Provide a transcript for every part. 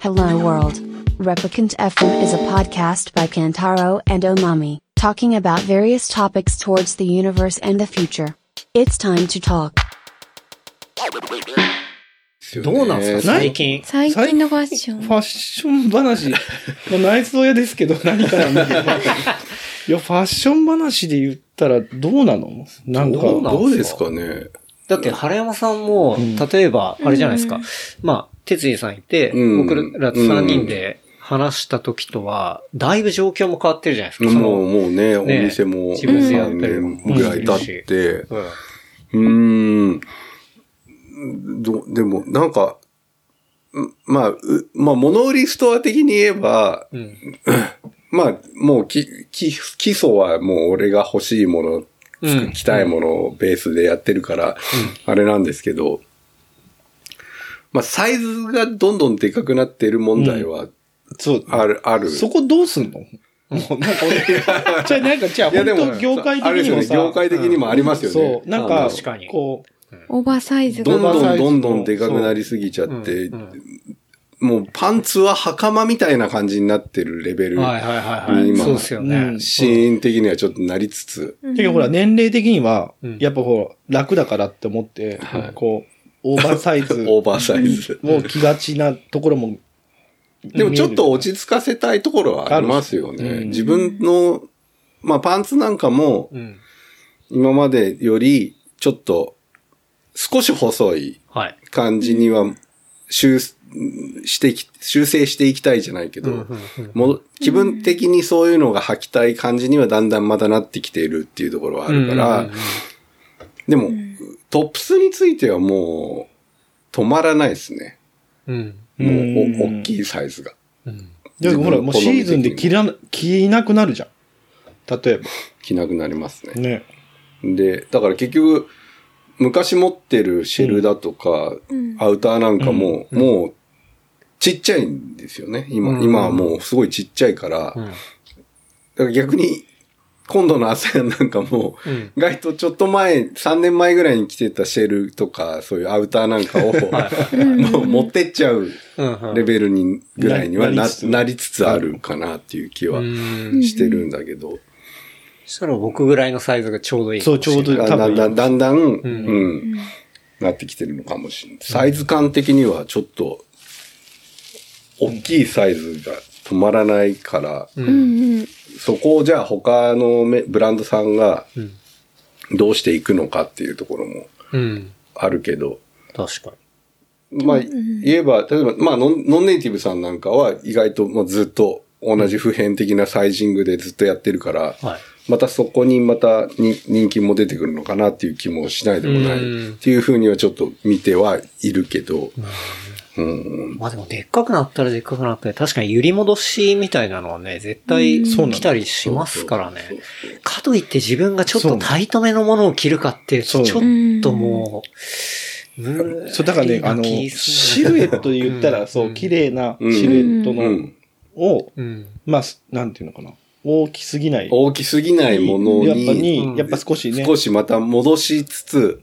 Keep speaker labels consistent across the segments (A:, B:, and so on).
A: Hello World. Replicant FM is a podcast by Kantaro and Omami, talking about various topics towards the universe and the future. It's time to talk.
B: どうなんすか
C: ない
B: 最近。
D: 最近のファッショ
C: フ
D: ン。
C: ァッショ ン話。まあ、内装屋ですけど、何から見ても。いや、ファッション話で言ったらどうなのなんか、
B: どうなの
E: どうですかね
B: だって、原山さんも、
C: うん
B: 例えば、あれじゃないですか。
D: うん
B: まあ、哲二さんいて、
E: うん
B: 僕ら3人で話した時とは、だいぶ状況も変わってるじゃないですか。その
E: もう、もうね、お
B: ね
E: 店も
B: 自分
D: でや
B: ったり
E: 3
B: も
E: 年ぐらい経って、
B: うん
E: うーん。どでも、なんか、んまあ、うまあ、物売りストア的に言えば、
B: うん。
E: まあ、もうき、き、基礎はもう俺が欲しいもの、
B: うん
E: 着たいものをベースでやってるから、あれなんですけど、まあ、サイズがどんどんでかくなってる問題は
C: そう。
E: ある、ある。
C: そこどうすんのもう、なんか俺、じゃあなんか、じゃあ、
E: いやでも
C: 本当業界的
E: あれです
C: に
E: よ
C: も
E: ね
C: さ、
E: 業界的にもありますよね。
C: そう、なん
B: あ
C: か
B: 確かに、
C: こ
D: オーバーサイズが。
E: どん
C: オーバーサ
E: どん
C: イズ
E: どんどんでかくなりすぎちゃ
B: うん
E: って、
B: うん
E: もうパンツは袴みたいな感じになってるレベル、
B: はいはいはいはい。
E: 今
B: そうですよ
C: う
B: ね
C: ん。
E: シーン的にはちょっとなりつつ、
C: う、てかほら、年齢的には
B: うん、
C: やっぱほら、楽だからって思って、こう、オーバーサイズ
E: オ
C: を
E: ーバーサイズ。
C: 着がちなところも、
E: でもちょっと落ち着かせたいところはありますよね。
C: あるうん
E: 自分の、まあパンツなんかも
B: うん。
E: 今までよりちょっと少し細い
B: はい。
E: 感じには修してき、修正していきたいじゃないけど、
B: うんうんうん
E: もう気分的にそういうのが履きたい感じにはだんだんまだなってきているっていうところはあるから、
B: うんうんうん
E: でも、トップスについてはもう止まらないですね。
B: うん。
E: もう
C: うん
E: お大きいサイズが。
B: うん。
C: でもほら、もうシーズンで着らな、着なくなるじゃん。例え
E: 着なくなりますね
C: ば。。ね。
E: で、だから結局、昔持ってるシェルだとか、
D: うん
E: アウターなんかも、
B: うん
E: もう、ちっちゃいんですよね。今、
B: うん
E: 今はもうすごいちっちゃいから、
B: う
E: だ
B: ん
E: から逆に、今度のアセアンなんかも、
B: うん。
E: 意外とちょっと前、3年前ぐらいに着てたシェルとか、そういうアウターなんかを、もう持ってっちゃう
B: うん。
E: レベルに、ぐらいにはな
C: なりつつ
E: なりつつあるかなっていう気は
B: うん。
E: してるんだけど、
B: そしたら僕ぐらいのサイズがちょうどいい。
C: そう、ちょうど
E: だ
C: 多
E: んだん、
C: 分。
E: だんだん、うんん、なってきてるのかもしれない。サイズ感的にはちょっと、大きいサイズが止まらないから、
B: う。
D: うんんうん。
E: そこをじゃあ他のめブランドさんが
B: うん。
E: どうしていくのかっていうところも
B: うん。
E: あるけど、
B: 確かに。
E: まあ、言えば、例えば、まあノン、ノンネイティブさんなんかは意外ともうずっと同じ普遍的なサイジングでずっとやってるから、
B: はい。
E: またそこにまたに人気も出てくるのかなっていう気もしないでもない
B: うん
E: っていうふうにはちょっと見てはいるけど、うん、
B: まあでも、でっかくなったらでっかくなったら、確かに揺り戻しみたいなのはね、絶対来たりしますからね。かといって自分がちょっとタイトめのものを着るかって、ち
C: そ
B: ょ
C: う
B: っ
C: なの
B: ともう、む
C: そう、だからね、あの、シルエットで言ったら、そう、綺。麗なシ
E: うん
C: ルエット
E: う
C: の、
E: ん、
C: を、
B: うん。
C: まあ、すなんていうのかな。大きすぎない。
E: 大きすぎないもの
C: やっぱ
E: に
B: うん
C: に、やっぱ少しね。
E: 少しまた戻しつつ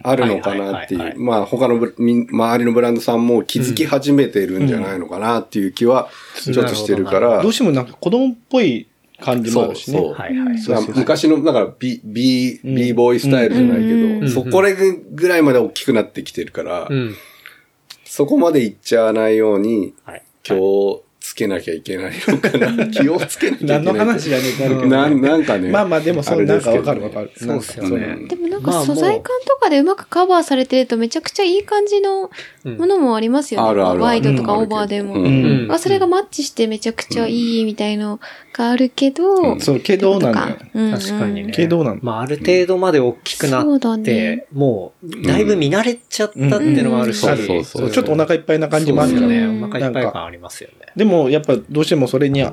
E: あるのかなって
B: はいはいはい
E: い、
B: はいう
E: まあ他のブみ周りのブランドさんも気づき始めてるんじゃないのかなっていう気はちょっとしてるから
C: どう、してもなんか子供っぽい感じもあるしね。
E: そう
B: はいはい。
E: だから昔の、だから、B、B、
C: うん
E: B ボーイスタイルじゃないけど、
D: うん
E: そこらぐらいまで大きくなってきてるから、
B: うん。
E: そこまでいっちゃわないように、
B: はい。
E: 気をつけなきゃいけないのかな。 気をつけなきゃいけない。
C: 何の話だね、なるけどね
E: なんなんかね。
C: まあまあ、でも、そ
E: あ
C: う、
E: れ
C: な
E: で
C: ん
E: す
C: か
E: け
C: わ
E: ど
C: かるわかる。
B: そうっすよ
C: なんか
B: ね。
D: でもなん
B: まあ
D: か
B: もう
D: 素材感とかでうまくカバーされてるとめちゃくちゃいい感じのものもありますよね。
E: うんあるあるある
D: ワイドとかオーバーでも。
E: うん
C: うん
D: まあそれがマッチしてめちゃくちゃいいみたいのがあるけど。
E: うん
C: そう、けどなんだよ。
D: うんうん
B: 確かにね。
C: けどなん
B: まあ、ある程度まで大きくな
D: そう
B: っ
D: だ
B: て
D: ね、
B: もう、だいぶ見慣れちゃったっていうのもあるし。
E: うんうんそうそう
C: そうちょっとお腹いっぱいな感じも
B: ま
C: あ
B: す
C: る
B: よ
C: から
B: ね。
D: ね
B: お腹い
C: な
B: っぱい
C: ん
B: 感
C: か
B: ありますよね。
C: でも、やっぱ、どうしてもそれに合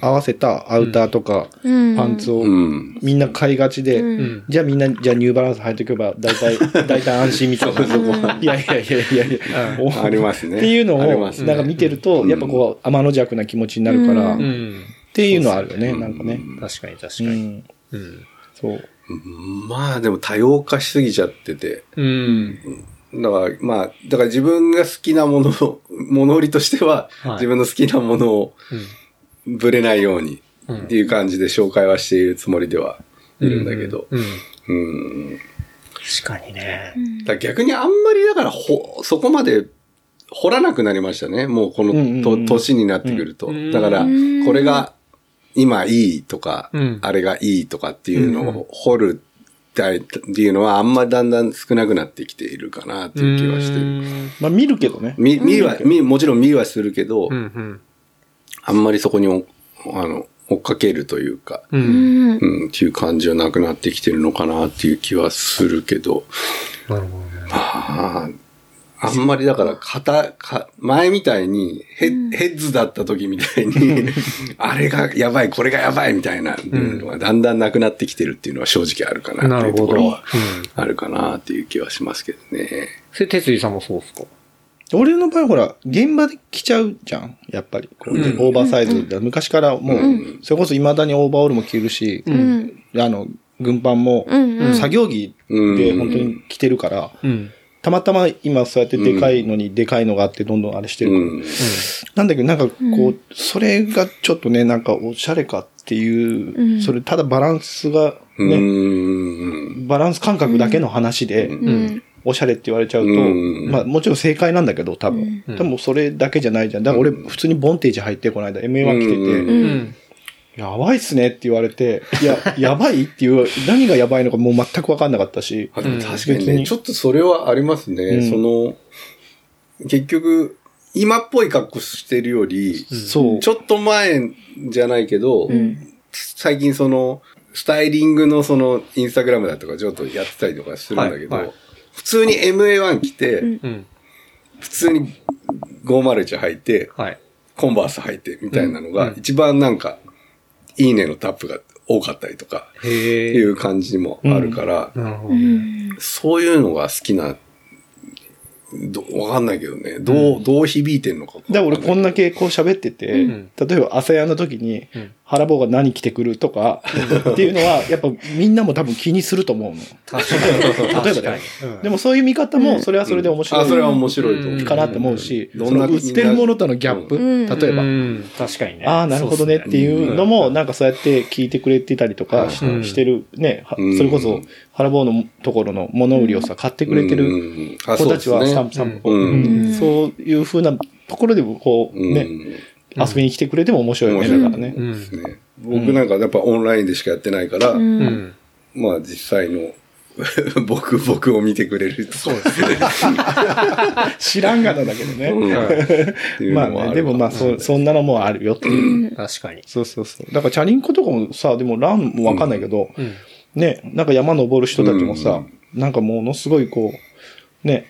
C: わせたアウターとか、
D: うん
C: パンツを
E: うん。
C: みんな買いがちで、
D: うん
B: うん。
C: じゃあみんな、じゃあニューバランス履いておけば、大体、大体安心みたいな。いやいやいやいやいや、お
E: ありますね。
C: っていうのを、
E: あり
C: な
E: ま
C: ん
E: す
C: か見てると、
E: うん
C: やっぱこう、天の弱な気持ちになるから、っ
D: う
B: うん。
C: ていうのはあるよね、
E: うん
C: なんかね。
B: 確かに確か
C: う
B: に。
C: ん。
B: うん。
C: そう。
E: まあでも多様化しすぎちゃってて、
B: うん。
E: だから、まあ、だから自分が好きなものを、 物売りとしては、
B: はい
E: 自分の好きなものをぶれないように
B: うん
E: っていう感じで紹介はしているつもりではいるんだけど。
B: うん。
E: うん。
B: 確かにね。
E: だから逆にあんまりだから、ほ、そこまで掘らなくなりましたね。もうこの
C: うんうん
E: と、
C: うん
E: 年になってくると。
B: うん
E: だから、
D: うん
E: これが今いいとか、
B: うん
E: あれがいいとかっていうの
B: うん
E: を掘るだいっていうのはあんまだんだん少なくなってきているかなっていう気はしてる。
B: る。
C: まあ見るけどね。
E: 見、見は、見、もちろん見はするけど、
B: うん
E: あんまりそこにお、あの、追っかけるというか、
B: うん。う。
D: うんん。
E: うん、っていう感じはなくなってきてるのかなっていう気はするけど、
B: なるほどね。
E: ああ、あんまりだから、肩、か、前みたいにヘッ、ヘッズだった時みたい に、あれがやばい、これがやばいみたいなのがだんだんなくなってきてるっていうのは正直あるかなっ
B: な
E: てい
B: る
E: うと
B: ほ
E: こ
B: ど。う
E: ろ
B: ん
E: は。あるかなっていう気はしますけどね。
B: それ、哲司さんもそうですか
C: 俺の場合ほら、現場で着ちゃうじゃん。やっぱり。こう
B: うん
C: オーバーサイズで。昔からもう、それこそ未だにオーバーオールも着るし、
D: うん。
C: あの、軍パンも、
D: うんうん
C: 作業着で本当に着てるから、
B: うん。
C: たまたま今そうやってでかいのにでかいのがあってどんどんあれしてるから、
E: うん。
C: なんだけどなんかこう、
D: う
C: それがちょっとね、なんかおしゃれかっていう、
D: うん
C: それただバランスが
E: う
C: ね、
E: ん。
C: バランス感覚だけの話で、
D: うん。
C: おしゃれって言われちゃうと、
E: うん
C: まあもちろん正解なんだけど、多分。
B: ん
C: 多分それだけじゃないじゃん。だから俺普通にボンテージ入って、この間 MA1 着てて、
E: うん
B: うん。
C: やばいっすねって言われて、いや、やばいっていう、何がやばいのかもう全くわかんなかったし、
E: あでも確かに
C: 別
E: ね、
C: に
E: ちょっとそれはありますね。
C: ん
E: その、結局、今っぽい格好してるより、
C: そう。
E: ちょっと前じゃないけど、
D: ん
E: 最近その、スタイリングのその、インスタグラムだとか、ちょっとやってたりとかするんだけど、
B: はいはい
E: 普通に MA1 着て、
D: ん
B: うん。
E: 普通に501履いて、
B: はい。
E: コンバース履いて、みたいなの
B: うん
E: が
B: う、ん
E: 一番なんか、いいねのタップが多かったりとか、
B: へ
E: い
B: え。
E: う感じもあるから、
B: なるほどね。
E: そういうのが好きな、どわかんないけどね、どう、どう響いてんのかわかんな
C: だ
E: い。
C: から俺こんだけこう喋ってて、
B: うん
C: 例えば朝屋の時に
B: うん、
C: 腹棒が何着てくるとか、っていうのは、やっぱみんなも多分気にすると思うの。
B: 確かに。
C: 例えばだよ
B: よ
C: で、もそういう見方も、それはそれで面白
E: あ、それはい面白いと思う。
C: かなって思うし、
E: うん
C: その
E: どんな
C: 売ってるものとのギャップ、
D: うん
C: 例えば、
B: うん。確かにね。
C: ああ、なるほどねっていうのも、なんかそうやって聞いてくれてたりとかし
B: うん
C: してる、ね、は
E: うん
C: それこそ、腹棒のところの物売りをさ、買ってくれてる
E: る
C: 子たちは、さん
E: う
C: さん
E: うん
C: うんそういうふうなところでも、こう、
E: ん
C: ね、遊びに来てくれても面白いよね、
E: うん
C: だからね。
B: うん。
E: ね僕なんかやっぱオンラインでしかやってないから、
D: うん
B: うん。う
D: うん
B: ん。
E: まあ実際の 僕、僕を見てくれるそうですね。
C: 知らんがなだけどね。まあね、でもまあ、そ、そんなのもあるよっていう。
B: 確かに。
C: そうそうそう。だから、チャリンコとかもさ、でも、ランもわかんないけど、
B: うん。
C: ね、なんか山登る人たちもさ、なんかものすごいこう、ね、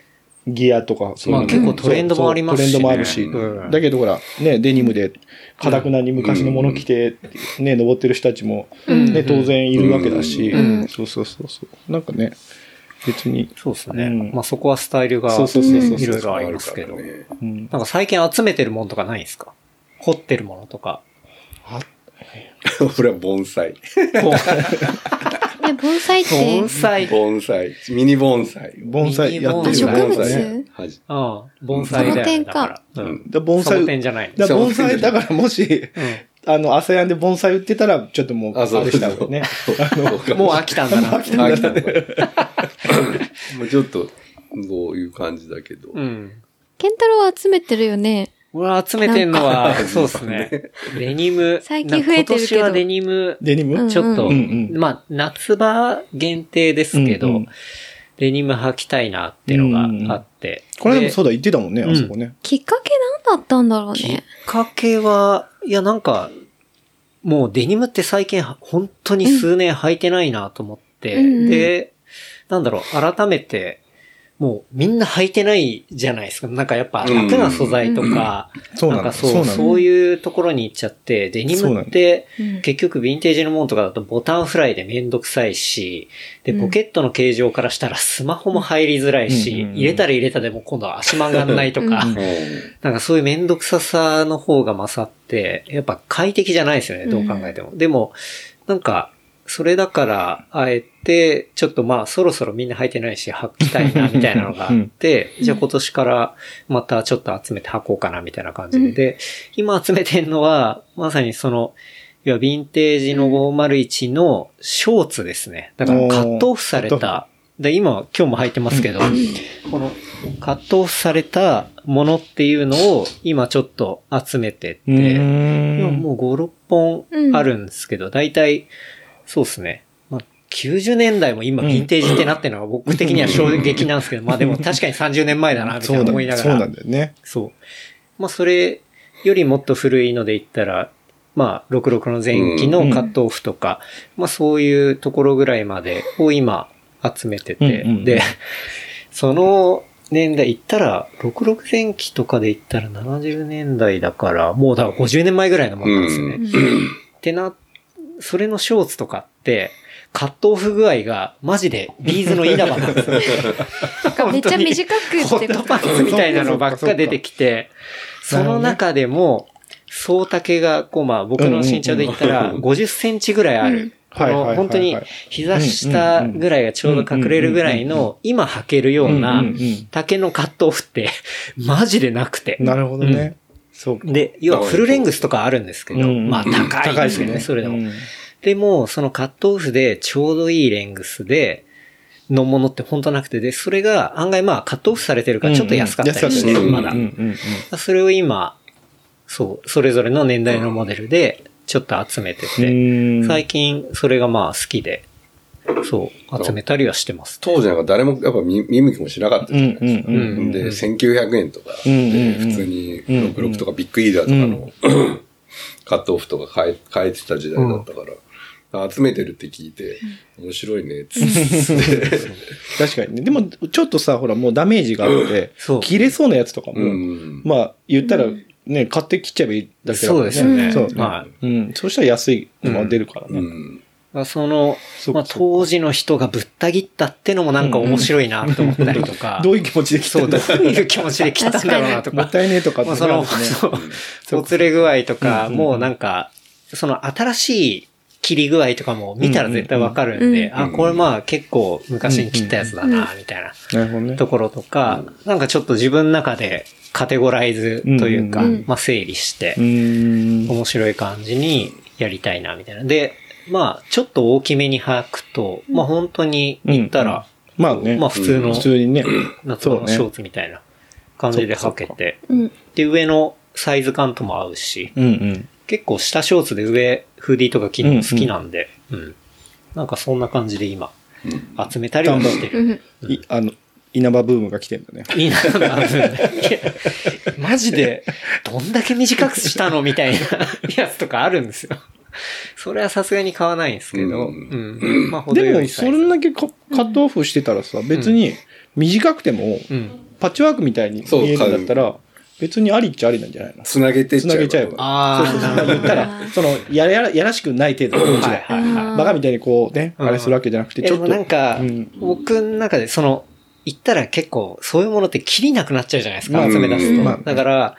C: ギアとか、そういうの
B: まあ結構トレンドもありますしね
C: そうトレンドもあるし、
B: うん
C: だけどほら、ね、デニムで、かたくなに昔のもの着て、ね、登ってる人たちも、ね、当然いるわけだし、そうそうそうそう。なんかね、別に、
B: そうですね。
C: うん
B: まあそこはスタイルが、
C: そうそうそうそう
B: いろいろありますけど。
E: あるからね
C: うん、
B: なんか最近集めてるものとかないんですか掘ってるものとか。
E: 俺は盆栽。
D: え、盆栽って、
B: 栽
E: 盆栽。ミニ盆栽。
C: 盆栽やって
B: あ
C: る
D: 植
C: よね。
D: 物
E: 盆栽
C: ね
E: はじ
B: ああ、盆栽だよ、ね。
D: サボテンか
B: だから。うん。
C: だ盆
B: サ
C: 栽
B: ボ、テンじゃない。
C: だ盆栽、だからもし、
B: う
C: あの、朝やんで盆栽売ってたら、ちょっともう、
E: あ、そう
C: あれ
E: で
C: し
E: す
C: た方がね。
B: んもう飽きた んだな。
E: 飽きたのかな もうちょっと、こういう感じだけど。
B: うん。
D: ケンタロウは集めてるよね。
B: うわ、集めてんのは、そうです ね。デニム。
D: 最近増えてるけど
B: 今年はデニム、
C: デニム、
D: うん
B: ちょっと、
C: うんうん
B: まあ、夏場限定ですけど、
C: うんうん
B: デニム履きたいなっていうのがあって。
C: これでもそう
B: う
C: だ、言ってたもんね、あそこね。
D: きっかけ何だったんだろう
B: きっ
D: ね。
B: かけは、いや、なんか、もうデニムって最近本当に数年履いてないなと思って、
D: うん
B: で、なんだろう、改めて、もうみんな履いてないじゃないですか。なんかやっぱ楽な素材とか、
C: そうな
B: な
C: んん
B: か
C: だ。
B: そう、
C: そう
B: そ
C: な
B: うん
C: だ。
B: いうところに行っちゃって、デニムって
D: うん
B: 結局ヴィンテージのものとかだとボタンフライでめんどくさいし、で、ポケットの形状からしたらスマホも入りづらいし、
C: うんうんうん
B: 入れたら入れたでも今度は足曲がんないとか、
D: うん
B: なんかそういうめんどくささの方が勝って、やっぱ快適じゃないですよね、どう考えても。でも、なんか、それだから、あえて、ちょっとまあ、そろそろみんな履いてないし、履きたいな、みたいなのがあって、じゃあ今年からまたちょっと集めて履こうかな、みたいな感じで。で、今集めてんのは、まさにその、いや、ヴィンテージの501のショーツですね。だから、カットオフされ
C: おーカッ
B: た。で、今、今日も履いてますけど、この、カットオフされたものっていうのを、今ちょっと集めてって、今もう5、6本あるんですけど、大体、そうですね。まあ、90年代も今、ヴィンテージってなってるのが僕的には衝撃なんですけど、まあでも確かに30年前だな、みた
C: そ
B: いうな
C: な
B: 思い
C: ん
B: な
C: だ
B: が
C: そうな
B: ら
C: ん。だよね。
B: そう。まあ、それよりもっと古いので言ったら、まあ、66の前期のカットオフとか、まあ、そういうところぐらいまでを今集めてて、
C: うんうん
B: で、 その年代言ったら、66前期とかで言ったら70年代だから、もうだから50年前ぐらいのものなんですよね。
E: う
B: ってな、それのショーツとかって、カットオフ具合がマジでビーズの稲葉なん ですよ。
D: めっちゃ短くって
B: ホ
D: こ
B: ット
D: と
B: パ
D: か。
B: ンツみたいなのばっか出てきて、
C: そっ
B: そ
C: か
B: の中でも、総丈が、こうまあ僕の身長で言ったら、50センチぐらいある。こ
C: はいはいはいは
B: の
C: い
B: 本当に膝下ぐらいがちょうど隠れるぐらいの、今履けるような
C: うんうんうん
B: 竹のカットオフって、 マジでなくて。
C: なるほどね。そうか。
B: で、要はフルレングスとかあるんですけど、
C: うん
B: まあ高いですよね、それでも。でも、そのカットオフでちょうどいいレングスで、のものって本当なくて、で、それが案外まあカットオフされてるからちょっと安かったりして、
E: うんうん
B: まだ
C: うん。うん
B: それを今、そう、それぞれの年代のモデルでちょっと集めて
C: う
B: て、
C: ん。
B: 最近それがまあ好きで、そう、集めたりはしてます。
E: 当時なんか誰もやっぱ見見向きもしなかった
C: う
E: じゃない
C: んうん
E: です
C: うん
E: か。
B: うん
E: で、1900円とかで、
C: うんうんうん
E: 普通に66とかビッグイーダーとかの、カットオフとか買え買えてた時代だったから、集めてるって聞いて、面白いね、つって。
C: 確かにね。でも、ちょっとさ、ほら、もうダメージがあって
B: そう、
C: 切れそうなやつとか
E: う
C: も、
E: ん。
C: まあ、言ったら、ね、買って切っちゃえばいいだけだか
B: そう
C: ら
B: ですよね
C: そう。。
B: まあ、
C: うん。そうしたら安いのが出るから
E: う
C: ね。
E: ん。
B: まあその、
C: そっか
B: まあ当時の人がぶった切ったってのもなんか面白いなと思ったりとか、
C: どういう気持ちで切
B: そ
C: った
B: うんど
C: だ
B: ういう気持ちで切ったんだろうなとか。
C: もったいねえとかって
B: も
C: ね
B: うそ
C: ある
B: の、
C: しね
B: そう、ほつれ具合とか、
C: うん
B: もうなんか、その新しい切り具合とかも見たら絶対わかるんで、
D: うん
B: あ、これまあ結構昔に切ったやつだな、みたいな
C: なるほどね。
B: ところとか、なんかちょっと自分の中でカテゴライズというか、
D: うんうん
B: まあ整理して
C: う、ーん。
B: 面白い感じにやりたいな、みたいな。で、まあちょっと大きめに履くと、まあ本当に言ったら、
C: まあね。
B: まあ普通の
C: 普通にね。
B: 夏場のショーツみたいな感じで履けて、
D: うん。
B: で、上のサイズ感とも合うし、
C: うんうん。
B: 結構下ショーツで上フーディーとか着るの好きなんで、うん、なんかそんな感じで今、集めたりはしてる。
C: いあの、稲葉ブームが来てんだね。
B: いいながあるんで。いやマジで、どんだけ短くしたのみ たいなやつとかあるんですよ。それはさすがに買わないんですけど、
E: う
B: うんん。まあ、程
C: で
B: よ
C: も、
B: い
C: そ
B: サイズ
C: れだけカカットオフしてたらさ、別に短くても、
B: うん。
C: パッチワークみたいに見
E: そう
C: えるんだったら、別にありっちゃありなんじゃないの
E: つなげてっ
C: つなげちゃえば。
B: あ
C: そうそう
B: あ、
C: そう
B: な
C: 言
B: る
C: っ
B: ほ
C: た
B: ど。
C: ら、その、やらやらやらしくない程度の感じ
B: はい
C: で。
B: はいはい。
C: バカみたいにこうね、
B: うん
C: あれするわけじゃなくて、
B: え
C: ち
B: で
C: ょっ
B: も
C: と。
B: なんか、
C: うん
B: 僕の中でその、言ったら結構そういうものって切りなくなっちゃうじゃないです
C: ま
B: か、
C: あ
B: 集め出すと。
C: まあ
B: だから、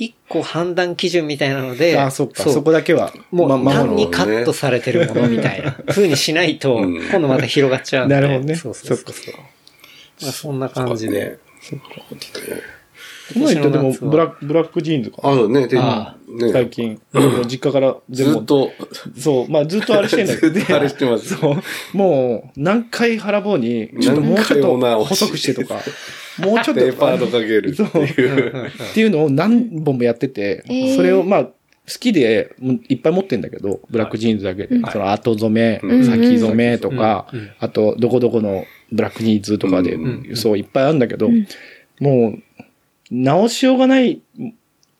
B: 一個判断基準みたいなので、
C: あ、そっか、そこだけは。
B: もう
C: まあ
B: 単にカットされてるものみたい な風にしないと、
E: うん
B: 今度また広がっちゃうんで。
C: なるほどね。
B: そう
C: そ
B: そう
C: っ
B: そ
C: か
B: う。
C: そっか。
B: まあそんな感じで。
E: ね。
C: この前言ったでも
B: 今年の夏は
C: ブラック、ブラックジーンズ
E: あ
C: か。
E: のね、で
B: あ
E: ね
C: 最、近、もう実家から全
E: ずっ
C: 部。
E: と、
C: そう、まあずっとあれしてんだ けど。
E: ずっとあれしてます
C: そう。もう、何回腹棒に、ちょっともうちょっ
E: 何回
C: と
E: も
C: 細くしてとか、もうちょっ
E: ペーパー
C: と
E: ド、かけるっていう。
C: っていうのを何本もやってて、
D: えー
C: それをまあ、好きでうんいっぱい持ってんだけど、ブラックジーンズだけで、
D: はい
C: その後染
E: う
C: め、
D: ん
C: 先染めとか、
B: うんうん
C: あと、どこどこのブラックジーンズとかで、
E: う
C: そういっぱいあるんだけど、
D: うん
C: もう、直しようがないっ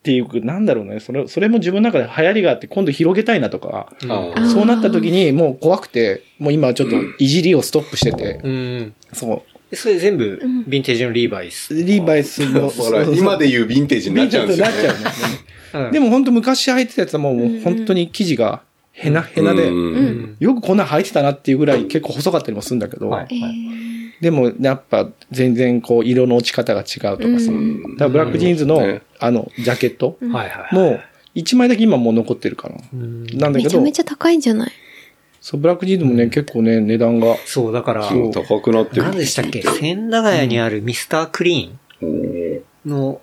C: ていうか、なんだろうね、それ、それも自分の中で流行りがあって、今度広げたいなとか、
B: うん
E: あ
D: ー
C: そうなった時にもう怖くて、もう今はちょっといじりをストップしてて、
B: うん。
C: そ
B: でそれ全部、
D: ん
B: ヴィンテージのリーバイス。
C: う、リーバイスの、
E: だから今で言うヴィンテージになっちゃうんですよ、ね。
C: ビートになっちゃうね。
B: うん
C: でも本当昔履いてたやつはもうも
D: ん
C: う本当に生地がへなへなで、
E: うん
B: う。
D: うん
C: よくこんなん履いてたなっていうぐらい結構細かったりもするんだけど、
B: はい
D: えー
C: でもやっぱ全然こう色の落ち方が違うとかさ、
D: う
C: だ
D: ん
C: からブラックジーンズの、
E: うんね
C: あのジャケット
B: はいはい。
C: もう1枚だけ今もう残ってるかな。
B: うん、
C: なんだ
D: め
C: け
D: ちゃ
C: ど
D: め、ちゃ高いんじゃない
C: そう、ブラックジーンズもね、結構ね、値段が。
B: そう、だから、
E: そう高くなってる。
B: 何でしたっけ千駄ヶ谷にあるミスタークリ
E: おー
B: ーンの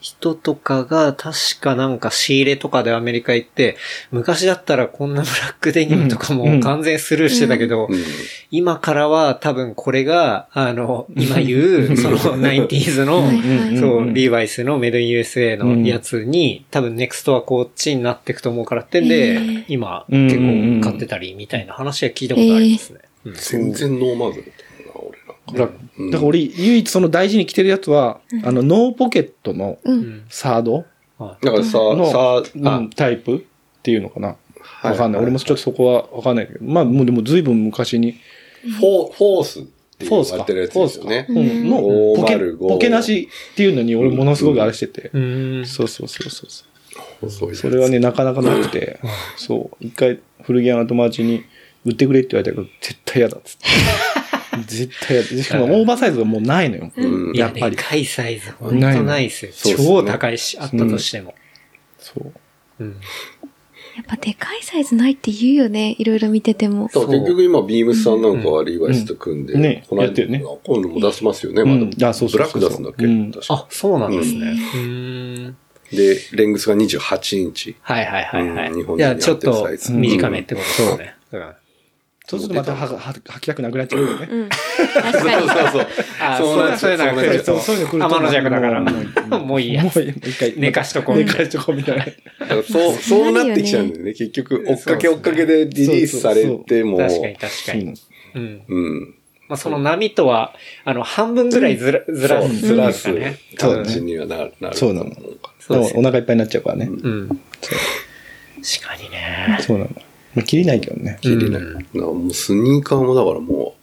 B: 人とかが、確かなんか仕入れとかでアメリカ行って、昔だったらこんなブラックデニムとか
C: うん
B: も完全スルーしてたけど、
E: うん
B: 今からは多分これが、あの、今言う、そのナインティーズの、
D: うん
B: そう、リ
C: ー
B: ーバイスのメイドイン USA のやつに、多分ネクストはこっちになっていくと思うからってんで、
D: えー
B: 今
C: うん
B: 結構買ってたりみたいな話は聞いたことありますね。うん
E: 全然ノーマークだったもんな、
C: ブラッ
E: うん
C: ク。だから俺、唯一その大事に着てるやつは、あの、ノーポケットの
D: う。
B: うんん
C: サード
B: はい
E: 俺ら。だからさ、
C: の
E: さ、あ
C: うんタイプっていうのかな。
E: はい
C: わかんない。俺もちょっとそこはわかんないけど。まあ、もうでも随分昔に。
E: フォー、フォースって
C: フォ
E: 言
C: ースか
E: われてるやつですよね
C: う。ん、の
E: うん
C: ポケ、
E: 505
C: ポケなしっていうのに俺ものすごくあれしてて。
B: うん。
C: そうそうそうそうそう。
E: 細いやつ
C: それはね、なかなかなくて、そう、一回古着屋の友達に売ってくれって言われたけど、絶対嫌だっつって。 絶対嫌だ。しかもオーバーサイズがもうないのよ。
E: うん
B: いや、
C: やっぱり
B: でかいサイズ、ほんとないですよ。
E: ないの
B: 超高いし、あったとしても。
C: そう。
B: うん。
D: やっぱでかいサイズないって言うよね。いろいろ見てても。
E: そう
B: そう
E: 結局今、ビームスさんなんかはリーバイスと組んで、
C: うんね
E: この間
C: やってるね
E: こういうのも出せますよね、
C: うん
E: まだ。
C: あそうそうそうそう
E: ブラック出すんだっけ、
C: うん
E: 確か
B: あ、そうなんですね。うん。
E: で、レングスが28インチ。
B: はいはいはいは
E: うん日本
B: い。
E: 人
B: じゃあちょ
E: に合っ
B: っ
E: て
B: と
E: るサイズ
B: 短めってことですね。うん
C: そうするとまたはは履きたくなくなっちゃうよね。
D: うん。確か
E: そう
D: に。
E: そうそう。
B: あ
E: そうなんです
B: そういうのが来
E: そう
B: ると
E: なんですよ
C: ういうの
B: 天の弱だから
C: もう
B: もういいや
C: もう一回。
B: 寝かしとこう
C: 寝かしとこうみたいな。
E: だからそう、 そうなってきちゃうんだよね。結局、追っかけ追っかけでリリースされても、
B: 確かに確か
C: そう
B: に。
C: なんです
B: うん。
E: うん。
B: まあ、その波とは、あの、半分ぐらいずら、ずら
E: そう
B: す。
E: ずらす
B: ね。
C: そうだ
E: 感
C: ね
E: じにはなる。なる
C: そうなの
E: と思うから
B: そうで
C: ですもお腹いっぱいになっちゃうからね。
B: うん。確かにね。
C: そうなの。まあ切りないけどね。
E: 切りない。
B: うん
E: だからもうスニーカーもだからも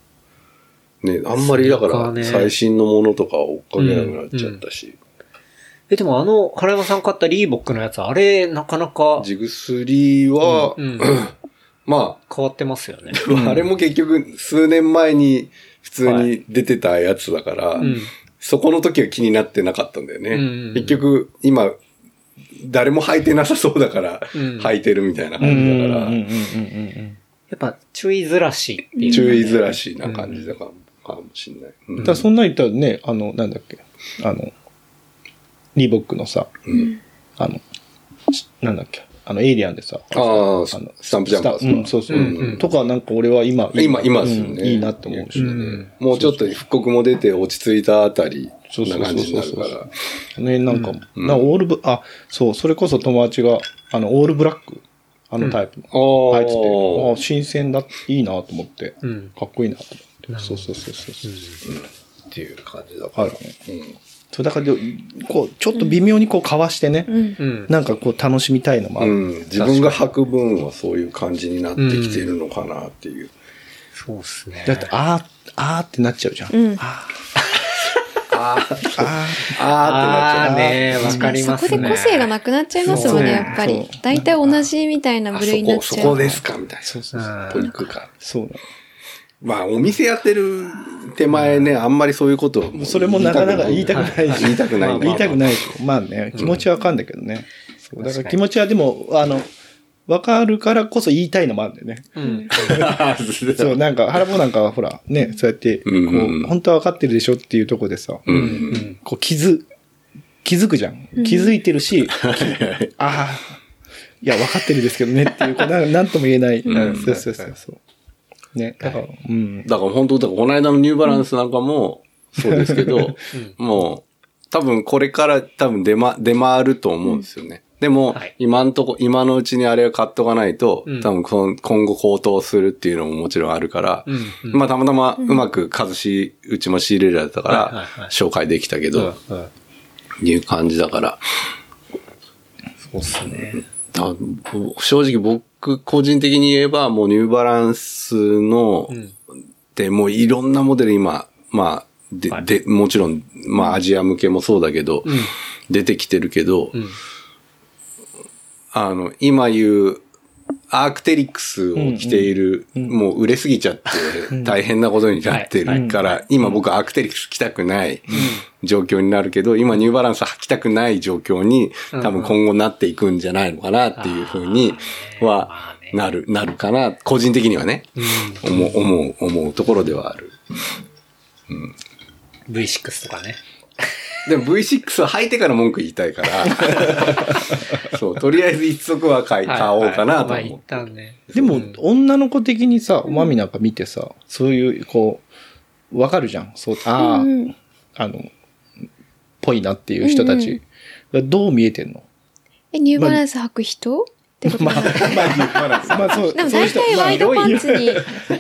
E: う、ね、あんまりだか
B: スニーカー
E: ら
B: ね
E: 最新のものとか追っかけなくなっちゃったし、
B: え、でもあの、原山さん買ったリーボックのやつ、あれ、なかなか
E: ジグスリーは、
B: うん
E: ま
B: 変わってますよね。
E: あ、あれも結局数年前に普通に出てたやつだから、
B: うん。
E: そこの時は気になってなかったんだよね。
B: うんうん
E: 結局今、誰も履いてなさそうだから、
B: うん
E: 履いてるみたいな
C: うん
E: 感
C: うん
E: じ
C: う
E: だ
C: ん
E: から、
C: うん
B: やっぱ、注意ずらしっていう。
E: 注意ずらしな感じだから、かもしんない。うん
C: だからそんな言ったらね、あの、なんだっけ、あの、リーボックのさ、
E: うん
C: あの、ちなんだっけ、あの、エイリアンでさ、
E: ああ、ス
C: あの
E: タンプジャンパー
C: スタうん、そうそう、
B: うんうん
C: とか、なんか俺は今、
E: 今、今ですよ
C: うん
E: ね。
C: いいなって思うし、
B: うん
E: もうちょっと復刻も出て落ち着いたあたり
C: そうそ
E: な
C: う
E: 感
C: そう
E: じに
C: そ
E: なる
C: うそ
E: か
C: う。
E: ら。
C: ね、なんか、
E: うん
C: なんかオールブ、あ、そう、それこそ友達が、あの、オールブラック、あのタイプの、
E: あ
C: 入ってて、
E: あ
C: あ、新鮮だ、いいなと思って、
B: うん。
C: かっこいいなと思って、そうそうそうそう。
E: っていう感じだか
C: あ
E: ら。
C: るね。
E: うん
C: そう、だから、こう、ちょっと微妙にこう、かわしてね、
D: うん。
B: うん。
C: なんかこう、楽しみたいのもあ
E: う
C: る。
E: ん、自分が履く分はそういう感じになってきてるのかなっていう。
B: そうっすね。
C: だって、あー、あーってなっちゃうじゃん。
D: うん
C: あ
E: あー
C: ー、あ
E: あーってなっちゃう。
B: あーね、わかり
D: そ
B: ます
D: こ
B: ね。
D: で個性がなくなっちゃいますもんね、
B: そう
D: やっぱり
C: そ。
D: 大体同じみたいな
E: あ
D: 部類になっ
E: そこ、
D: ちゃう。
E: そこですかみたいな。
C: そうそうそう。
E: ここ行くか。
C: そうな
E: まあ、お店やってる手前ね、あんまりそういうことは
C: の。それもなかなか言いたく ないし。
E: 言いたくない。
C: 言いたく
E: い。
C: ないし。まあね、気持ちはわかんだけどね。そうだから気持ちはでも、あの、わかるからこそ言いたいのもあるんだよね。
B: うん。
C: そう、なんか、原坊なんかはほら、ね、そうやって、こ
E: うんうんうん
C: う、本当はわかってるでしょっていうとこでさ、
E: う。
B: うんん。
C: こう、気づ、気づくじゃん。気づいて るし、ああ、いや、分かってるですけどねっていう、こうななんとも言えない。
E: うん
C: そうそうそうそう。ね、だから、うん。
E: だから本当、だからこの間のニューバランスなんかも、そうですけど、もう、多分これから多分出ま、出回ると思うんですよね。でも、
B: はい
E: 今んとこ、今のうちにあれを買っとかないと、
B: うん
E: 多分この今後高騰するっていうのももちろんあるから、
B: うんうん
E: まあたまたまうまく数し、うちも仕入れられたか
B: はいはい
E: ら
B: はい、
E: 紹介できたけ
B: うん
E: ど、いう感じだから、
B: そうっすね。
E: だ正直僕個人的に言えばもうニューバランスの、
B: ん
E: でもういろんなモデル今、まあ、で、
B: はい
E: で、もちろん、まあアジア向けもそうだけど、
B: ん
E: 出てきてるけど、
B: ん
E: あの、今言う、アークテリクスを着ている、もう売れすぎちゃって、大変なことになってるから、今僕アークテリクス着たくない状況になるけど、今ニューバランス履きたくない状況に、多分今後なっていくんじゃないのかなっていうふうには、
B: まあね。
E: なる、なるかな、個人的にはね、思う、思う、思うところではある。
B: V6 とかね。
E: でも V6 は履いてから文句言いたいから、そう、とりあえず一足は買い、買おうかなと
B: は
E: 思
B: いはいまあ
E: っ
B: 一
E: て。
B: 旦ね。
C: でも、女の子的にさ、おまみなんか見てさ、そういう、こう、わかるじゃん。そう、ああ、
D: うん
C: あの、ぽいなっていう人たち。どう見えてんの
D: え、ニューバランス履く人ってことかな
C: まあ、そう、
D: でも
C: そういう
D: 大
C: 人
D: 体
C: まあ
D: ワイドパンツに、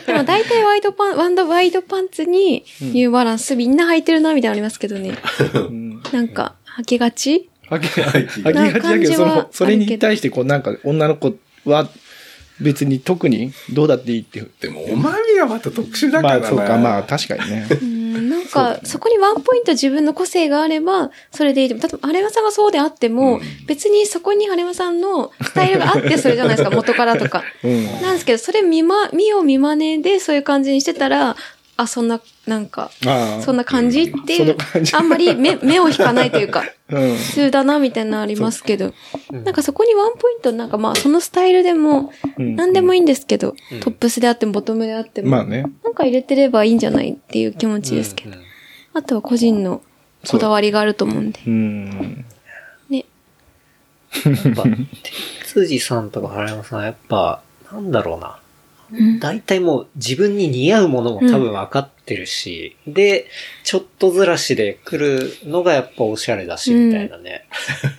D: でも大体ワイドパン、ワンドワイドパンツにニューバランスみんな履いてるなみたいなのありますけどね。
C: うん
D: なんか履きがち
C: 履き履きがちだけど、そ
D: な感じはあるけ
C: の
D: ど、
C: それに対して、こう、なんか、女の子は、別に特にどうだっていいって。
E: でも、お前はまた特殊だ
C: ま
E: から
C: あ、
E: な。
C: そうか、まあ、確かにね。
D: うん、なんか、そこにワンポイント自分の個性があれば、それでいいでも、例えば、晴山さんがそうであっても、別にそこに晴山さんのスタイルがあってそれじゃないですか、元からとか。
C: うん。
D: なんですけど、それ見ま、見よう見まねでそういう感じにしてたら、あ、そんな、なんか、
C: ああ。
D: そんな感じってい
C: その
D: う
C: 感、じ
D: あんまり目、目を引かないというか、
C: うん。
D: 普通だな、みたいなのありますけど、なんかそこにワンポイント、なんかまあ、そのスタイルでも、
C: うん
D: 何でもいいんですけど、トップスであっても、ボトムであっても、
C: まあね。
D: なんか入れてればいいんじゃないっていう気持ちですけど。
B: うん
D: あとは個人のこだわりがあると思うんで。
C: うん。
D: ね。
B: やっぱ、辻さんとか原山さんはやっぱ、なんだろうな。大体もう自分に似合うものも多分分かってるし、で、ちょっとずらしで来るのがやっぱおしゃれだし、みたいな ね。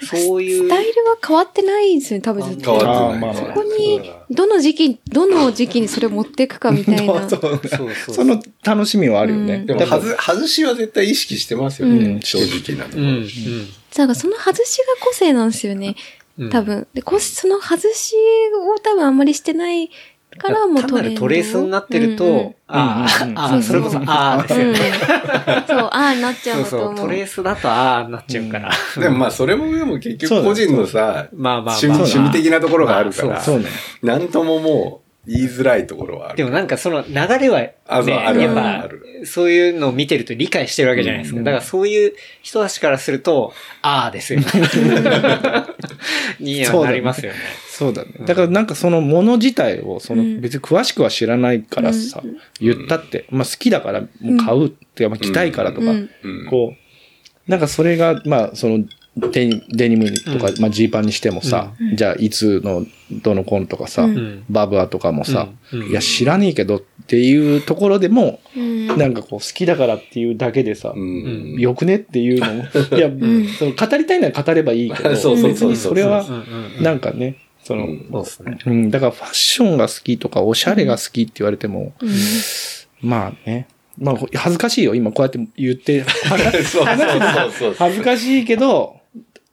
B: そうい
D: ス
B: う。
D: タイルは変わってないですよね、多分ずっ
E: 変
D: と。こ
E: わってない。
C: あーまあまあ
D: こに、どの時期、どの時期にそれを持っていくかみたいな。
C: そう
B: そうそう
C: その楽しみはあるよね。
D: うん
E: でも、はず、外しは絶対意識してますよね。
C: うん
E: 正直なとこ
B: う
E: ろ。
B: ん、うん。
D: なんかその外しが個性なんですよね。
B: うん
D: 多。分。で、こその外しを多分あんまりしてないからもう
B: 単なるトレースになってると、
D: うんうん
B: あー、
C: うん
B: あー、それこそ、ああです
D: う
B: よ
D: ん
B: ね。
D: そう、ああなっちゃうんだと
B: そう
D: 思。
B: そうう、トレースだとああになっちゃうから。
E: でもまあ、それもでも結
C: そう
E: 局
C: だ
E: 個人のさ、
B: まあまあまあ
E: 趣味趣味的なところがあるか
B: まあ
E: ら、
C: そうね。
E: なんとももう言いづらいところはあ
B: で
E: る。
B: もなんかその流れは、ね、
E: あそうある
B: やっ
E: あ
B: ぱ
E: るあ、
B: そういうのを見てると理解してるわけじゃないですか。だからそういう人たちからすると、ああです よね。にはなりますよね。
C: そうだね。だからなんかそのもの自体を、その別に詳しくは知らないからさ、言ったって、まあ好きだからもう買うって、まあ着たいからとか、
D: うん
E: うん
C: こう、なんかそれが、まあそのデニデニムとか、まあジーパンにしてもさ、じゃあいつのどのコンとかさ、
D: うん
C: バブアとかもさ、
B: うんうん
C: いや知らねえけどっていうところでも、
D: うん
C: なんかこう好きだからっていうだけでさ、
E: うん
C: よくねっていうのも、いや、その語りたいなら語ればいいけど、
E: そうそうそうそう
C: 別にそれは
B: う、んうん
C: なんかね、その、
B: そうですね。
C: うん、だからファッションが好きとか、おしゃれが好きって言われても、まあね、まあ恥ずかしいよ、今こうやって言って、
E: そうそうそうそう。
C: 恥ずかしいけど、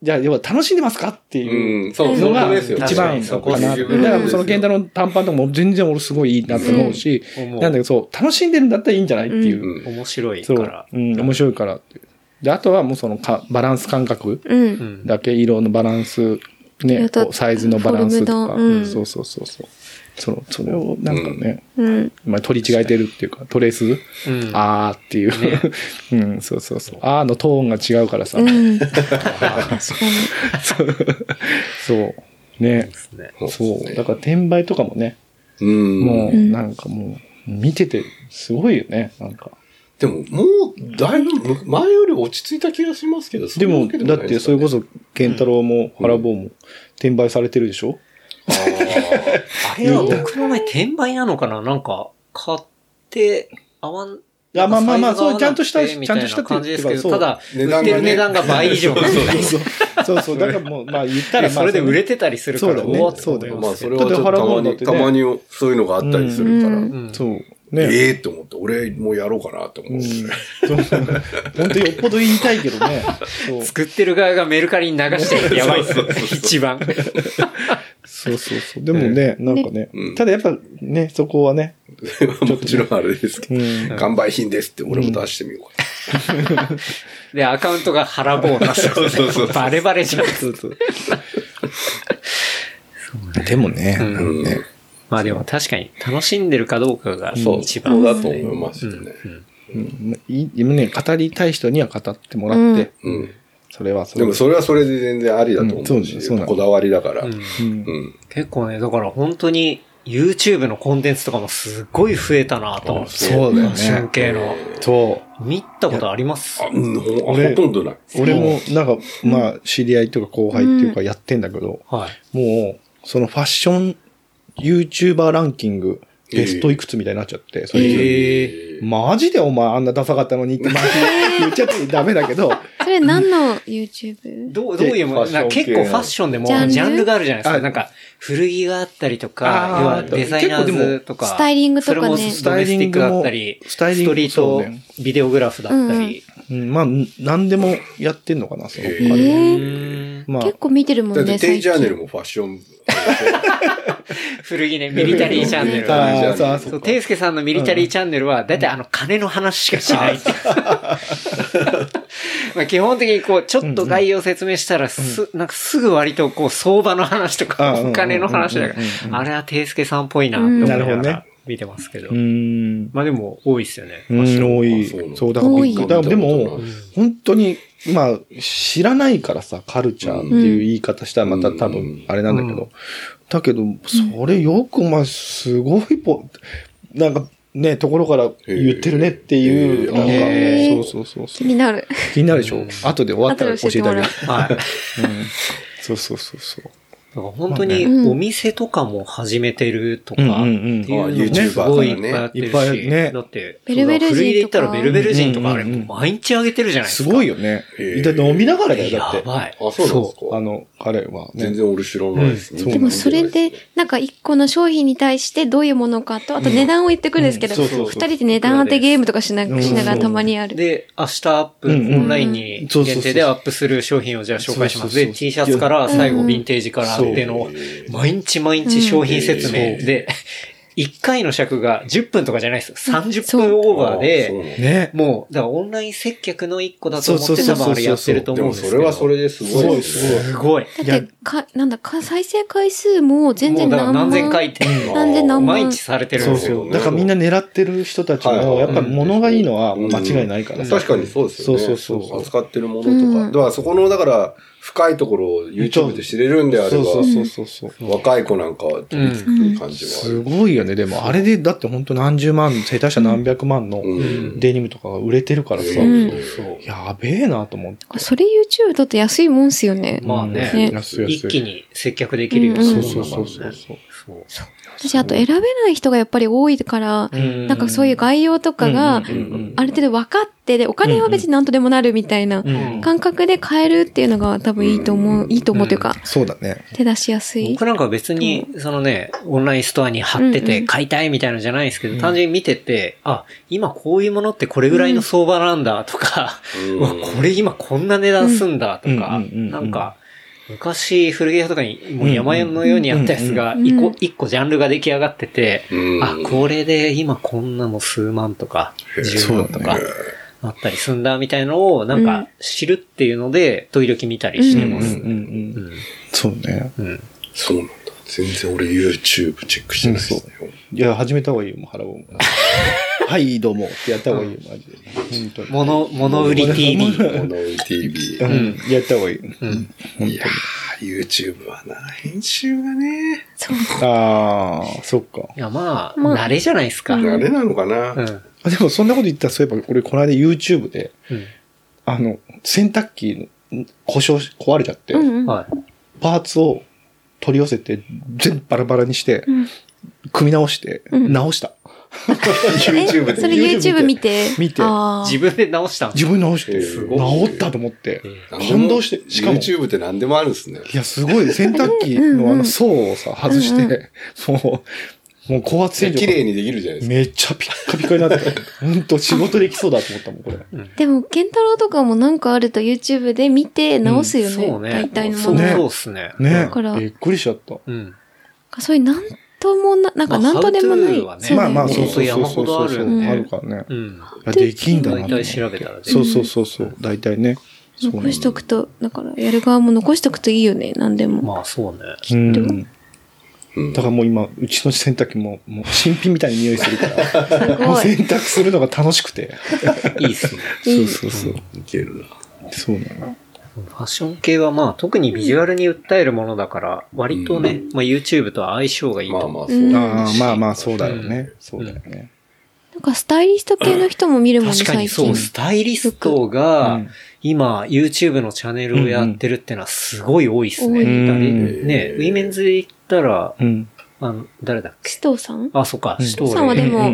C: じゃあ、要は楽しんでますかってい
E: う
C: う
E: ん、そう、
C: の
E: そ
C: が
E: こですよ。
C: 一番
E: そ
C: か
E: こ
C: な。だ
E: 自分
C: からその
E: です
C: 源
E: よ
C: 太郎の短パンとかも全然俺すごいいいなと思うし、
B: うん思う
C: なんだけどそう、楽しんでるんだったらいいんじゃないっていう。
E: うん
B: 面白いか
C: そう
B: ら。、
C: うん、面白いからっていう。で、あとはもうそのかバランス感覚
D: うん
B: う。ん。
C: だけ、色のバランス、
D: い
C: ね、
D: や
C: こ
D: だ
C: うサイズのバランスとか、
D: フォルムのうん
C: そうそうそうそう。その、それをなんかね、
D: うん。
C: まあ取り違えてるっていうか、トレース、
B: うん
C: あーっていう、 うん、そうそうそう。あーのトーンが違うからさ、
D: うん。 確か
C: そう。ね
B: で。すね。
C: そう。だから転売とかもね、
E: うん。
C: もうなんかもう、見ててすごいよね、なんか。
E: でも、もう、だいぶ、前より落ち着いた気がしますけど、
C: でも、だってそれこ
E: そ
C: そ、健太郎も、ハラボーも、転売されてるでしょ
B: あれは僕の前転売なのかななんか、買って、合わん、
C: あまあまあまあそう
B: サイズが合わなくて
C: ちゃんとした
B: みいな
C: ちゃんとしたっていうか
B: 感じですけ
C: そう
B: ど、ただ、
E: 値
B: 売っ
E: 段がね
B: てる値段が倍以上なんで
C: そうそう。そうそう。だからもう、まあ言ったら、
B: それで売れてたりするから、
C: そうだね
B: おおって思い
C: そ
B: ますけど
C: うだよ
E: まあ、それはちょっとたま
C: だっ
E: に、
C: て
E: た
C: ハラ
E: ま
C: モンだってね
E: にそういうのがあったりするから、
B: うん
C: そう。ね。
E: ええと思って、俺もうやろうかなと思
C: うん
E: って。
C: そうそう本当よっぽど言いたいけどね。そう
B: 作ってる側がメルカリに流してるやばいっすね。一番。
C: そうそうそう。でもね、なんかね
E: う。ん
C: ただやっぱね、そこはね。
E: もちろんあれですけ
C: う
E: ど、
C: ん。
E: 完売品ですって俺も出してみようかな。
B: で、アカウントが腹棒なんですよ
E: そうそうそう
B: バレバレじゃん。
C: でもね、
B: うん
E: うん
C: ね
B: まあでも確かに楽しんでるかどうかが
E: そう、
B: 一番。
E: だと思いますよね。
C: うんいでもね、語りたい人には語ってもらって、
E: うん。
C: それはそ
E: で
C: れ
E: もそれはそれで全然ありだと思うし、
C: うんそうそうなの
E: こだわりだから。
B: うん
C: う
E: う
C: ん
E: ん。
B: 結構ね、だから本当に YouTube のコンテンツとかもすごい増えたなと思って。
C: そうだよね
B: 真系の。
C: と、
B: 見たことあります
E: あ、うんほ
C: 俺
E: ほとんどない。
C: 俺も、なんか、まあ、知り合いとか後輩っていうかやってんだけど、
B: はい。
C: もう、そのファッション YouTuber ランキング、ベストいくつみたいになっちゃって、それ以上に
B: ええ
C: マジでお前あんなダサかったのにって、まあ、言っちゃってダメだけど、
D: それ何の YouTube?
B: どう、どういうもの
C: で
B: なんか結構ファッションでも
D: ジャンル
B: ジャンルがあるじゃないですか。
C: あ
B: なんか古着があったりとか、
C: あー
B: 要はデザイナーズとか、
D: スタイリングとか
B: そ
D: ね
B: れもスタイリングだったり、
C: スタイリング
B: スト
C: も
B: リート
C: そうね
B: ビデオグラフだったり。
C: うん、まあ、何でもやってんのかな、その。
D: え
E: え
D: ー
B: うん
C: まあ、
D: 結構見てるも
E: だ
D: ん
E: って、
D: ね。
E: テ
D: 最
E: イジャーネ
D: 近
E: ルもファッション。
B: 古着ね、ミリタリーチャンネル。
C: ああ、そうあ
B: そ、
C: そうう。
B: ていすけさんのミリタリーチャンネルは、だいたいあの金の話しかしないっていう まあ基本的にこう、ちょっと概要説明したら、す、なんかすぐ割とこう、相場の話と
C: あ
B: か、
C: うん
B: お金の話だか
C: うんうんうんう
B: ら、あれはていすけさんっぽいなって思いな
C: うんな
B: が
C: るほど
B: ら見てますけど
C: う。ん。
B: まあでも、多いですよね。
C: うん、多。
E: あそうないの
C: そう、だからびっくり。
D: 多い
C: だからでも
E: うん、
C: 本当に、まあ、知らないからさ、カルチャーっていう言い方したらまた多分、あれなんだけ
B: う
C: ど。だけど、それよく、まあ、すごいポ、なんか、ね、ところから言ってるねっていう、
E: へ
C: なん
D: ー
C: か、そうそうそうそ
D: 気
C: う。
D: になる。
C: 気になるでしょ後で終わったら教えてあげる
D: 後で教えてもら。
B: はい。
C: うんそうそうそうそう。
B: だから本当に
D: まあね
B: お店とかも始めてるとか、
C: うんうんうん
B: っていうのもすごいいっぱいやってる
C: あ YouTuber さんがねいっぱ
B: し、
C: いね
B: だって、
D: ベルベル
B: 古着
D: 人とか
B: で言ったらベルベル人とかあれ、
C: うんうんうん
B: 毎日あげてるじゃないですすか。
C: ごいよね
E: へ。ー
C: だって飲みながらだよ、だって
B: や。ばい。
E: あ、そうなんですか。
C: あの、彼は
E: 全
C: ね。
E: 然俺知らないですね。
C: うん
D: でもそれで、なんか一個の商品に対してどういうものかと、あと値段を言ってくるんですけど、
C: うんうん
D: 二
C: そうそうそう
D: 人で値段当てゲームとかしな
C: うん
D: しながらたまにある。
B: で、明日アップ、オ
C: うんうん
B: ンラインに限定でアップする商品をじゃあ紹介しま
C: そうそ
B: す。
C: うそう
B: で、T シャツから最後ヴィンテージから
C: そう
B: っていうのを、毎日毎日商品説明で、1回の尺が10分とかじゃないですよ。30分オーバ
E: あ
B: ー
E: そう
B: で、
E: なんだ
C: ね。
B: もう、だからオンライン接客の一個だと思って
C: そ
B: 多
C: うそうそうそう
B: 分あれやってると
E: で
B: 思うん
E: も
B: です
E: そ
B: けど。
E: れはそれですごいですす
C: ごい
E: ね。
B: すごい。
D: だって、か、なんだか、再生回数も全然
B: もうだから
D: 何万。
B: 何千回って、
D: 何千何万。
B: 毎日されてるん
C: そう
B: ですよ。
C: そう。だからみんな狙ってる人たち
E: はい
C: も、
E: はい
C: やっぱ物がいいのは間違いないからさ。
E: 確かにそうですよね。
C: そうそうそう
E: 扱ってるものとか。
D: うん
E: だからそこの、だから、深いところを YouTube で知れるんであれ
C: そ
E: ば
C: う、そうそうそうそう。
E: 若い子なんかは飛びつく感じはあ
C: す
E: る。
C: ごいよね。でも、あれで、だって本当何十万、下手したら何百万の
E: うん
C: デニムとかが売れてるからさ。
D: ん
B: そう
C: やべえなと思って。
D: それ YouTube だと安いもんっすよね。
B: まあね
D: ね
C: 安い
B: 一
C: 安
B: 気
C: い。
B: に接客できるように
C: そう
B: す
C: そ
B: る
C: う
B: ものだ
C: そ
B: もん
C: うそ
B: ね
C: うそう。
B: そう
D: 私、あと選べない人がやっぱり多いから、
B: ん
D: なんかそういう概要とかが、ある程度分かって、で、お金は別に何とでもなるみたいな
B: うん
D: 感覚で買えるっていうのが多分いいと思う、いいと思うというか、
C: そうだね。
D: 手出しやすい
B: 僕。なんか別に、そのね、オンラインストアに貼って
D: うんう
B: て
D: ん
B: 買いたいみたいなのじゃないですけど、単純に見てて、あ、今こういうものってこれぐらいの相場なんだとか、
E: うん
B: うわ、これ今こんな値段すんだとか、
C: うんうんうんうん
B: なんか、昔古着屋とかにもう山のようにあったやつが
D: うんうん
B: 一
D: うん
B: 個、一個ジャンルが出来上がってて、
E: うん
B: あ、これで今こんなの数万とか、10万とか、あったりすんだみたいのをなん
D: うん
B: か知るっていうので、時々見たりして
C: うん
B: ま
C: うんう
B: す。
C: ん。そうね。
B: うん。
E: そうなんだ。全然俺 YouTube チェックしてないですね。
C: いや、始めた方がいいよ、もう、ハラボン。 はい、どうも。ってやった方がいいよ、マジで。本当に。
B: 物、物売り TV。
E: モノ TV。
C: う
E: い
C: ん、やった方がいい。
B: うん。
E: やー、YouTube はな、編集がね、
D: そう。
C: ああ、そっか。
B: いや、まあ、
D: まあ
B: 慣れじゃないですか。うん。
E: あれなのかな。
C: あでも、そんなこと言ったら、そういえば、俺、この間 YouTube で、
B: うん
C: あの、洗濯機の故障し、壊れちゃって、
D: うんうん。
B: はい。
C: パーツを取り寄せて、全部バラバラにして、
D: うん
C: 組み直して、
D: うん
C: 直した。
E: YouTube
D: そ
E: で。
D: れ YouTube 見て。
C: 見て
D: あ
B: 自
D: ー
B: 分で直したんです
C: 自分直して、
E: す
B: ご
E: い
C: 治ったと思って、
E: なんでも
C: 感動して、しかも、
E: YouTube って何でもあるんですね。
C: いや、すごい。洗濯機のあの層をさ、外して、もう、もう高圧洗浄
E: 綺
C: が
E: 麗にできるじゃないですか。
C: めっちゃピッカピ カになってた。ほんと仕事できそうだと思ったもん、これ。
D: でも、ケンタロウとかもなんかあると YouTube で見て直すよね。
B: そうね。
D: 大体の
B: そ
D: も
B: う
D: の。
B: そうっすね。
C: ね
D: だから
C: びっくりしちゃった。
B: うん。
D: そういうなんともな、なんかなんとでもない。
B: まあ
D: そう
C: まあ
D: だよね
C: まあ、そう
B: そ
C: そうう
B: だよ
C: そう
B: ね
C: そう
B: 山ほどあ
C: そう
B: るんで
C: あるからね。
B: うん。
C: あできんだな
B: 大
C: と思
B: 体
C: って。
B: 調べたらでき
C: そう
B: る。
C: そうそうそう。大体ね。そうなんだ
D: 残しとくと、だからやる側も残しとくといいよね、なんでも。
B: まあ、そうね。
C: うん。
E: うん
C: だからもう今、うちの洗濯機も、もう新品みたいに匂いするから、
D: す
C: もう
D: ご
C: 洗
D: い。
C: 濯するのが楽しくて。
B: いいっすね。
C: そうそうそう。
E: いけるな。
C: そうなの。
B: うファッション系はまあ特にビジュアルに訴えるものだから、割とね、まあ YouTube とは相性がいいと
E: まあ
B: 思
E: まあ、
B: う。
D: う
E: そ
D: ん
E: う。
C: ああ、まあまあ、そうだよね。そうだよね。
D: なんかスタイリスト系の人も見るもんね、
B: 確かに
D: 最
B: そう、
D: 近。
B: スタイリストが
C: うん、
B: 今、YouTube のチャンネルをやってるってのはすごい多いですね。
D: うん
B: だい
C: うん
B: ね、ウィメンズで言ったら、
C: うん。
B: あの、誰だっけ
D: 須藤さんや
B: あ、そっか、
C: うん
B: シト
D: さんは
B: ー
D: で
B: レ。
D: も
C: うんう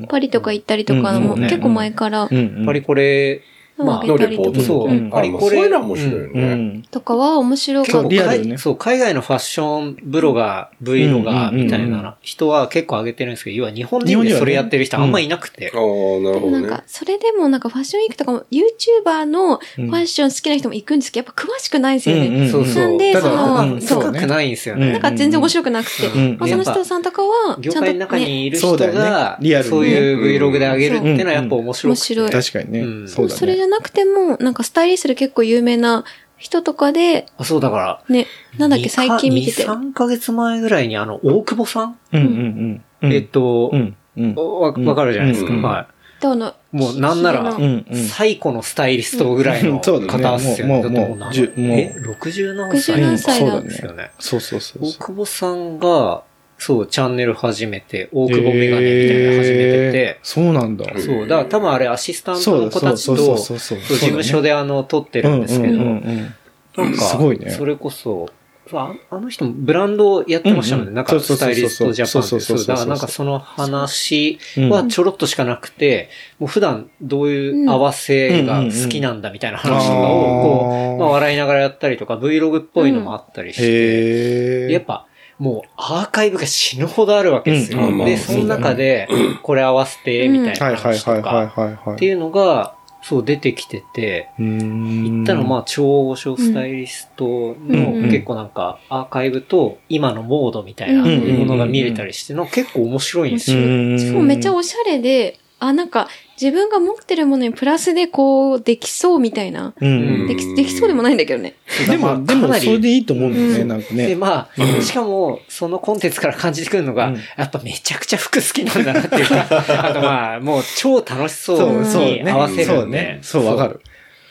C: ん
D: っぱりとか行ったりとか
C: うん
D: も、
C: そうね
D: 結構前から
C: う、ん。や
B: やっぱりこれ、
D: うん
B: まあ、
D: 上
E: の
D: げた
E: レ
D: り
E: ポ
D: と
E: ー
D: か
E: ト
B: そう
E: うんあまあ
B: やっぱりこ
E: そう
B: れ
E: いうのは面白いよね。
D: とかは面白か
B: 結
D: っ
B: 構
C: リアル
B: 海
C: よね
B: そう、海外のファッションブロガー、ブイロガーみたい
C: うんうんうんうん
B: な人は結構上げてるんですけど、要は日本
C: 日
B: 人
C: 本人
B: で
C: はね
B: それやってる人あんまいなくて。
E: ああ、なる
D: た。
E: ほど
D: なん
E: ね
D: か。、それでもなんかファッションウィークとかも YouTuber のファッション好きな人も行くんですけど、やっぱ詳しくないんですよね。
B: そうそう。
D: なんで
B: ただ
D: その
B: あ
D: うん
B: んま深くないんですよね。
C: うん
D: なんか全然面白くなくて。
C: うん
D: まあ、その人さんとかは、
B: 業
D: ちゃんと
B: 界の中
D: ね、
B: にいる
C: そ
B: 人
C: うだよね
B: が、
C: リアルに
B: そういう Vlog で上げるってのはやっぱ面
D: うん
B: 白
D: 面
B: くて
D: 白い
C: 確かに
B: う
C: ね。
B: ん
C: そうだね。
D: それじゃなくても、なんかスタイリストで結構有名な人とかで、
B: あそうだから、
D: ね、なんだっけ、最近見てて。
B: 3ヶ月前ぐらいにあの、大久保さん、
C: うんうんうん。
B: えっと
C: う、んうん。
B: わ、わかるじゃないですか。
E: うん
B: はい。
D: とあの、
B: もうなんなら
D: ひ
C: う
D: げの
C: んうん。
B: 最古のスタイリストぐらいの
C: そ
B: 方
C: うだね
B: ですよね。
C: もうもう
B: だ
C: も
B: って
C: うじゅもう
B: え、60何歳
D: 60何
C: 歳だ
B: ですよね。
C: そうそうそう
B: 大
C: そう。
B: 久保さんが、そう、チャンネル始めて、大久保メガネみたいなの始めて
C: えー
B: て、
C: そうなんだ。
E: ー
B: そう、だから多分あれアシスタントの子たち
C: そ
B: と、
C: う
B: そ
C: そううそうそうそう
B: 事
C: そうだね
B: 務所であの、撮ってるんですけど、
C: うんうんうん
B: なんか、
C: すごいね
B: それこそ、ああの人もブランドをやってましたもん
C: うん
B: ね。
C: うん
B: なんか、スタイリストジャパンって
C: そうそうそうそう
B: そうだからなんかその話はちょろっとしかなくて、もう普段どういう合わせが好きなんだみたいな話とかを、
C: うんうんうん
B: こ
C: あー
B: う、まあ笑いながらやったりとか、Vlog っぽいのもあったりして、
C: へえ。
B: やっぱ、もうアーカイブが死ぬほどあるわけですよ。
E: うんうん
B: で、その中で、これ合わせて、みたい
C: はは
B: ない
C: い
B: 話
C: はい
B: と
C: はい
B: か、
C: はいはい。
B: っていうのが、そう出てきてて、
C: 言
B: 言ったらまあ超大御所スタイリストの
D: うん
B: 結構なんかアーカイブと今のモードみたいな
D: うん
B: ものが見れたりしての結構面白いんですよ。
D: しかもめっちゃおしゃれで、あ、なんか、自分が持ってるものにプラスでこう、できそうみたいな。
C: うん
D: でき、できそうでもないんだけどね。
C: で
B: まあ
C: も、で
B: か
C: も、
B: な
C: それ
B: り
C: でいいと思うんだよね、
D: うん
C: なんか
B: で、
C: ね。
B: まあ、しかも、そのコンテンツから感じてくるの
C: う
B: が
C: ん、
B: やっぱめちゃくちゃ服好きなんだなっていうか、あとまあ、もう超楽しそうに合わせ
C: そ
B: る
C: うんね
B: で。。
C: そう、わかる。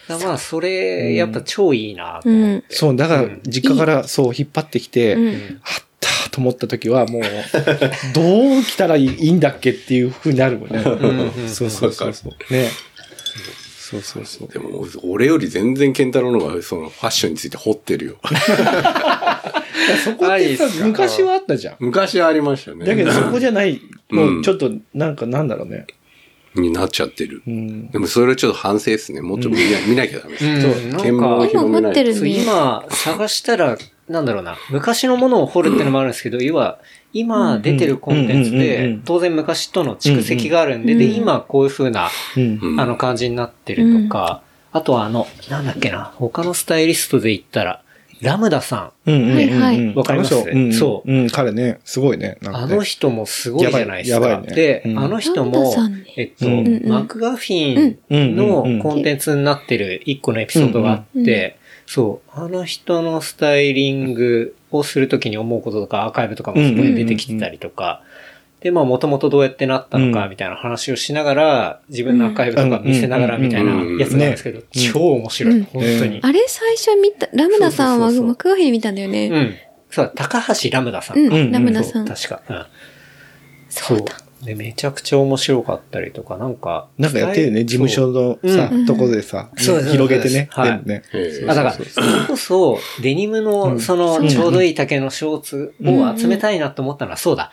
B: だからまあ、それ、やっぱ超いいなと思って。
C: そう、だか
B: う
C: ら
B: ん、
C: 実家からそう引っ張ってきて、
D: う
C: あっ
D: ん。
C: たーと思った時は、もう、 どう着たらいいんだっけっていう風になるもんね。
B: んうん
C: そうそうそうそう。ね。そうそうそう。
E: でも、俺より全然ケンタロウの方が、その、ファッションについて掘ってるよ。
C: そこってさ
B: あいいっす、か
C: 昔はあったじゃん。
E: 昔ありましたね。
C: だけど、そこじゃない、
E: うん
C: もう、ちょっと、なんか、なんだろうね。
E: になっちゃってる
C: う。ん。
E: でも、それちょっと反省ですね。もうちょっと見な見なきゃダメです。
B: うん
C: そう
B: なんか
E: 剣も
D: 今持ってる
B: そう、
D: ね。
B: 今、探したら、なんだろうな、昔のものを掘るってのもあるんですけど、要は、今出てるコンテンツ
C: うんうんうんう
B: で
C: ん、
B: 当然昔との蓄積があるんで、
D: うん
B: で、
D: うん
B: 今こういう風な、
C: うん。
E: うん
B: あの、感じになってるとか、あとはあの、なんだっけな、他のスタイリストで言ったら、ラムダさ
C: うんうんうんうん
D: はい
B: はいわかります
C: あの人ん
B: そう、
C: うん、彼ね、すごいね。なんんかね
B: あの人もすごいじゃないです
C: やばいや
B: か。
C: ばいね
B: で、
C: うん
B: あの人
D: ラムダ
B: も
D: さんね、
B: えっと、
C: うん
D: うん
B: マクガフィンのコンテンツになってる一個のエピソードがあって、
D: うんうん
B: そう、あの人のスタイリングをするときに思うこととか、アーカイブとかもそこで出てきてたりとか、で、まあ、もともとどうやってなったの
C: う
B: か、
C: ん
B: みたいな話をしながら、自分のアーカイブとか見せながら、みたいなやつなんですけど、超面白い、本当に。
D: あれ最初見た、ラムダさん
B: そうそ
D: は
B: うそうそう
D: 幕張で見たんだよ
B: う
D: ね。
B: ん。そう、高橋ラムダさん
D: う
B: か。
C: うん
D: ん、ラムダさん。
B: そう確か。うん
D: そ
B: そう
D: うだ。
B: で、めちゃくちゃ面白かったりとか、なんか。
C: なんかやってるよね、事務所のさ
D: う、ん
C: とこでさ、
B: そうです
C: 広げてね、
B: そうですはい
C: 全部ね。
E: ええ
B: そう。あ、だから、それこそ、デニムの、そ
D: そうだ
B: の、
D: ね
B: ちょうどいい丈のショーツを集めたいなと思ったのは、そうだ。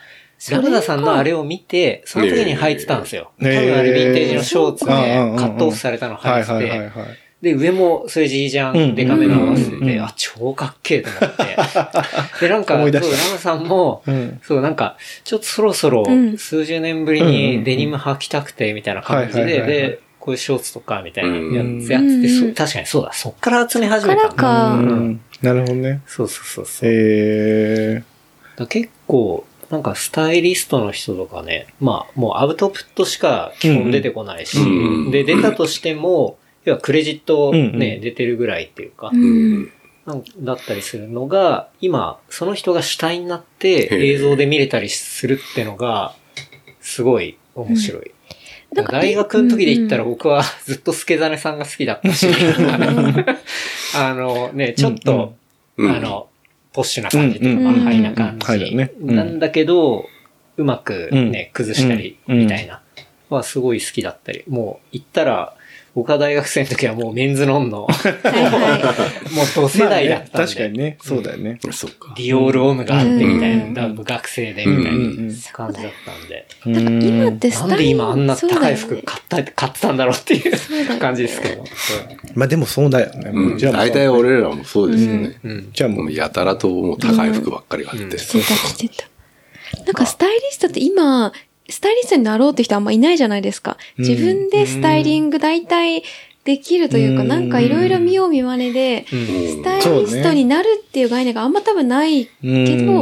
B: ラムダさんのあれを見て、その時に履いてたんですよ。
C: え
B: 多
C: え
B: 分あれヴィンテージのショーツで、カ
C: うんうんうん
B: ットオフされたの
C: は
B: 履
C: いはいい
B: て
C: はい
B: て、
C: はい。
B: で、上もそれじいじゃ
C: うん
B: ん、デカめの合わせ
E: うん
C: うんうん
B: て、あ、超かっけえと思って。 で、なんか、
C: 思
B: そ、
C: いう出
B: ラ
C: した
B: ムさんも
C: う、ん。
B: そう、なんか、ちょっとそろそろ
D: うん、
B: 数十年ぶり
C: うんうん
B: にデニム履きたくて、みたいな感
C: は
B: じ
C: いはい
B: で、
C: はいはい
B: で、こういうショーツとか、みたいな
E: うん
B: やつやってて、
D: う
B: そ
D: ん
B: う確かにそうだ、そっから集め始めた
D: そっ
B: ん
D: から
B: だ。
D: か
C: う
D: うん
C: んなるほどね。
B: そうそうそうそう。
C: え
B: だから結構、なんかスタイリストの人とかね、まあ、もうアウトプットしか基本出てこないし、
E: うん
B: で、出たとしても、要はクレジットね、
C: うんうん
B: 出てるぐらいっていうか、
E: う
D: う
E: んん。
B: なんだったりするのが、今、その人が主体になって
E: へえ
B: 映像で見れたりするってのが、すごい面白い。
D: なんか
B: 大学の時で言ったら僕は ずっと助真さんが好きだった し、あのね、ちょっと、
E: うん
B: あの、ポッシュな感じというか、
D: うん
B: ハイな感
C: うんハイだね
B: じ
C: うん
B: なんだけど、うまくね、崩したり、
C: うん
B: みたいな、はすごい好きだったり、もう行ったら、僕は大学生の時はもうメンズノン の、もう
D: はい は
B: 同世代だったんで、
C: まあね確かにね、そうだよね。
E: そっか
B: デ。ィオールオムがあってみたいな、
D: うん
B: だいぶ学生でみた
E: う
B: い
E: ん
C: うんう
B: なん感じだったんで、
D: い。なんか今ってスタイル
B: なんで今あんな高い
D: そうだよ
B: 服
D: ね
B: 買った、買ってたんだろうっていう
D: そうだよね
B: 感じですけど。
C: まあでもそうだよね。
E: うん、
C: じゃあもう
E: 大体俺らもそうですよね。
B: うん。
C: じゃあも
E: も
C: う
E: う、やたらともう高い服ばっかり買って。
B: うん
D: 着てた着てた。なんかスタイリストって今、スタイリストになろうって人あんまいないじゃないですか。
C: うん
D: 自分でスタイリング大体できるというか、
C: うん
D: なんかいろいろ見よう見まねで、
B: うん。
D: スタイリストになるっていう概念があんま多分ない。け
C: う
D: ど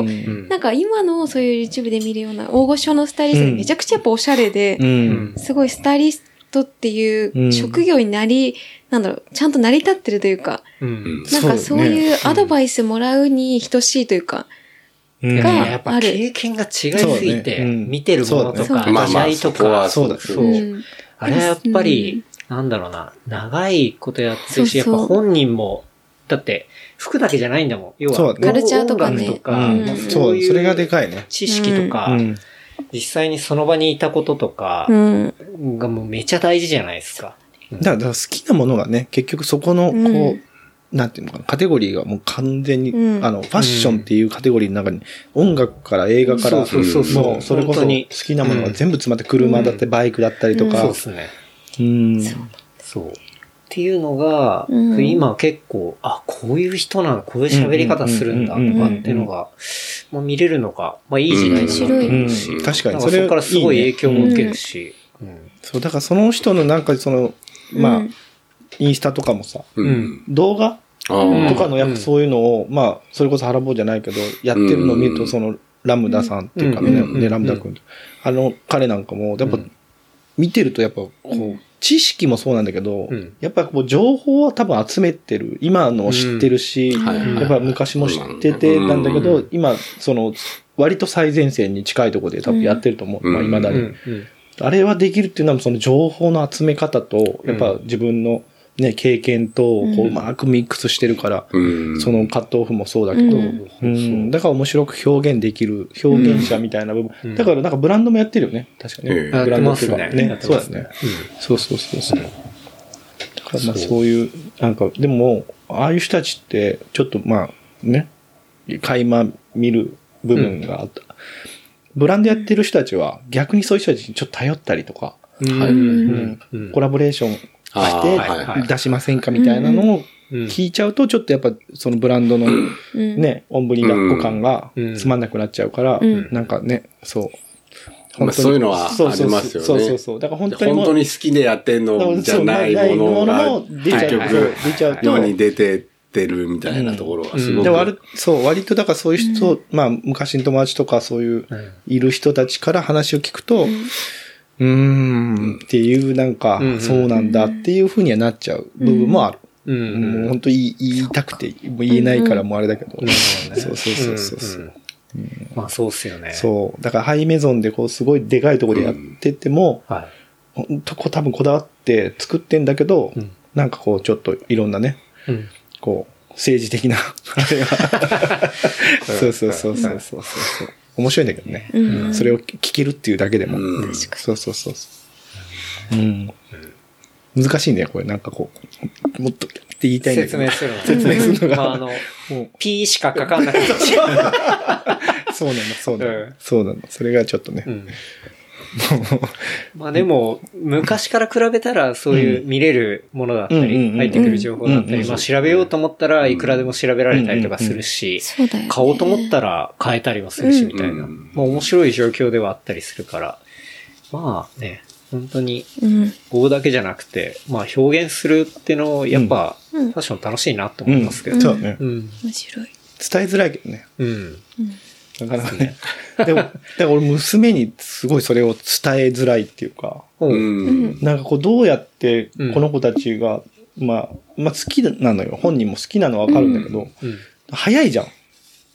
C: ん
D: なんか今のそういう YouTube で見るような大御所のスタイリストってめちゃくちゃやっぱおしゃれで、
C: うん。
D: すごいスタイリストっていう職業になり、なんだろう、ちゃんと成り立ってるというか、
B: うん。
D: なんかそう
C: そう
D: いうアドバイスもらうに等しいというか、
C: うん
D: が
B: やっぱ
D: ある
B: 経験が違いすぎ
C: そうだね
B: て、
C: うん
B: 見てるものと
D: そうだ
B: か、
D: ね
E: まあ
B: 味
E: ま
B: 合
E: あ、
B: いと
E: そこは
B: か、
C: そうだ
E: そ
C: そう
E: う。
D: ん
B: あれはやっぱり、なんだろうな、長いことやってるし、やっ
D: そう
B: ぱ
D: そう
B: 本人も、だって、服だけじゃないんだもん。要
C: そう
B: は、
C: だねカ
D: ルチャーとかね
B: 音
C: う
B: 楽とか
D: ん
C: ん。そう、それがでかいね。
B: 知識とか、
C: うん。
B: 実際にその場にいたこととか
D: うん。
B: がもうめちゃ大事じゃないですか。
C: だからだから好きなものがね、結局そこの、こう、
D: うん
C: なんていうのかな、カテゴリーがもう完全に、
D: うん
C: あの、ファッションっていうカテゴリーの中に、音楽から映画から、
B: そうそうそう
C: もうそれこ
B: 本
C: そ
B: 当
C: 好
B: に
C: きなものが全部詰まって、車だってバイクだったりと
B: そう
C: か
B: で、すね。
C: うん。
B: そう。っていうのが、
D: うん
B: 今結構、あ、こういう人なの、こういう喋り方するんだ、と
C: うんうん
B: かっていうのが、まあ見れるのが、まあいい時代だなと思う
D: うん
C: うん
B: し、
C: 確かに
B: なん
C: そ
B: かそ
C: れ
B: こからすごい影響
C: ね
B: も受けるし、うん
C: そう、だからその人のなんかその、まあ、インスタとかもさ、
E: う
B: うん
E: ん。
C: 動画
E: ああ
B: うん
C: とかのやっぱそういうのを、まあ、それこそハラボーじゃないけど、やってるのを見る
E: う
C: と、
E: ん
C: その、ラムダさんっていうかね、
B: うん
C: ねラムダ君、あの、彼なんかも、やっぱ
B: うん、
C: 見てると、やっぱ、こう、知識もそうなんだけど
B: うん、
C: やっぱこう、情報は多分集めてる。今のを知ってるし、
E: はいはいはい
C: やっぱ昔も知ってて、
E: うん
C: なんだけど、今、その、割と最前線に近いところで多分やってると思う。
E: うん
C: まあ、未だ
B: う
C: に。
B: んうん
C: あれはできるっていうのは、その情報の集め方と、やっぱ自分のね、経験と、こう、
D: うん
C: うまくミックスしてるから、
E: うん。
C: そのカットオフもそうだけど、
D: うん
C: うんだから面白く表現できる、表現者みたいな部分。
B: ん
C: だからなんかブランドもやってるよね、確かね。
E: ええ
B: やっ
C: ブラ
B: て
C: ンド
B: ま
C: ってい
B: す
C: うか
B: ね。やって
C: そう
B: ま
C: だ
B: す
C: ね。
B: うん
C: そうそうそうそう。だからまあそういう、なんか、でも、ああいう人たちって、ちょっとまあ、ね、垣間見る部分があった。ブランドやってる人たちは、逆にそういう人たちにちょっと頼ったりとか、
B: うん
D: うん
B: うん
C: コラボレーション
E: ああ
C: し
E: は
C: て出しませんかみたいなのを
B: うん
C: 聞いちゃうと、ちょっとやっぱそのブランドの
D: うん。
C: ね、おんぶに抱っこ感が
B: うん
C: つまんなくなっちゃうから、
D: うん
C: なんかね、そう。
E: まあそういうのは
C: そうそ
E: あ
C: うそう
E: りますよね
C: そうそうそう。だから本当にも
E: 本
C: う
E: 当に好きでやってんのじゃないものが
C: そうないものも出ちゃう
E: 結局
C: そう出ちゃうと
E: 世に出てってるみたいなところがすご
B: うん
E: く。
C: で割そう、割とだからそういう人、まあ昔の友達とかそういう、
B: うん
C: いる人たちから話を聞くと、うーん、っていうなんか、
B: うん
C: そうなんだっていうふうにはなっちゃう部分もある。
B: う
C: うんん、本当言い言いたくて、もう言えないからもうあれだけど。
B: なるほどね
C: そうそうそうそうそう。
B: んんまあそうっすよね。
C: そう。だからハイメゾンでこうすごいでかいところでやってても、
B: はい。
C: ほんとこう多分こだわって作ってんだけど、
B: うん
C: なんかこうちょっといろんなね、
B: うん
C: こう政治的なあれが。 そうそうそうそうそうそう。面白いんだけどね。
D: うん
C: それを聞けるっていうだけでも。
E: うん
D: 確か
C: そうそうそうそう。うん。難しいね、これ。なんかこう、もっとって言いたいんだけ
B: 説
C: ど
B: 明。するの。
C: 説明するのが
B: まああの、
C: も
B: P しか書かなかったし。
C: うそうなの、そうな
B: う
C: の
B: ん。
C: そうなの。それがちょっとね
B: う。んまあでも、昔から比べたら、そういう見れるものだった
C: うんうんうんう
B: り、
C: ん
B: 入ってくる情報だった
C: うんう
B: り、
C: ん
B: まあ調べようと思ったらいくらでも調べられたりとかするし、
D: そうだよ、ね。
B: 買おうと思ったら買えたりもするし、みたいな。
E: うん
B: まあ面白い状況ではあったりするから、まあね、本当に
D: うん。
B: 語だけじゃなくて、まあ表現するっていうのを、やっぱ、フ
D: うん
B: ァッション楽しいなと
C: う
B: 思い
C: ん。
B: ますけ
C: そ
B: ど
C: う。だね。
B: うん。
D: 面白い。
C: 伝えづらいけどね。
B: うん。
D: うん。
C: なかなかね。でも、だから俺娘にすごいそれを伝えづらいっていうか、
E: う
B: うん。
E: ん。
C: なんかこうどうやって
B: うん
C: この子たちが、まあ、まあ好きなのよ。本人も好きなのはわかるんだけど、
B: うん
C: 早いじゃん。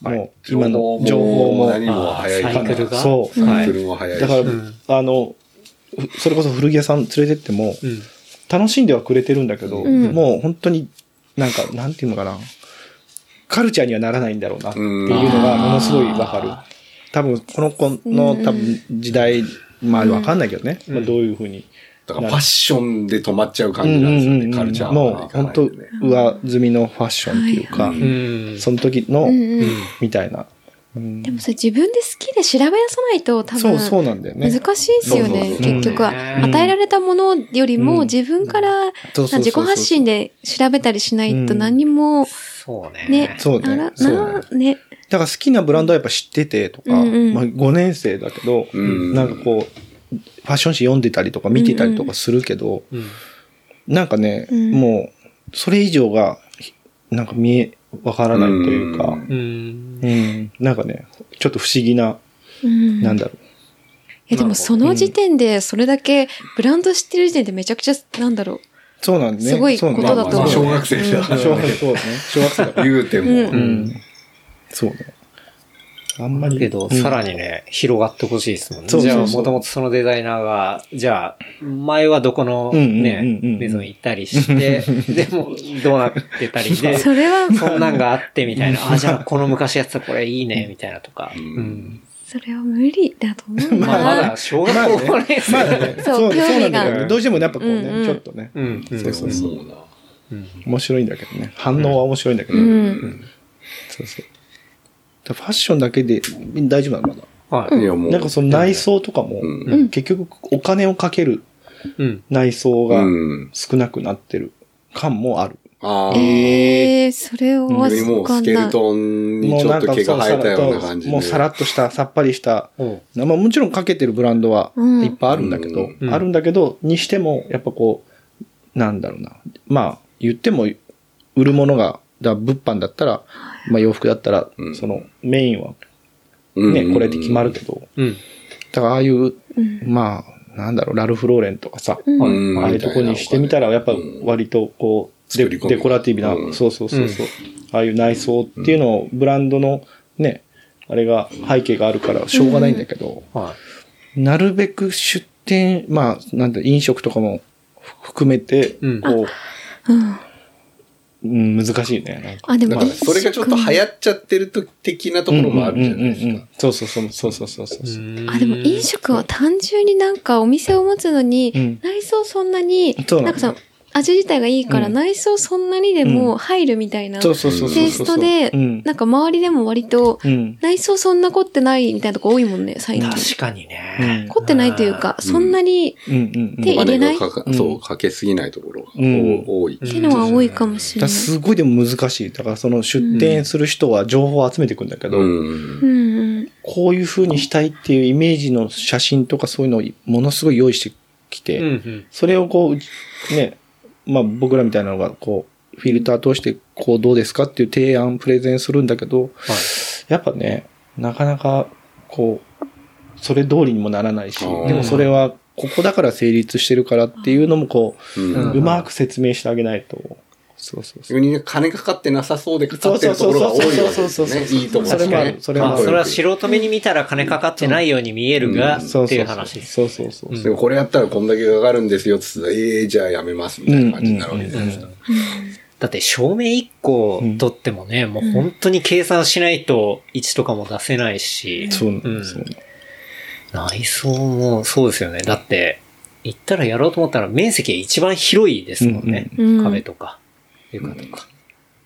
C: もう今の情報も。
E: 何も早いか
B: サイクル
E: ら。
B: が
C: そう。
E: サイクルも早い
C: だから、
E: し。
B: うん
C: あの、それこそ古着屋さん連れてっても、
B: うん。
C: 楽しんではくれてるんだけど、
D: うん
C: もう本当になんか、なんていうのかな、カルチャーにはならないんだろうなっていうのがものすごいわかる。多分、この子の
D: うん
C: 多分時代、まあわかんないけどね、まあどういうふうに。
E: だからファッションで止まっちゃう感じなんですよね。カルチャー
C: も
E: は
C: う本当、上積みのファッションっていうか、
E: はい
B: うん。
C: その時の、
D: うんうん。
C: みたいな。うん
D: でもそれ自分で好きで調べ出さないと多
C: そう、そう
D: 分
C: なんだよね。
D: 難しいですよね、
E: そうそうそう
D: 結局は。
B: うん
D: 与えられたものより
C: うん
D: も自分から、
C: そうそうそうそう
D: 自己発信で調べたりしないと
C: うん
D: 何も、
B: そうね。
D: ね、
C: そうね
D: なら、
C: そう
D: なら、ね。
C: だから好きなブランドはやっぱ知っててとか、
D: うんうん
C: まあ5年生だけど、
E: うん
C: なんかこう、ファッション誌読んでたりとか見てたりとかするけど、
B: うん。
C: なんかね、
D: うん
C: もう、それ以上が、なんか見え、わからないというか、
E: うん
B: うん
C: う。ん、なんかね、ちょっと不思議な、
D: うん
C: なんだろう。
D: いやでもその時点で、それだけ、ブランド知ってる時点でめちゃくちゃ、なんだろ
C: そうなんだ
D: う、
C: ね。
D: すごい
C: そう
D: こ
C: ね
D: と
E: まあま
D: だ
E: あま
D: と思
E: あ
D: う。
E: 小学生だ
D: うん
C: 小学生、そうね。小学生だ。
E: 言うても。
D: う
C: うん。そうね。あんまり。
B: けど、
C: うん
B: さらにね、広がってほしいですもんね。
C: そうそう
B: じ
C: そう
B: ゃあ、もともとそのデザイナーが、じゃあ、前はどこのね
C: うんうんうんう、ん
B: メゾン行った りして、でも、どうなってたりで、
D: それは、
B: そんなんがあってみたいな、あ、じゃあ、この昔やってたこれいいね、みたいなとか。うんん。
D: それは無理だと思う な。
B: まあ、まだ小学校5年生だね。
D: そ
C: そ
D: う
C: うそうなんだ
D: 興味
C: け
B: が
C: ど、どうしてもねやっぱこうね、
D: うんうん
C: ちょっとね、
B: うん。うん
C: そうそう
E: そうな。
B: うん
C: 面白いんだけどね。反応は面白いんだけど、
D: うん。
C: そうそう。だからファッションだけで大丈夫なのか
B: はい。
E: いやも
C: な
E: う。
C: なんかその内装とかも、
E: うん
D: うん
C: 結局お金をかける
B: うん。
C: 内装が
E: うん。
C: 少なくなってる感もある。
E: ああ。
D: ええ、それ
E: よ
D: は
E: りも
D: わ
E: う
D: か
E: ス
D: ん
E: ケル
D: ない。
E: トンに
C: も
E: ち
C: う
E: ょっ
C: なん
E: と
C: か
E: 毛
C: そう
E: が生えたような
C: さら
E: 感
C: っ
E: じ
C: と
E: で。
C: もうさらっとした、さっぱりした、
B: おう
C: まあもちろんかけてるブランドは
D: うん
C: いっぱいあるんだけど、
B: うん
C: あるんだけど、にしても、やっぱこう、なんだろうな。まあ、言っても、売るものが、だ物販だったら、まあ洋服だったら
E: う、ん
C: そのメインは
E: うん
C: ね、これって決まる。けど、
B: うん。
C: だからああいう、
D: うん
C: まあ、なんだろう、ラルフ・ローレンとかさ、
D: うん
E: うん
C: ああいうとこにしてみたら、やっぱ割とこう、デ
E: 作り込む
C: デコラティブな、
E: うん
C: そうそうそうそう、ああいう内装っていうのをブランドのね、あれが背景があるからしょうがないんだけど、
B: は
C: なるべく出店、まあ、なんだ、飲食とかも含めて、
B: うん
C: こ
D: うん
C: う、うん、難しいね。なんか
D: あ、で
E: だ
D: も
E: か、らそれがちょっと流行っちゃってると的なところもあるじゃないです
C: うんうんうんう
E: か
C: ん。そうそうそう、そうそうそうそう
B: い。
C: そう。
D: あ、でも飲食は単純になんかお店を持つのに、
C: うん
D: 内装そんなに、
C: そうな
D: な
C: んん
D: か
C: だ
D: さ、味自体がいいから
C: うん
D: 内装そんなにでも入るみたいな、
C: そうそうそうそうそう。
D: テイストで、
C: うん
D: なんか周りでも割と、
C: うん。
D: 内装そんな凝ってないみたいなとこ多いもんね、最近。
B: 確かにね。
D: 凝ってないというか、そんなに、
C: うんうんうん。
D: 手
E: お
D: 入
E: 金
D: れない
E: がかか
C: うん
E: そう、かけすぎないところが
C: うん
E: お多い。
D: ってのは多いかもし
C: だ
D: れ
C: か
D: な
C: ら
D: い。
C: すごいでも難しい。だからその出店する人は情報を集めていくんだけど、
E: うん。
D: うんうん。
C: こういう風にしたいっていうイメージの写真とかそういうのをものすごい用意してきて、
B: うん。
C: それをこううち、ね、まあ僕らみたいなのがこう、フィルター通してこうどうですかっていう提案、プレゼンするんだけど、
B: はい。
C: やっぱね、なかなかこう、それ通りにもならないし、
E: あー
C: でもそれはここだから成立してるからっていうのもこ
E: う
C: う、
E: ん
C: うまく説明してあげないと、そうそうそう。
E: 逆に金かかってなさそうでかかってるところが多いわけです
C: そうそうそうそう
E: ね。
C: そう
E: いいところですね
C: それもあるそれ
B: まあ、
C: も
B: それは素人目に見たら金かかってないように見えるが、
E: うん
B: っていう話です。
C: そうそうそう。
E: でもこれやったらこんだけかかるんですよって言ったら、ええじゃあやめますみたいな感じになるわけじゃないですか。
B: だって、照明1個取ってもね、もう本当に計算しないと1とかも出せないし、
C: そうなん
B: うん
C: ですよね。
B: 内装もそうですよね。だって、行ったらやろうと思ったら面積が一番広いですもんね。
D: うんうん
B: 壁とか、床とか。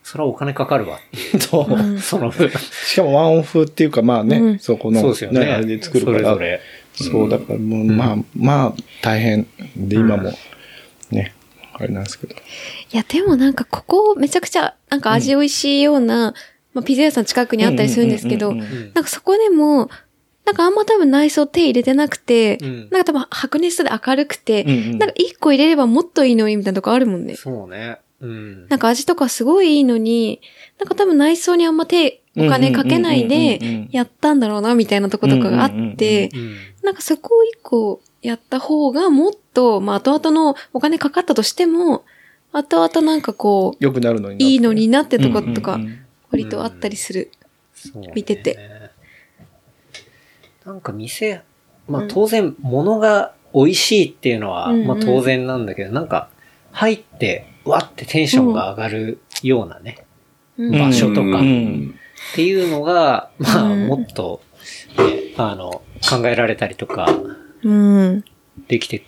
B: それはお金かかるわっていう。
C: そうう。
D: ん
B: その分。
C: しかもワンオフっていうか、まあね、
D: うん
C: そこの、
B: そうですよね。
C: あれで作るから。
B: それぞれ。
C: そう、だからもう、まあ、まあ、大変で、今も、ね、あれなんですけど。
D: いや、でもなんかここめちゃくちゃ、なんか味美味しいような、まあ、ピザ屋さん近くにあったりするんですけど、
C: うんうんうんうん
B: うん
D: なんかそこでも、なんかあんま多分内装手入れてなくて、
B: うん
D: なんか多分白熱で明るくて、
C: うんうん
D: なんか一個入れればもっといいのにみたいなとこあるもんね。
B: そうね。うん。
D: なんか味とかすごいいいのに、なんか多分内装にあんま手、お金かけない
C: うんうんうんうんうん
D: でやったんだろうなみたいなとことかがあ
C: うんうんうんう
D: っ
C: ん
D: て
B: う、ん。
D: なんかそこを一個やった方がもっと、まあ後々のお金かかったとしても、後々なんかこう、
C: よくなるのになって
D: いいのになってとことか
C: うんうんうん
D: 割とあったりする。
B: そうね
D: 見てて。
B: なんか店、まあ
D: うん
B: 当然物が美味しいっていうのは、
D: うんうん
B: まあ当然なんだけど、なんか、入って、わってテンションが上がるようなね、
D: うん
B: 場所とか、
C: う
B: っ
C: ん。
B: ていうのが、まあ、
D: うん
B: もっと、ね、あの、考えられたりとか、
D: うん。
B: できて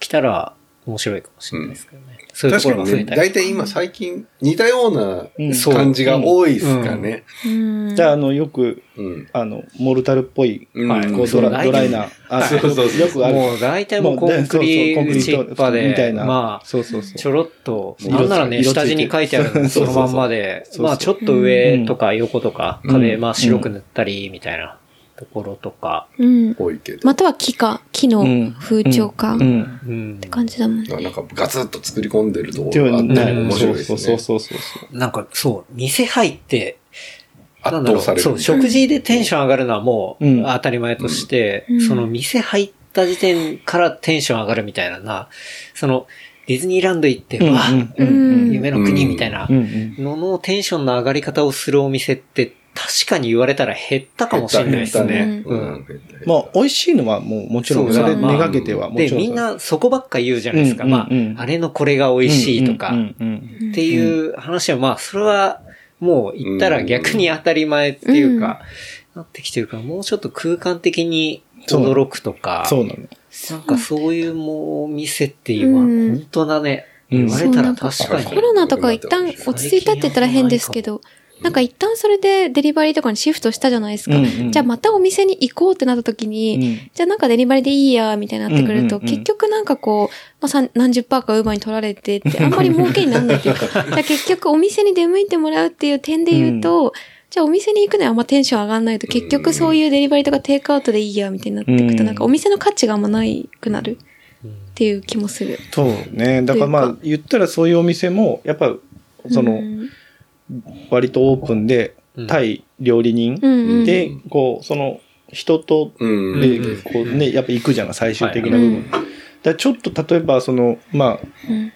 B: きたら、面白いかもしれないですけどね。そういうと
E: 確
B: こ
E: か
B: ろが
E: に
B: 増
E: ね、
B: えたり
E: 大体今最近似たよ
C: う
E: うんな
C: そう
E: 感じが多いですかね。
D: うん
C: じゃあ、あの、よく、
E: うん。
C: あの、モルタルっぽい、
E: うん
C: こうドラドライな、あ
E: そうそうそう
C: よくある。
B: もう大体もうコンクリ
C: もう
B: ー
C: ね
B: ト
C: そう
B: チ
C: そうコンクリート
B: ッパ
C: みたい
B: で、
C: な
B: まあ、
C: そうそうそう。
B: ちょろっと、
C: 色つい
B: なんならね、
C: 色つい
B: 下地に書いてあるの
C: そうそう
B: そ
C: そう
B: のまんまで、
C: そうそう
B: まあちょっと上とか横とか、
C: うん
B: 壁、
C: うん
B: まあ白く塗ったり、みたいなところとか、
D: うん。
E: 多いけど。
D: または木か、木の風潮か、
C: う
D: って
C: ん。
B: うん。
D: 感じだもんね。
E: なんかガツッと作り込んでるとこ
C: ってい
E: ろ
C: う
E: があ
C: の
E: って
C: ね、
E: 面白いです
C: そう
E: ね。
C: そうそうそうそう。
B: なんかそう、店入って、
E: 圧
B: なんだろ
E: 倒さ
B: う
E: れる。
B: そう、食事でテンション上がるのはもう
C: うん
B: 当たり前として、
D: うん
B: その店入った時点からテンション上がるみたいなな、そのディズニーランド行って、
C: うん
B: わあ、
C: うんうん
B: 夢の国みたいな
C: うんうん
B: ののテンションの上がり方をするお店って、確かに言われたら減ったかもしれないです
D: 減った
B: ね。
E: う
B: うんん。
C: まあ、美味しいのはもうもちろん、
B: そ
C: そ
B: う
C: れ
B: まあ
C: めがけてはも
B: で、
C: ちろん。
B: みんなそこばっか言うじゃないですか。
C: うん
B: ま
C: うん
B: あ、あれのこれが美味しいとか
C: う、んうん
B: っていう話は、まあ、それは、もう言ったら逆に当たり前っていうか、なってきてるから、もうちょっと空間的に驚くと
C: うん
B: か、
C: そうなの。
B: なんかそういうもう店って今、
D: うん
B: 本当だね。
C: うん
B: 言われたら確か
E: そう
D: コ
E: なん
B: に。
D: ロナとか一旦落ち着いたって言ったら変ですけど、なんか一旦それでデリバリーとかにシフトしたじゃないですか。
C: うんうん
D: じゃあまたお店に行こうってなった時に、
C: うん
D: じゃあなんかデリバリーでいいや、みたいになってくると、
C: うんうんうん
D: 結局なんかこう、まあさん、何十パーかウーバーに取られてって、あんまり儲けになんないって いうか、じゃあ結局お店に出向いてもらうっていう点で言うと、じゃあお店に行くのはあんまテンション上がんないと、結局そういうデリバリーとかテイクアウトでいいや、みたいになってくると、
C: うん
D: なんかお店の価値があんまないくなるっていう気もする。
C: そうね。だからま
D: とい
C: あ、言ったらそういうお店も、やっぱ、そうの、
D: ん
C: 割とオープンで
B: うん、
C: 対料理人
D: うん
C: で、こう、その、人と、
E: うん。
C: で
B: うん、
C: こうね、やっぱ行くじゃない、最終的な部
D: はい
C: 分。だからちょっと例えば、その、まあ、
D: うん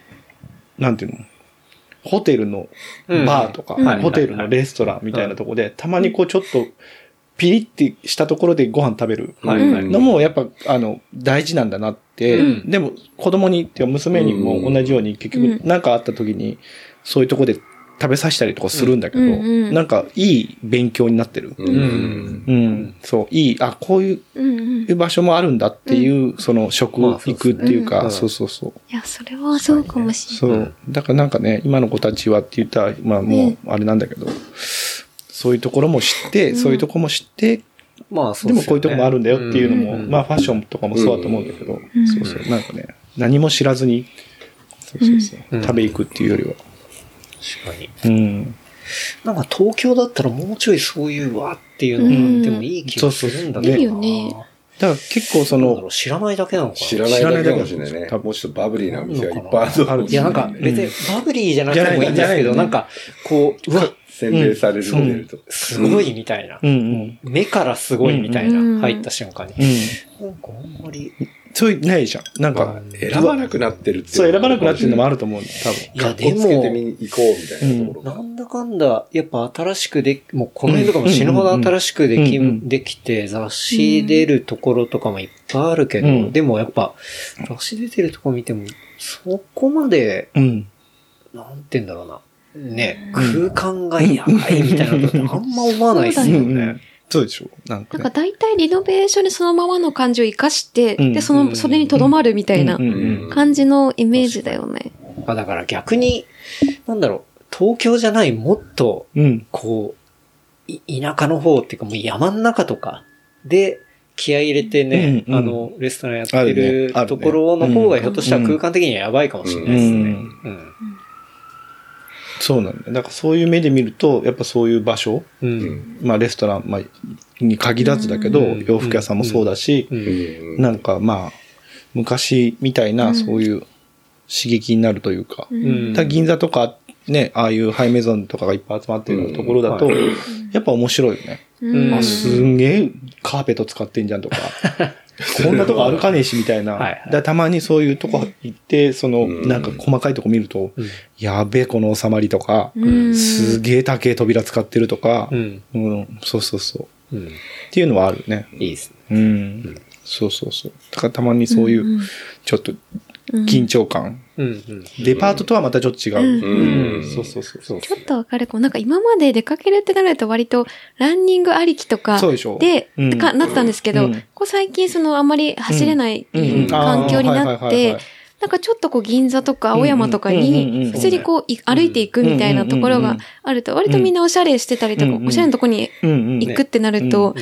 C: なんていうのホテルのバーとか、
D: うんはい
C: ホテルのレストランみたいなとこで、たまにこうちょっと、ピリってしたところでご飯食べる
E: はいはい
C: のもやっぱ、あの、大事なんだなって、
B: うん
C: でも子供にっていうか娘にも同じように結局
D: うん
C: 何かあった時に、そういうとこで食べさせたりとかするんだけど、
D: うんうん
C: なんかいい勉強になってる。
E: うんうん。
C: うん、そう、いい、あ、こういう
D: うんうん。い
C: 場所もあるんだっていう、その食
B: まあそ
C: 行
B: うで
C: く
B: すね
C: っていうか、
B: うん
C: そうそうそう。
D: や、それはそうかもしれない。
C: そう。だからなんかね、今の子たちはって言ったら、まあもう
D: ね、
C: あれなんだけど、そういうところも知って、そういうところも知って、
B: まあそう
C: でもこういうとこもあるんだよっていうのも、
B: ん
C: まあファッションとかもそうだと思うんだけど、
D: うん
C: そうそう。なんかね、何も知らずに、そうそうそう
B: うん
C: 食べ行くっていうよりは。
B: 確かに。
C: うん。
B: なんか東京だったらもうちょいそういうわっていうのがあってもいい気がするんだけどな。
D: うんそうそうそういいよね
C: だから結構そ
B: なんだ
C: の
B: ろう、知らないだけなのかな。
E: 知らないだけかもしれないね。もうちょっとバブリーな店がいっぱいあると思う
B: いや、なんか別にバブリーじゃなくてもいいんですけど、
C: じゃないじゃない
B: なんか、こう、うわ、
E: 洗練されるモデルとか。
B: すごいみたいな。
C: うんうん。
B: 目からすごいみたいな、
D: うん
B: 入った瞬間に。
C: うん。
B: なんかあんまり、
C: そういう、ないじゃん。なんか、
E: 選ばなくなってるってい
C: そう選ばなくなってるのも
E: あ
C: あると思うね多分。
B: いや、
E: る。で
B: で
E: も。つけてみ
B: も、
E: に行こうみたいなところ
B: な
E: が。
B: んだかんだ、やっぱ新しくで、もうこの辺とかも死ぬほど新しくでき、
C: うんうんうん
B: できて、雑誌出るところとかもいっぱいあるけど、
C: うん
B: でもやっぱ、雑誌出てるとこ見ても、そこまで、
C: うん。
B: なんて言うんだろうな。ね、空間がやばいみたいなことってあんま思わないです
C: う
B: よ
C: んう
B: ね
C: ん。。そうでしょなんか
D: なん
C: ね。
D: か大体リノベーションにそのままの感じを活かして、
C: うん
D: で、その、それにとどまるみたいな
C: うんうんうん
D: 感じのイメージだよね。
B: まあだから逆に、なんだろう、東京じゃないもっと、
C: うん。
B: こう、い田舎の方っていうかもう山の中とかで気合い入れてね、
C: うんうん
B: あの、レストランやって
C: あるね
B: る
C: あるね
B: ところの方
C: う
B: が
C: ん
B: ひょっとしたら空間的にはやばいかもしれないですね。うん。
C: そうなんだよ。だからそういう目で見ると、やっぱそういう場所、
B: うん。
C: まあレストラン、まあ、に限らずだけど、
B: うん
C: 洋服屋さんもそうだし、
B: う。
E: うんん
C: なんかまあ、昔みたいな、そういう刺激になるというか、
B: うん
C: だから銀座とか、ね、ああいうハイメゾンとかがいっぱい集まってるようなところだと、
B: うんはい
C: やっぱ面白いよね。
D: うん
B: あ
C: すんげえカーペット使ってんじゃん とか、こんなとこ歩かねえしみたいな。
B: はいはい
C: だからたまにそういうとこ行って、その、
E: うん
C: なんか細かいとこ見ると、
B: うん
C: やべえこの収まりとか、
D: うん
C: すげえ高え扉使ってるとか
B: う、ん。
C: うん、そうそうそう。
B: うん。
C: っていうのはあるね。
B: いいですね。
C: うん。そうそうそう。だからたまにそういう、ちょっと緊張感。
B: うんうん。
C: デパートとはまたちょっと違
E: う
C: う。
E: ん。
C: そうそうそうそう。
D: ちょっとわかるかも。なんか今まで出かけるってなると割とランニングありきとか
C: そうでしょ
D: で、
C: うん
D: かなったんですけど、
C: うん
D: こう最近そのあんまり走れない
C: うんうん
D: 環境に
C: あー
D: なっ
C: はいはいはい
D: て
C: はい、
D: なんかちょっとこう銀座とか青山とか
C: うんうんうんうん
D: に普通にこうい歩いていくみたいなところ
C: うんうんうんう
D: が
C: ん
D: あると割とみんなおしゃれしてたりと
C: うん
D: か
C: う、ん
D: おしゃれなとこに
C: うんうん。
D: 行くってなると
B: うん、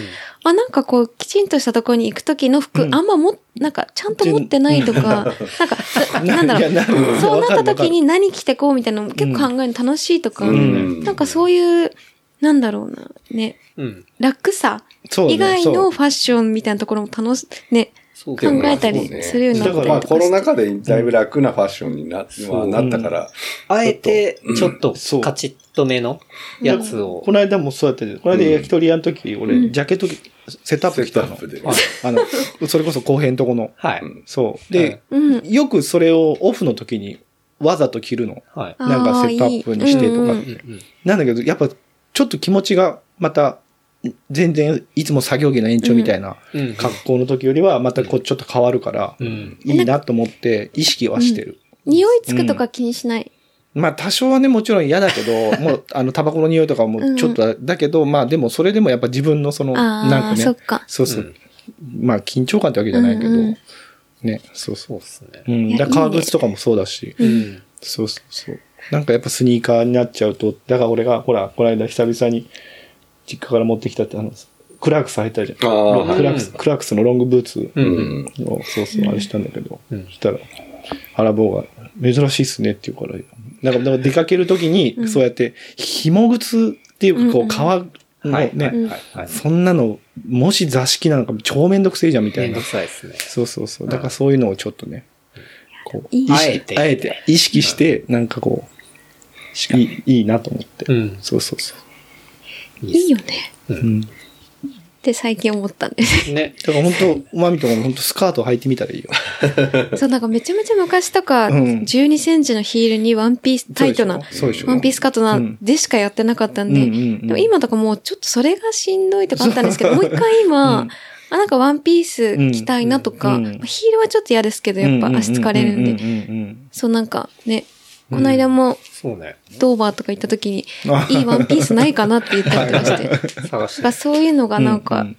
D: あ、なんかこうきちんとしたとこに行く時の服
C: う、ん
D: あんまも、なんかちゃんと持ってないとか、なんか、 ななんだろう
C: いやなるほど
D: そうなった
C: わかる
D: 時に何着てこうみたいなの結構考えるの楽しいとか、
E: ん
D: なんかそういう、なんだろうな、ね、
B: うん。
D: 楽さ
C: そうね
D: 以外の
C: そう
D: ファッションみたいなところも楽し、ね、
B: そう
D: 考えたりするようにな
E: だ
D: っ
E: から
D: た
E: まあ
D: りと
E: コ
D: か
E: ロ
D: し
E: ナ
D: て。
E: 禍でだいぶ楽なファッションにな,、
B: そう
E: まあなったから、
B: あえて、ちょっと
C: そう、
B: カチッと目のやつを
C: こ。の間もそうやってて、この間焼き鳥屋の時、俺、ジャケット、セットアッ
E: セ
C: プ着
E: ット
C: た
E: アッ
C: の
E: プ。で。
C: あの、それこそ後編とこの。
B: はい。
C: そう。で、
D: うん。
C: よくそれをオフの時にわざと着るの。
B: はい。
C: なんかセットアップにしてとか
D: あーいいうんう
B: うん
D: ん
B: うん
C: なんだけど、やっぱちょっと気持ちがまた、全然いつも作業着の延長みたいな
B: うん
C: 格好の時よりは、またこうちょっと変わるから、
B: うん。
C: いいなと思って意識はしてる。
D: 匂いつくとか気にしない。
C: まあ多少はね、もちろん嫌だけ ど、もうあの、タバコの匂いとかもちょっとだ,、だけど、まあでもそれでもやっぱ自分のその、
D: あ
C: な
D: あ、
C: んか
D: そっ
C: ね、
D: か。
C: そうそう、まあ緊張感ってわけじゃないけど、
D: うんうん
C: ね、そうそ
B: そう
C: う。
B: っすね。
C: うん、だから革靴とかもそうだし、
B: うん。
C: そうそうそう。なんかやっぱスニーカーになっちゃうと、だから俺が、ほら、この間久々に実家から持ってきたって、あの、クラークス履いたじゃん。
E: ああはい
C: クラークス、クラークスのロングブーツ
E: う
B: う。
E: んん。
C: を、そうそう、あれしたんだけど、
B: うん
C: そしたら、アラボーが、珍しいっすねって言うから、なんか、なんか出かけるときに、そうやって、紐靴っていうか、こう、革
B: は
C: の
B: い。はい。
C: ね、
B: はいはい。
C: そんなの、もし座敷なのか、超めんどくせえじゃんみた
B: め
C: い
B: んど
C: な
B: く。さいですね。
C: そうそうそう。だからそういうのをちょっとね、こう、
D: いい
C: 意識
B: あえて
C: あえて、意識して、なんかこう、いい、いいなと思って。
B: うん
C: そうそうそ
D: いいよね。
C: う。うん。だ
D: って最近思ったん です。
B: ね。
C: から本当マミとかも本当スカート履いてみたらいいよ。
D: そう、なんかめちゃめちゃ昔とか、
C: うん
D: 12センチのヒールにワンピース、タイトな、
C: そうでしょ。
D: ワンピースカットな
C: うん
D: でしかやってなかったんで、
C: うんうんうん
D: でも今とかもうちょっとそれがしんどいとかあったんですけど、もう一回今、
C: うん
D: あ、なんかワンピース着たいなとか、
C: うん
D: まあヒールはちょっと嫌ですけど、やっぱ足疲れるんで、
C: ううんうんうん
D: そうなんかね、この間も
B: そうね。
D: ドーバーとか行った時 に、
C: あ
D: いいワンピースないかなって言ったりとかして、
B: 探し
D: だ
B: て
D: からそういうのがなん
C: う
D: か
C: ん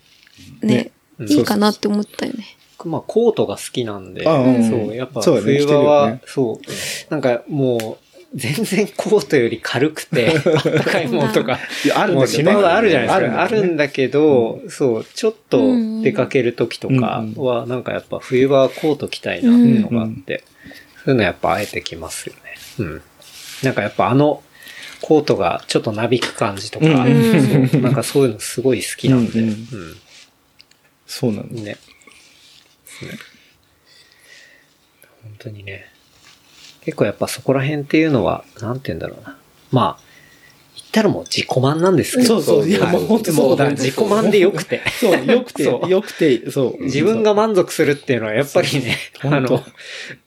D: ね、
B: ん
D: いいかなって思ったよね。
B: 僕まあ、コートが好きなんで、
C: あうん
B: そう、やっぱ、
C: そうだね
B: 冬
C: 着て
B: 場
C: るよ
B: は
C: ね、
B: そう、なんかもう、全然コートより軽く て、あったかいものとか、
C: いやあるん
B: も
C: だ
B: う
C: け
B: 死
C: ど
B: ぬほどあるじゃないですか。あ
C: あ
B: る
C: る
B: ん
C: ん
B: だけど、そう、ちょっと出かけるときとか
C: うん
B: は、なんかやっぱ冬場はコート着たいなっていうのがあって、そういうのやっぱあえてきますよね。うん。なんかやっぱあの、コートがちょっとなびく感じとか、
C: うん
B: そうなんかそういうのすごい好きなんで、
C: う
B: うんん、
C: そうなんだ。
B: ね。ですね本当にね。結構やっぱそこら辺っていうのは、なんて言うんだろうな。まあ、言ったらもう自己満なんですけど。
C: そうそう。いや、
B: はい
C: もう本当
B: も
C: そう
B: うだから自己満でよくて。
C: そう、よくて、
B: そう
C: よくて、そう。
B: 自分が満足するっていうのはやっぱりね、
C: そう
B: あの
C: 本当、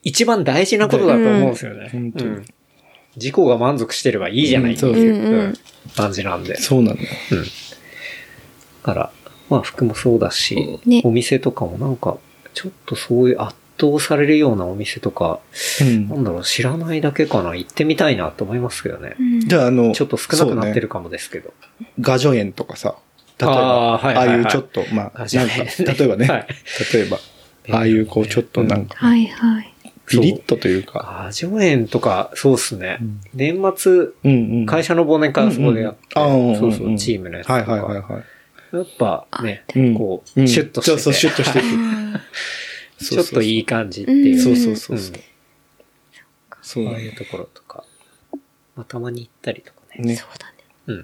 B: 一番大事なことだと思うんですよね。
C: う
B: うんん
C: 本当に
B: 自己が満足してればいいじゃないって
C: うん
B: いうううんん感じなんで。だ
C: そうなんだよ。
B: から、まあ服もそうだし、
D: うんね
B: お店とかもなんか、ちょっとそういう圧倒されるようなお店とか、
C: うん
B: なんだろう、知らないだけかな、行ってみたいなと思いますけどね。
D: うん
C: じゃあ、あの、
B: ちょっと少なくなって
C: そうね
B: るかもですけど。
C: 画序園とかさ、例えば、
B: あーはいはいは
C: ああ
B: い
C: いうちょっと、まあ、なん
B: 画
C: か、
B: 序園
C: 例えばね、
B: はい
C: 例えば、ああいうこう、ちょっとなんか、
D: はいはい。
C: ピリッとというか、
B: あ、上園とか、そうっすね。年末、
C: うんうん。
B: 会社の忘年会はそこでやって、
C: うんうんあー
B: そうそ
C: んん
B: う、チームのやつとか。
C: はいはいはいはい。
B: やっぱね、
C: うん
B: こ
C: う
B: う、
C: ん
B: シュッとしてて、
C: そうそう、シュッとしてて。
B: ちょっとい
C: い。
B: い感じっていう。
C: そうそうそうそう。
B: うん
C: そう
B: あ
C: な
B: あ
C: ん
B: い
C: よ
B: うところとか、まあ、たまに行ったりとかね。
C: ね
D: そ。うだね。
B: うん。
D: ま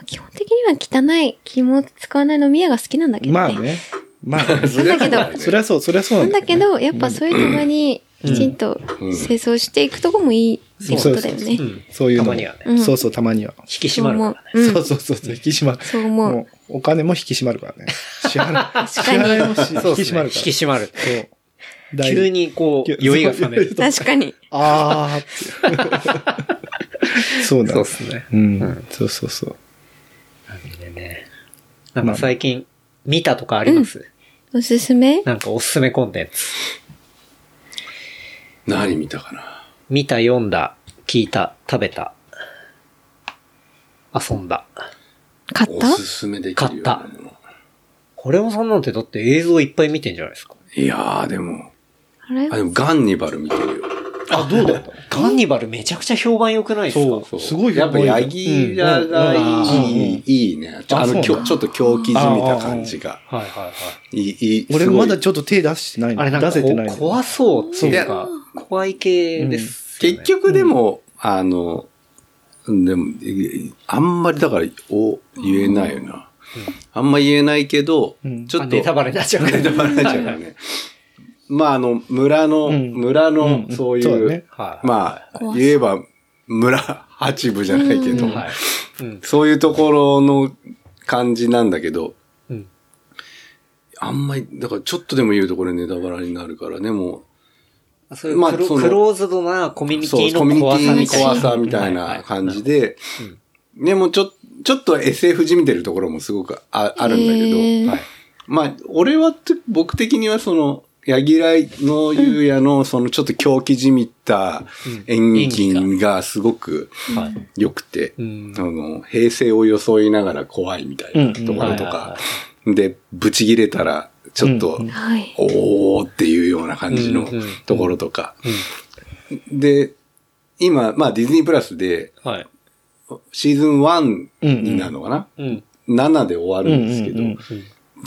D: あ基本的には汚い気も使わない飲み屋が好きなんだけどね。
C: まあね。ま あね、
E: そ
D: だけど
C: そりゃそう、そりゃそう
D: な
C: なんん
D: だけど、やっぱそういうたまにきちんと清掃していくとこもいいってことだよね。
B: う
D: そ
B: ん。
C: そういうのも
B: たまにはね
D: うん
C: そうそう、たまには。
B: 引き締
D: う
B: まるか
D: 思う
B: らね。。
D: うん
C: そうそうそうそう、引き締まる。
D: そう思う
C: もうお金も引き締まるから ね。支払い。支
D: 確かに
C: 払いもし引
B: そうっ
C: き
B: す
C: 締まる
B: ね引
C: から。
B: き締まる。
C: そう。大
B: 急にこう、酔いが冷める。
D: 確かに。
C: あーっ て。そうなん
B: そ
C: で
B: うっ
C: す。
B: すね。
C: うん。そうそうそう。
B: なんでね。なんか最近、見たとかあります
D: おすすめ
B: なんかおすすめコンテンツ。
E: 何見たかな
B: 見た、読んだ、聞いた、食べた、遊んだ。
D: 買っ
E: お
D: た
E: すすめできるようなもの。
B: これもそんなんてだって映像いっぱい見てんじゃないですか。
E: いやーでも、
D: あれ
E: あ、でもガンニバル見てるよ。
B: あ、どうだ ったガンニバルめちゃくちゃ評判良くないですか
C: そうすごい
E: やっぱヤギラが
B: うんうんうん
E: いい、いいね。ちょ
C: あ
E: あ
C: そう
E: の、
C: なんだ
E: きょちょっと狂気じみた感じが。
B: はいはいはい。
E: いい、いい。
C: 俺
E: すごい
C: まだちょっと手出してないの
B: あれなんか
C: 出せてない
B: こ
C: の
B: 怖そうっていうか、怖い系ですよね、
E: 結局でも、あの、でも、いあんまりだから、お、言えないよな。あんま言えないけど、
C: うん
E: ちょ
B: あ
E: っと、
B: ネタバレになっちゃうけ
E: ネタ
B: ど。
E: バレになっちゃうからね。まあ、あの、村の、
C: うん
E: 村
C: うん
E: の、そうい
C: そう
E: う、
C: だね
B: はい。
E: まあ
D: 怖、そう
E: 言えば、村八部じゃないけど、
B: はい。うん。
E: そういうところの感じなんだけど、
B: うん。
E: あんまり、だからちょっとでも言うとこれネタバレになるからね、も
B: そういう
E: まあ
B: クロ
E: その
B: クローズドなコミュ
E: う、
B: ニテ
E: そう、
B: ィ
E: コミュ
B: の
E: ニテ
B: 怖さ
E: ィの
B: みたい
E: 怖さ
B: な。
E: みたいな感じ。で、ね、もうちょ、ちょっと SF じみてるところもすごくああるんだけど、
D: えー
B: はい
E: まあ、俺はて、僕的にはその、ヤギライのゆうやの、そのちょっと狂気じみった演劇がすごく
B: はい
E: 良くて、
B: うん
E: あの、平成を装いながら怖いみたいなところとか、で、ブチ切れたら、ちょっと、
D: はい。
E: おーっていうような感じの
B: うんうん
E: ところとか。で、今、まあディズニープラスで、
B: はい。
E: シーズン1になるのかな、
B: うん。
E: ?7 で終わるんですけど、
C: うんうんうん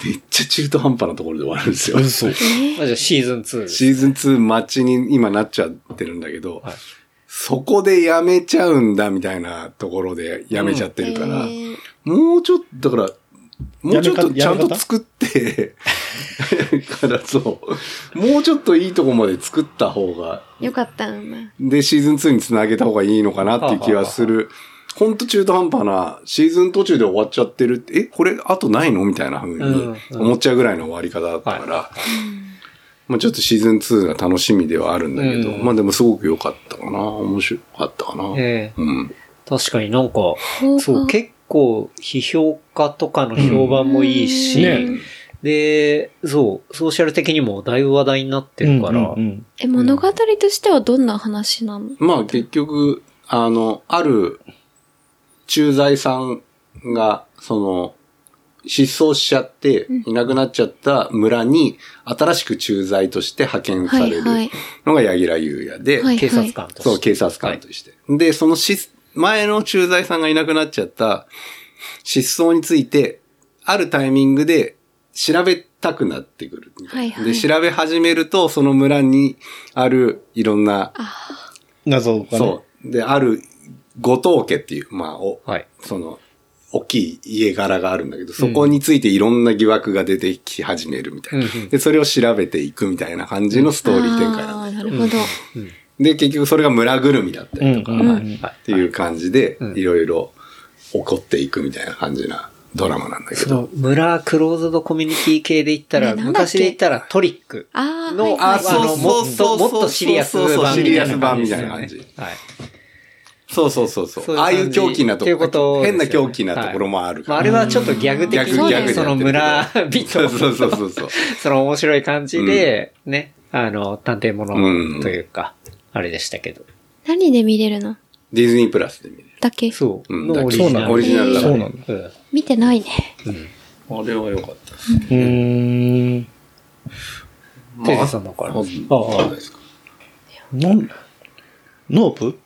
E: めっちゃ中途半端なところで終わるんですよ。
C: 嘘
B: まあじゃあシーズン2です。
E: シーズン2待ちに今なっちゃってるんだけど、
B: はい
E: そこでやめちゃうんだみたいなところでやめちゃってるから、
D: えー
E: もうちょっと、だから、もうちょっ
C: や
E: と
C: め方
E: ちゃんと作って、 からそう、もうちょっといいとこまで作った方が、
D: よかったな。
E: で、シーズン2につなげた方がいいのかなっていう気はする。ほんと中途半端な、シーズン途中で終わっちゃってるって、え、これあとないのみたいな風
B: うん
E: に
B: うん
E: 思っちゃうぐらいの終わり方だったから、
B: は
E: まあちょっとシーズン2が楽しみではあるんだけど、
B: うん
E: まあでもすごく良かったかな。面白かったかな。
B: ええ
E: うん。
B: 確かになんか、
D: ほ
B: そう、結構批評家とかの評判もいいし、
C: うん
B: で、そう、ソーシャル的にもだいぶ話題になってるから、
C: うんうん
D: え、物語としてはどんな話なの
E: まあ結局、あの、ある駐在さんが、その、失踪しちゃって、いなくなっちゃった村に、新しく駐在として派遣さ
D: は
E: れる
D: いはい。
E: のが柳楽優也で、
D: はい
B: 警察官として。
E: そう、警察官として。で、そのし、前の駐在さんがいなくなっちゃった失踪について、あるタイミングで調べたくなってくるみたいな。
D: はいはい
E: で、調べ始めると、その村にあるいろんな、
C: 謎がね
E: そう。で、ある五島家っていう、まあ、お、
B: はい。
E: その、大きい家柄があるんだけど、そこについていろんな疑惑が出てき始めるみたいな。
B: うんうん
E: で、それを調べていくみたいな感じのストーリー展開なんだ
D: ああ
E: よ
D: ー、なるほど。
E: で、結局それが村ぐるみだったりとか、
C: うんうんうん
B: はい
E: っていう感じで
B: う、ん
E: いろいろ起こっていくみたいな感じなドラマなんだけ
B: そ
E: ど。
B: の村クローズドコミュニティ系で言ったら、
D: ねなんだっけ
B: 昔で言ったらトリック
D: ああ、
B: の、
D: はい
E: あそう
B: のもっと、もっとシリアス版みたいな感じですよね。
E: シリアス版みたいな感じ
B: はい。
E: そうそうそうそ
B: そう
E: う。
B: いう
E: あ
B: 感
E: あ
B: じ
E: いう狂気なと
B: っていう
E: こ
B: ことですよ
E: 変
B: ね
E: な狂気なところもある
B: まあ、あれはちょっとギャグ的
E: 逆
D: そうだよ
B: に、
D: ね
B: そ の村人
E: そう
B: の、
E: そうそうそうそう。
B: その面白い感じで、ね、あの、探偵ものというか、あれでしたけど。
D: 何で見れるの
E: ディズニープラスで見れる。
D: だけ
B: そうう。
E: ん
B: の
E: だからオリジナルだ
C: そ
E: か
C: う
E: ら
C: なの
B: うん
D: 見てないね。
E: あれは良かったです。
C: うーん
B: テレさんのから。
E: ああ、ですか。
C: なんノープ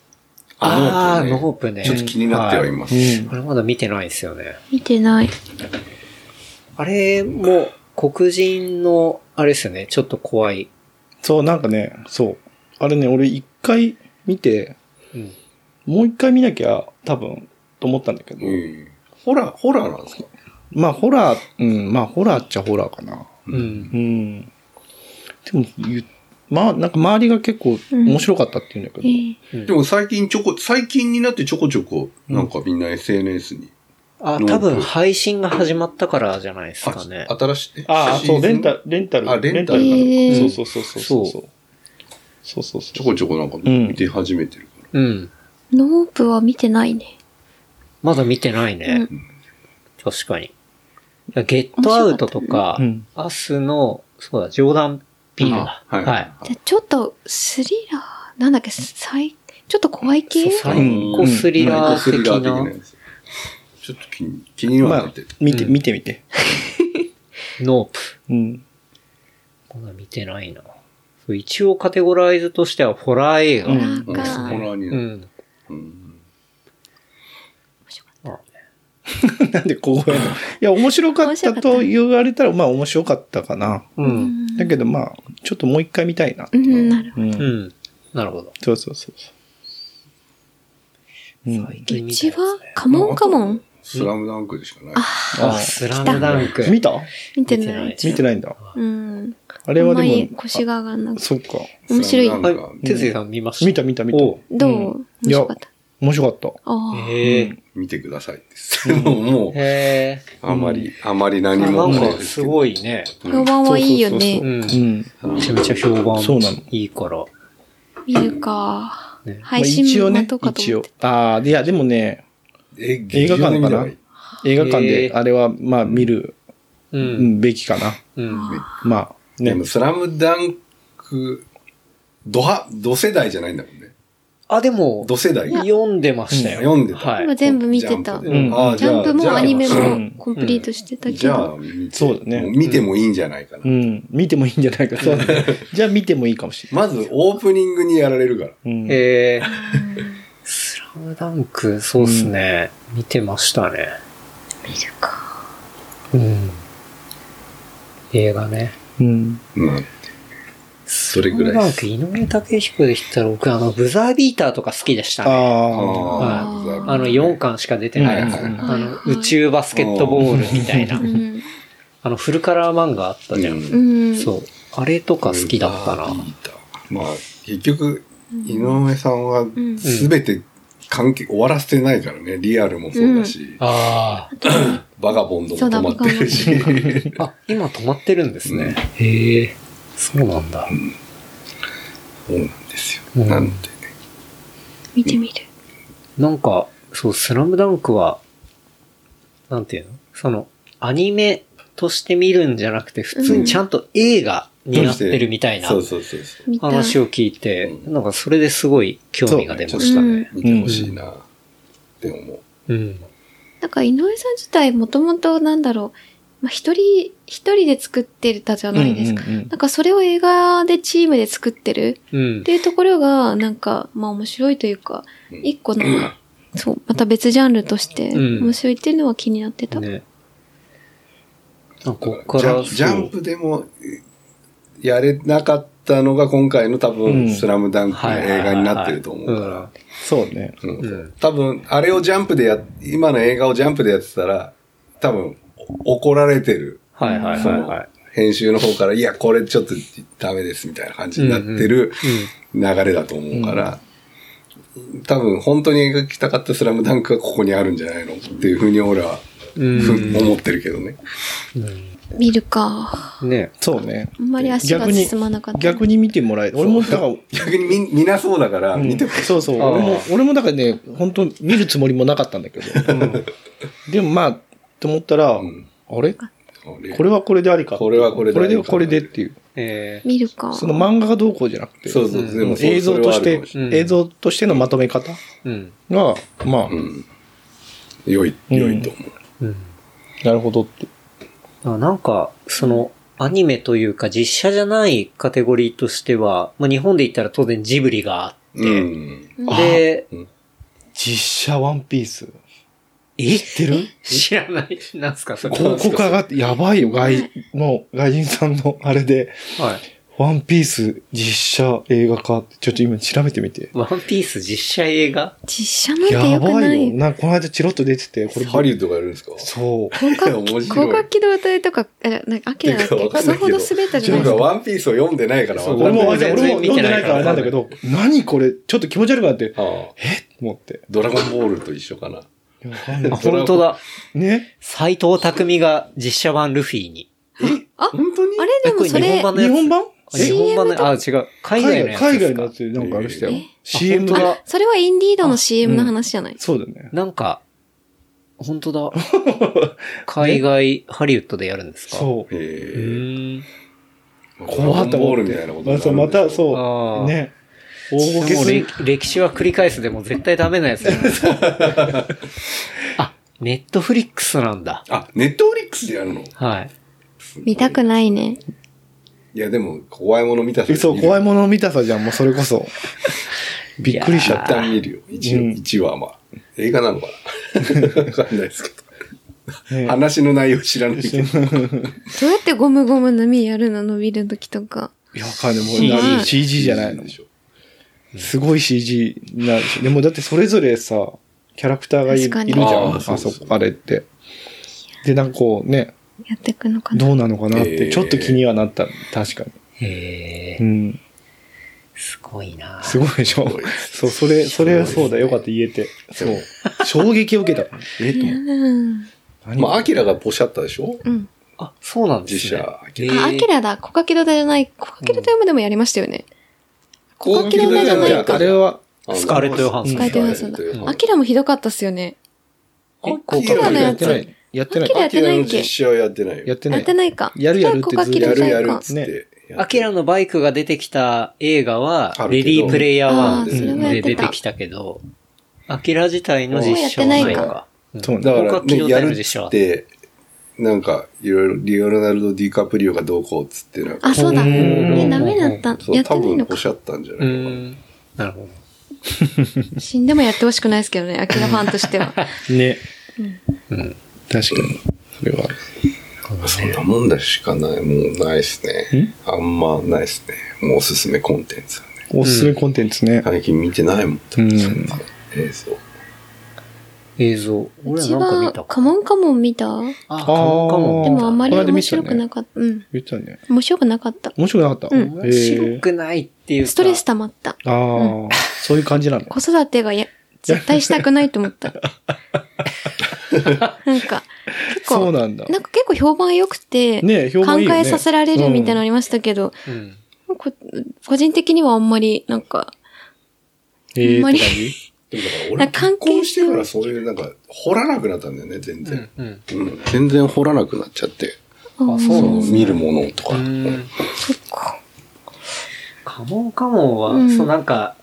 B: ああ、ノー
E: ー
B: プね。
E: ちょっと気になってはい
B: い
E: ま
C: う
E: す。
C: ん
B: あれまだ見てないんですよね。
D: 見てない。
B: あれも、黒人の、あれですよね、ちょっと怖い。
C: そうなんかねそうあれね俺一回見て
B: うん
C: もう一回見なきゃ多分と思ったんだけど
E: うんホラー、ホラーなんですか
C: まあホラーうんまあホラーっちゃホラーかな
B: うん。
C: うんでもゆまあなんか周りが結構面白かったっていうんだけど
D: えー
E: でも最近ちょこ、最近になってちょこちょこ、なんかみんな SNS に。
B: あ、
E: ノープ
B: 多分配信が始まったからじゃないです
E: あ
B: かね。
E: 新しい。
C: ああ、
E: シー
C: そう、
E: ズ
C: レンタ、レンタル。
E: あレンタル
C: レ
D: へー
C: そうそうそうそうそう。そ
B: そ
C: うそう
E: ち
C: そ
E: ょ
C: う。
E: こちょこなんか見て始めてるから。
B: うん。
D: ノープは見てないね。
B: まだ見てないね。
D: う
B: 確かに。やゲットアウトとか、
C: 面白か
B: アスの、そうだ、ジョーダンピールだ。
E: うんあはい
B: はい。
D: じゃあちょっと、スリラー、なんだっけ、さい、ちょっと怖い系
B: そう最高スリラー的な。
E: ちょっと気に気には
C: ま
E: な
C: あ
E: ってる。、
C: 見て、
B: うん
C: 見てみて。
B: ノープ。
C: うん。
B: こんな見てないな。そう一応カテゴライズとしてはホラー映画。
C: う
B: うんん。
D: なん
E: うんホラ
D: か、
E: ーになるうん
C: なんでここへの。いや、面白かったと言われたら、まあ面白かったかな。
B: う。
D: うんん
C: だけどまあ、ちょっともう一回見たいな。
D: うん、なるほ
C: うん。
B: うん。なるほど。
C: そうそうそうそう。うん。
D: ど。うちは、カ
E: まあ
D: モンカモ
E: あ
D: ン
E: とスラムダンクでしかない。
B: あ、スラムダンク。
C: 見た
D: 見てない。
B: 見
C: 見てないんだ。
D: うん。
C: あれは
D: あんま
C: で
D: り
C: も、
D: 腰が上がんなくて。
C: そっか。
D: 面白い
E: スラムダンクは
B: はい。哲也さん見ました
C: 見た見た見た。
B: おう
D: どう、
C: うん
D: 面白かった。
C: 面白かった。
D: ああ。
B: へえ。
E: 見てくださいです。もう、 もう
B: へえ。
E: あまり、あまり何
B: な
E: も
B: ん
E: ない
B: か
E: ですすけど。
B: ごいね。
D: 評判はいいよね。
B: うん。め
C: うん。
B: ちゃめちゃ評判
C: そうなの
B: いいから。
D: 見るか。
B: ね
D: 配信
C: まあ一応
D: も
C: ね
D: 待とうかと
C: 一
D: 思
C: 応
D: って。。
C: ああ、いや、でもね、
E: え、
C: 映画館かな映画館
B: へ
C: で、
B: ー
C: あれは、まあ、見る
B: う。
C: うんんべきかな。
B: うん。
C: まあ、
E: で
C: ね
E: も、。スラムダンク、ドは、ド世代じゃないんだもんね。
B: あ、でも、
E: ド世代。
B: 読んでましたよ。
E: 読んでた
B: は
D: 今
B: い。
D: 全部見て
E: ジ
D: た。ジ
E: ャンプであーじゃあ
D: ャンプもアニメ
E: じゃあ
D: もコンプリートしてたけ
E: じゃ
D: ど。
E: あ、見て
C: そうだね
E: もう見てもいいんじゃないかな
C: う。ん。見てもいいんじゃないか。そうだね。じゃあ見てもいいかもしれない。
E: まず、オープニングにやられるから。
C: うん
B: えー、スラムダンク、そうっすね。見てましたね。
D: 見るか。
B: うん。映画ね。
C: うん。
E: うん。それぐ
B: スラム
E: ら
B: ダ
E: い
B: ンク、井上武彦で言ったら、僕、あの、ブザービーターとか好きでしたね。
C: ああ。
E: あ
B: あの、4巻しか出てないやつ。
E: うん
B: あの、宇宙バスケットボールみたいな
D: う。ん。
B: あの、フルカラー漫画あったじゃん。
D: うん。
B: そう。あれとか好きだったな。
E: まあ、結局、井上さんは、すべて関係、終わらせてないからね。リアルもそうだし、
B: あ
E: バガボンドも止まってるし。
B: あ。あ、今止まってるんですね。へえ。そうなんだ。
E: そうなんですよ。
B: うん
E: なんてね。
D: 見てみる。
B: なんか、そう、スラムダンクは、なんていうのその、アニメとして見るんじゃなくて、普通にちゃんと映画になってるみたいな
E: そうそうそうそう。
D: 見た。
B: 話を聞いて、
E: うん
B: なんかそれですごい興味が出ま
E: ちょっ
B: し
E: と
B: た。
E: ね、見てほしいなって思う。
B: うん。
D: なんか井上さん自体もともとなんだろう、まあ、一人、一人で作ってたじゃないですか。
C: うんうんうん
D: なんかそれを映画でチームで作ってる
B: うん
D: っ。ていうところが、なんか、まあ面白いというか、
E: うん
D: 一個なんか、そう、また別ジャンルとして
B: うん
D: 面白いっていうのは気になってた。
B: ね。なんかこっ
E: だ
B: か、
E: かららジャンジャン
B: そう
E: プでもやれなかったのが今回の多
C: うん
E: 分、スラムダンクの
B: はいはい
E: 映
B: はいはい
E: 画になってると思うから。
C: そうね。
E: うん
B: うん
E: 多分、あれをジャンプでや、今の映画をジャンプでやってたら、多分、お怒られてる。
B: はいはいはいはい。
E: 編集の方から、いや、これちょっとダメですみたいな感じになってる流れだと思うから、多分本当に描きたかったスラムダンクはここにあるんじゃないのっていうふうに俺は、ふ
B: うん
E: 思ってるけどね。
D: 見るか。
B: ね。
C: そうね。
D: あんまり足が進まなかった。
C: 逆に見てもらえ、俺もだから、
E: 逆に見見なそうだから、見ても
C: そうそう。
B: あー
C: 俺も、俺もだからね、本当見るつもりもなかったんだけど。でもまあ、と思ったら、
E: ん
C: あれ
E: 俺
C: これはこれでありか。
E: これはこれであ
C: これ
E: り
C: で
E: か
C: これでっていう。
B: え
D: 見るか。
C: その漫画がどうこうじゃなくて、
E: そうそう、でもそう
C: 映像とし
E: それはある
C: て
E: かもし、れ
B: れない
C: 映像としてのまとめ方
B: ーうん。
C: が、まあ、
E: ない良い、良いと思う。
B: うん。
C: なるほどって。
B: あなんか、その、アニメというか実写じゃないカテゴリーとしては、まあ、日本で言ったら当然ジブリがあって、
E: うん。
B: で、
C: 実写ワンピース。
B: え
C: 知ってる
B: 知らない。なんすか、それ。
C: 広告上がって、やばいよ、外、もう、外人さんのあれで、
B: はい。
C: ワンピース実写映画化って、ちょっと今調べてみて。
B: ワンピース実写映画
D: 実写なんて
C: や
D: よくな
C: ばいよ。
D: い。
C: なんかこの間チロッと出てて、これ、
E: ハリウッドがやるんですか
C: そう。
D: 高
E: いや
D: 画
E: 面
D: 機、
E: 白い
D: 高画機動隊とか、あなんか、アキラだっけ
E: わかん
D: そ
E: な
D: れ
E: いけど
D: ほど滑ったじゃな
E: 僕
D: いです
E: は
D: か。
E: ワンピースを読んでないからわかんない
C: 俺も、俺
B: 全
C: も
B: 然
C: 読んでないからあ
B: 見てないから
C: れなんだけど、何これ、ちょっと気持ち悪くなって、
E: ああ
C: えっと思って。
E: ドラゴンボールと一緒かな。
C: いやわかんない
B: あ、本当だ。
C: ね
B: 斎藤匠が実写版ルフィに。
E: 本当に
D: あれでもそれ、
B: や
C: 日
B: つ
C: 本版
B: あ日本版の、あ、違う。海外のやつで
C: 海外
B: すか。
C: のやつなんかあれしたよ
E: え。
C: CM
B: 本
C: が
B: 当だ。
D: それはインディードの CM の話じゃない。
C: そうだね。
B: なんか、本 当だ。海外、ハリウッドでやるんですかう。
C: そう。
E: え
B: うーん。
E: え
C: 怖っ
E: ド
C: と
E: ラゴンボー
C: 思っ
E: ル
C: て
E: みたいなこと
C: まあそうまた、
E: う。
B: あ
C: そ
B: ー
C: う。ね。大ボケ
B: もう
C: する
B: 歴歴史は繰り返すでも絶対ダメなやつじゃないですか。あ、ネットフリックスなんだ。
E: あ、ネットフリックスでやるの
B: はい。
D: 見たくないね。
E: いや、でも、怖いもの見たさ
C: そう、怖い
E: い。
C: もの見たさじゃん、もうそれこそ。びっくりしち
E: 一
C: ゃった。
E: 旦見るよ。一応、
C: うん
E: 一話はまあ。映画なのかな わかんないですけ
C: ね
E: ど。話の内容知らないけど。
D: どうやってゴムゴムの実やるの伸びる時とか。
C: いや、わかんない。もう
D: CG
C: 何 CG じゃないの
E: で。しょ
C: すごい CG なんでしょ。でもだってそれぞれさ、キャラクターがいいる
D: 確かに
C: じゃん。
E: あ
C: あ
E: ーそうそう
C: そこ、あれって。で、なんかこうね、
D: やってくのかな。
C: どうなのかなって、
E: えー
C: ちょっと気にはなった。確かに。
B: へ
C: う
B: え、
C: ん。
B: すごいな
C: すごいでしょ。そう、それ、それはそうだ。よかった、言えて。そう。衝撃を受けた。えと思って
D: うん。
C: 何
E: まあ、アキラがポシャったでしょ
D: うん。
B: あ、そうなんですね。
E: 自社
B: へー
D: あ、アキラだ。コカキドタじゃない。コカキドタもでもやりましたよね。コカキドタじゃな
E: コカキ
D: い
E: ドタ
D: か
C: あ。れは、
B: スカーレット・ヨハンソ
D: 使
B: ン。
D: えてますんだ。アキラもひどかったっすよね。
B: え
E: アキ
D: アキラ
E: ラ
D: の
E: の
D: や
E: や
D: つ
E: つ。
C: やってない。
D: アキラや
E: ア
D: って
E: キ
D: な
E: ラ
D: い
E: の
D: っけ
E: 実写はやってない
C: や
E: よ
C: っ。てな
D: やっ
C: い
D: て。ないか。
C: やるやるって
D: じゃあコカキド
E: や
D: タ
E: る
D: か
E: やるっつっ
C: ね
E: て。やって
B: アキラのバイクが出てきた映画は
E: あ、るけど
B: レディープレイヤー
D: あ
E: ーそれもや
B: 1
E: っ
B: で
E: てた
B: 出てきたけど、アキラ自体の実写は
D: もう
B: な
D: や
B: い
D: ってないか
B: のか。うん
C: そうね
E: だから、
B: 僕は機
E: ね、
B: 動
E: や
B: 隊の
E: る
B: 実写は
E: っ。て、なんか、いろいろ、リオナルド・ディカプリオがどうこうっつって、なんか、
D: あ、そうだ。
C: うん
D: ね、ダメだった。
E: そう
D: やっ
E: 多
D: てない
E: 分
D: の
E: おっ
D: か。
E: しゃったんじゃ
B: う
E: ないのか
B: ん。なるほど。
D: 死んでもやってほしくないですけどね、アキラファンとしては。
C: ね。
B: うん。
C: 確かに。それは。
E: な。そんなもんだしかない、もうないっすね。あんまないっすね。もうおすすめコンテンツはね。
C: おすすめコンテンツね。
E: 最近見てないもん、
C: うん
E: そんな映像。
B: 映像。俺ら
D: 一
B: なんか見
D: 番
B: た、か
D: カモンカモン見た
B: あ、
C: カモンカ
B: か
C: モン
B: も。
D: でもあんまり
C: この間
D: 面
C: 見たね
D: 白くなかった。うん。
C: 言ってたね。
D: 面白くなかった。
C: 面白くなかった。
D: うん
B: 面白くないっていうか。
D: ストレス溜まった。
C: ああ、そういう感 じなんだ。
D: 子育てがや、絶対したくないと思った。なんか、結
C: そう
D: 構、な
C: なんだ。
D: んか結構評判良くて、
C: ねえ評判いいよね
D: 考えさせられるみたいなのありましたけど、
B: うん。
D: こ個人的にはあんまり、なんか、
C: ええ
D: あんまり
C: って感じ
E: でもだから
D: なん
E: 俺、
D: か関
E: 結
D: 係
E: 婚してからそういう、なんか、掘らなくなったんだよね、全然。
B: うん。
E: うん、全然掘らなくなっちゃって。
B: あ、そうなんですね。
E: 見るものとか。
B: うん。
D: そっか。
B: カモンカモンは、
D: うん
B: そうなんか、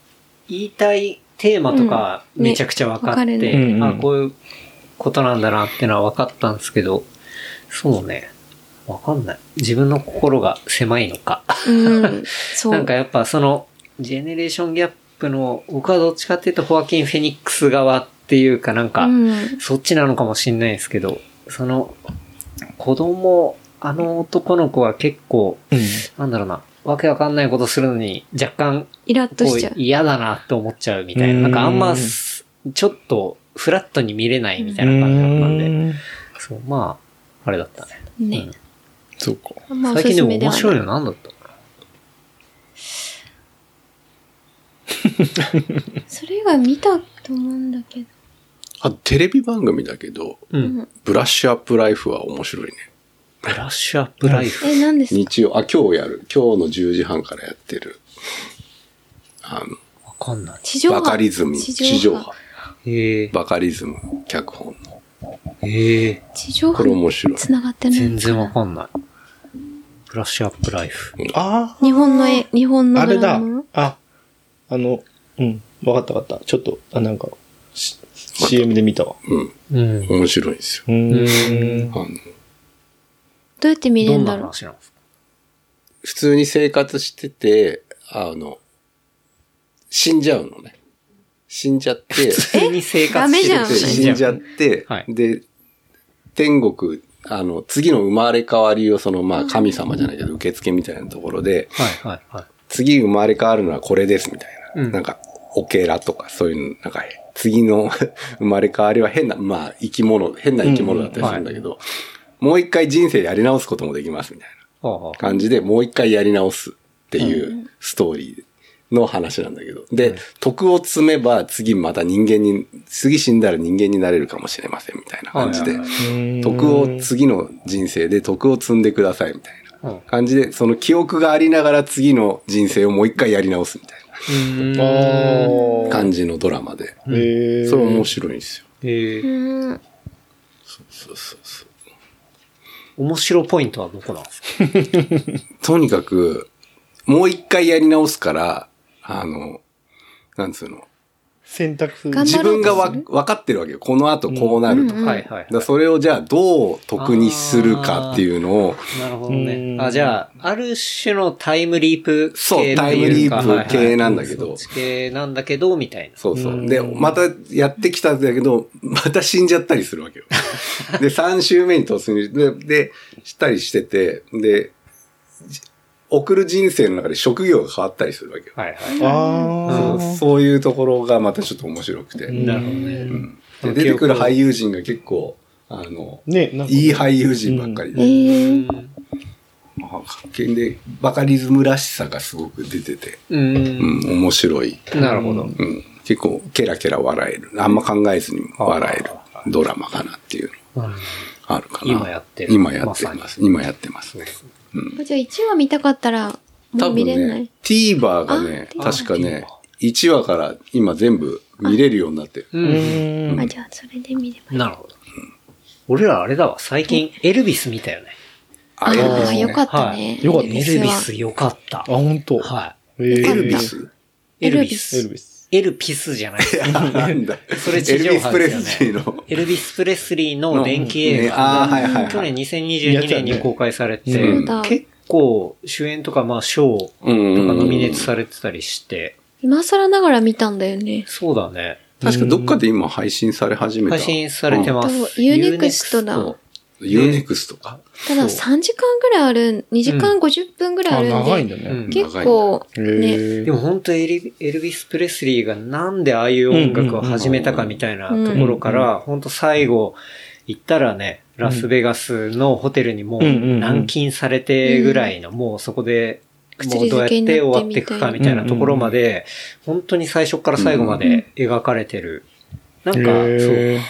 B: 言いたいテーマとかめちゃくちゃ分かって、
D: うん
C: わ
D: ね
C: かるね
B: あ、こういうことなんだなってのは分かったんですけど、そうね、分かんない。自分の心が狭いのか。
D: うん。そう。
B: なんかやっぱその、ジェネレーションギャップの、僕はどっちかっていうとホアキン・フェニックス側っていうかなんか、
D: うん。
B: そっちなのかもしんないですけど、その、子供、あの男の子は結構、なんだろうな、わけわかんないことするのに若干
D: イラッと
B: こ
D: し
B: う
D: ちゃう。
B: 嫌だなって思っちゃうみたいな。なんかあん
C: う
B: ま、
C: ん
B: すちょっとフラットに見れないみた
C: う
B: いな感じだったんで。
C: ん。
B: そう、まあ、あれだったね。
D: ね。
C: そうか。
D: あん
B: う
D: ま
B: ん
D: お
B: 最
D: す
B: 近
D: す
B: でも
D: めで
B: 面
D: はない。
B: 白いの何だったか
D: それ以外見たと思うんだけど。
E: あ、テレビ番組だけど、
B: なうん。
D: ん
E: ブラッシュアップライフは面白いね。
B: ブラッシュアップライフ。
D: え、何ですか
E: 日曜、あ、今日やる。今日の10時半からやってる。あ
B: わかんない。
D: 地
E: の、
D: 上波。
E: バカリズム、
D: 地
E: 地
D: 上
E: 上
D: 波
E: 波。。
B: へえ。
E: バカリズム、脚本の。
B: へえ。
D: 地上
E: こ
D: 波
E: れ面白い。
D: つながってない。
B: 全然わかんない。ブラッシュアップライフ。
C: あ
D: 日本の絵、日本
C: あ、
D: の
C: あ
D: ド
C: れだ
D: ラマ。
C: あ、あの、うん。わかったわかった。ちょっと、あ、なんか、し CM で見たわ。
E: うん。
B: うん。
E: 面白いんですよ。
C: うーん。
E: あの
D: どうやって見れ
B: ど
D: る
B: ん
D: ん
B: な
D: だろう。
B: 話なんですか
E: 普通に生活してて、あの、死んじゃうのね。死んじゃって、
B: 普通に生
D: ダ
B: 活
D: メ
B: し
D: じ
B: て
D: ゃん
B: て
E: 死んじゃっ
B: う。
E: て、
B: はい
E: で、天国、あの、次の生まれ変わりをその、まあ、神様じゃないけど、受付みたいなところで、
B: はいはいはい。
E: 次生まれ変わるのはこれですみたいな。
B: うん
E: なんか、オケラとかそういうの、なんか、次の 生まれ変わりは変な、まあ、生き物、変な生き物だったりするんだけど、もう一回人生やり直すこともできますみたい
B: ああ
E: な感じで、もう一回やり直すっていうストーリーの話なんだけど。で、徳を積めば次また人間に、次死んだら人間になれるかもしれませんみたいな感じ
B: はい
E: で
B: はい、
E: 徳を次の人生で徳を積んでくださいみたいな。
B: うん
E: 感じで、その記憶がありながら次の人生をもう一回やり直すみたい
B: うん。
C: あ
E: な感じのドラマで。
C: あ。へえ。
E: それ面白いんですよ。
B: へえ
D: うーん。
E: そうそうそう。
B: 面白ポイントはどこなんですか
E: とにかく、もう一回やり直すから、あの、なんつうの。
C: 選択する。
D: 頑張
E: 自
D: ろうとする
E: 分がわ分かってるわけよ。この後こうなるとか。
D: うん
B: はいはい
E: だか。らそれをじゃあどう得にするかっていうのを、
B: なるほど
C: う
B: ね。
C: ん
B: あ、じゃあ、ある種のタイムリープ系
E: そう
B: っていか
E: タイムリープ系
B: はいはい
E: なんだけど
B: そっち系なんだけど、みたいな。
E: そうそうう。
C: ん
E: で、またやってきたんだけど、また死んじゃったりするわけ よ。で、3週目に突入で、で、したりしてて、で、送る人生の中で職業が変わったりするわけよ。
B: はいはい。
C: ああ。
E: そうそういうところがまたちょっと面白くて。
C: ん
B: なるほどね。
E: で出てくる俳優陣が結構、あの、
C: ね、なんか。
E: いい俳優陣ばっかり
D: え
E: で、
D: ー、
E: まあ発見でバカリズムらしさがすごく出てて、
B: う。
E: うんん、面白い。
B: なるほど。
E: うん、結構ケラケラ笑える。あんま考えずに笑えるドラマかなっていうのあるかな。
B: 今やってる
E: 今やって
B: ま
E: ま
B: さ
E: す。今やってますね。
D: じゃあ1話見たかったら、も
E: 多
D: う見
E: 分
D: れない
E: ね。、TVer がね、確かね、1話から今全部見れるようになってる。
C: う
B: うん
C: ーん。
D: あ、じゃあそれで見れば。
B: なるほど。俺らあれだわ、最近エルビス見たよね。
E: あ
D: あ
E: エルビ
D: ー
E: スね
D: よかった
B: は
D: ね。
C: いよかった
B: エルビスよかった。
C: あ、本当。
B: は
C: えー
E: エルビス
B: い。エルビス。
C: エルビス。
B: エルピスじゃない。
E: なんだ。
B: それ
E: エ
B: 地
E: ル
B: 上
E: ビス・
B: 波
E: プレ
B: ですよ
E: スリー
B: ね。
E: の。
B: エルビス・プレスリーの電気映
E: ねあーはいはいは
B: 画。
E: い
B: 去年2022年に公開されて
E: うん
D: そうだ、
B: 結構主演とかまあ賞とか
E: うんうんうん
B: ノミネートされてたりして、
D: 今更ながら見たんだよね。
B: そうだね。
E: 確かどっかで今配信され始めた。
B: 配信されてま
D: うん
B: す。
D: Unext だ
B: Unext
E: す。ユーネクスとか。
D: ただ3時間ぐらいある、2時間50分ぐらいあ
C: あ、
D: るんで、
C: 長いんだ
B: う
C: ね。
B: ん
D: 結構、
C: へ
D: ね、
B: で
C: ー
B: も本当エリエルビス・プレスリーがなんでああいう音楽を始めたかみたいなところから、本当最後行ったらね、ラスベガスのホテルにもう
C: うんうんうん
B: 軟禁されてぐらいの、もうそこで、もうどうやって終わっていくかみたいなところまで、本当に最初から最後まで描かれてる。なんか、そう、エ
C: へー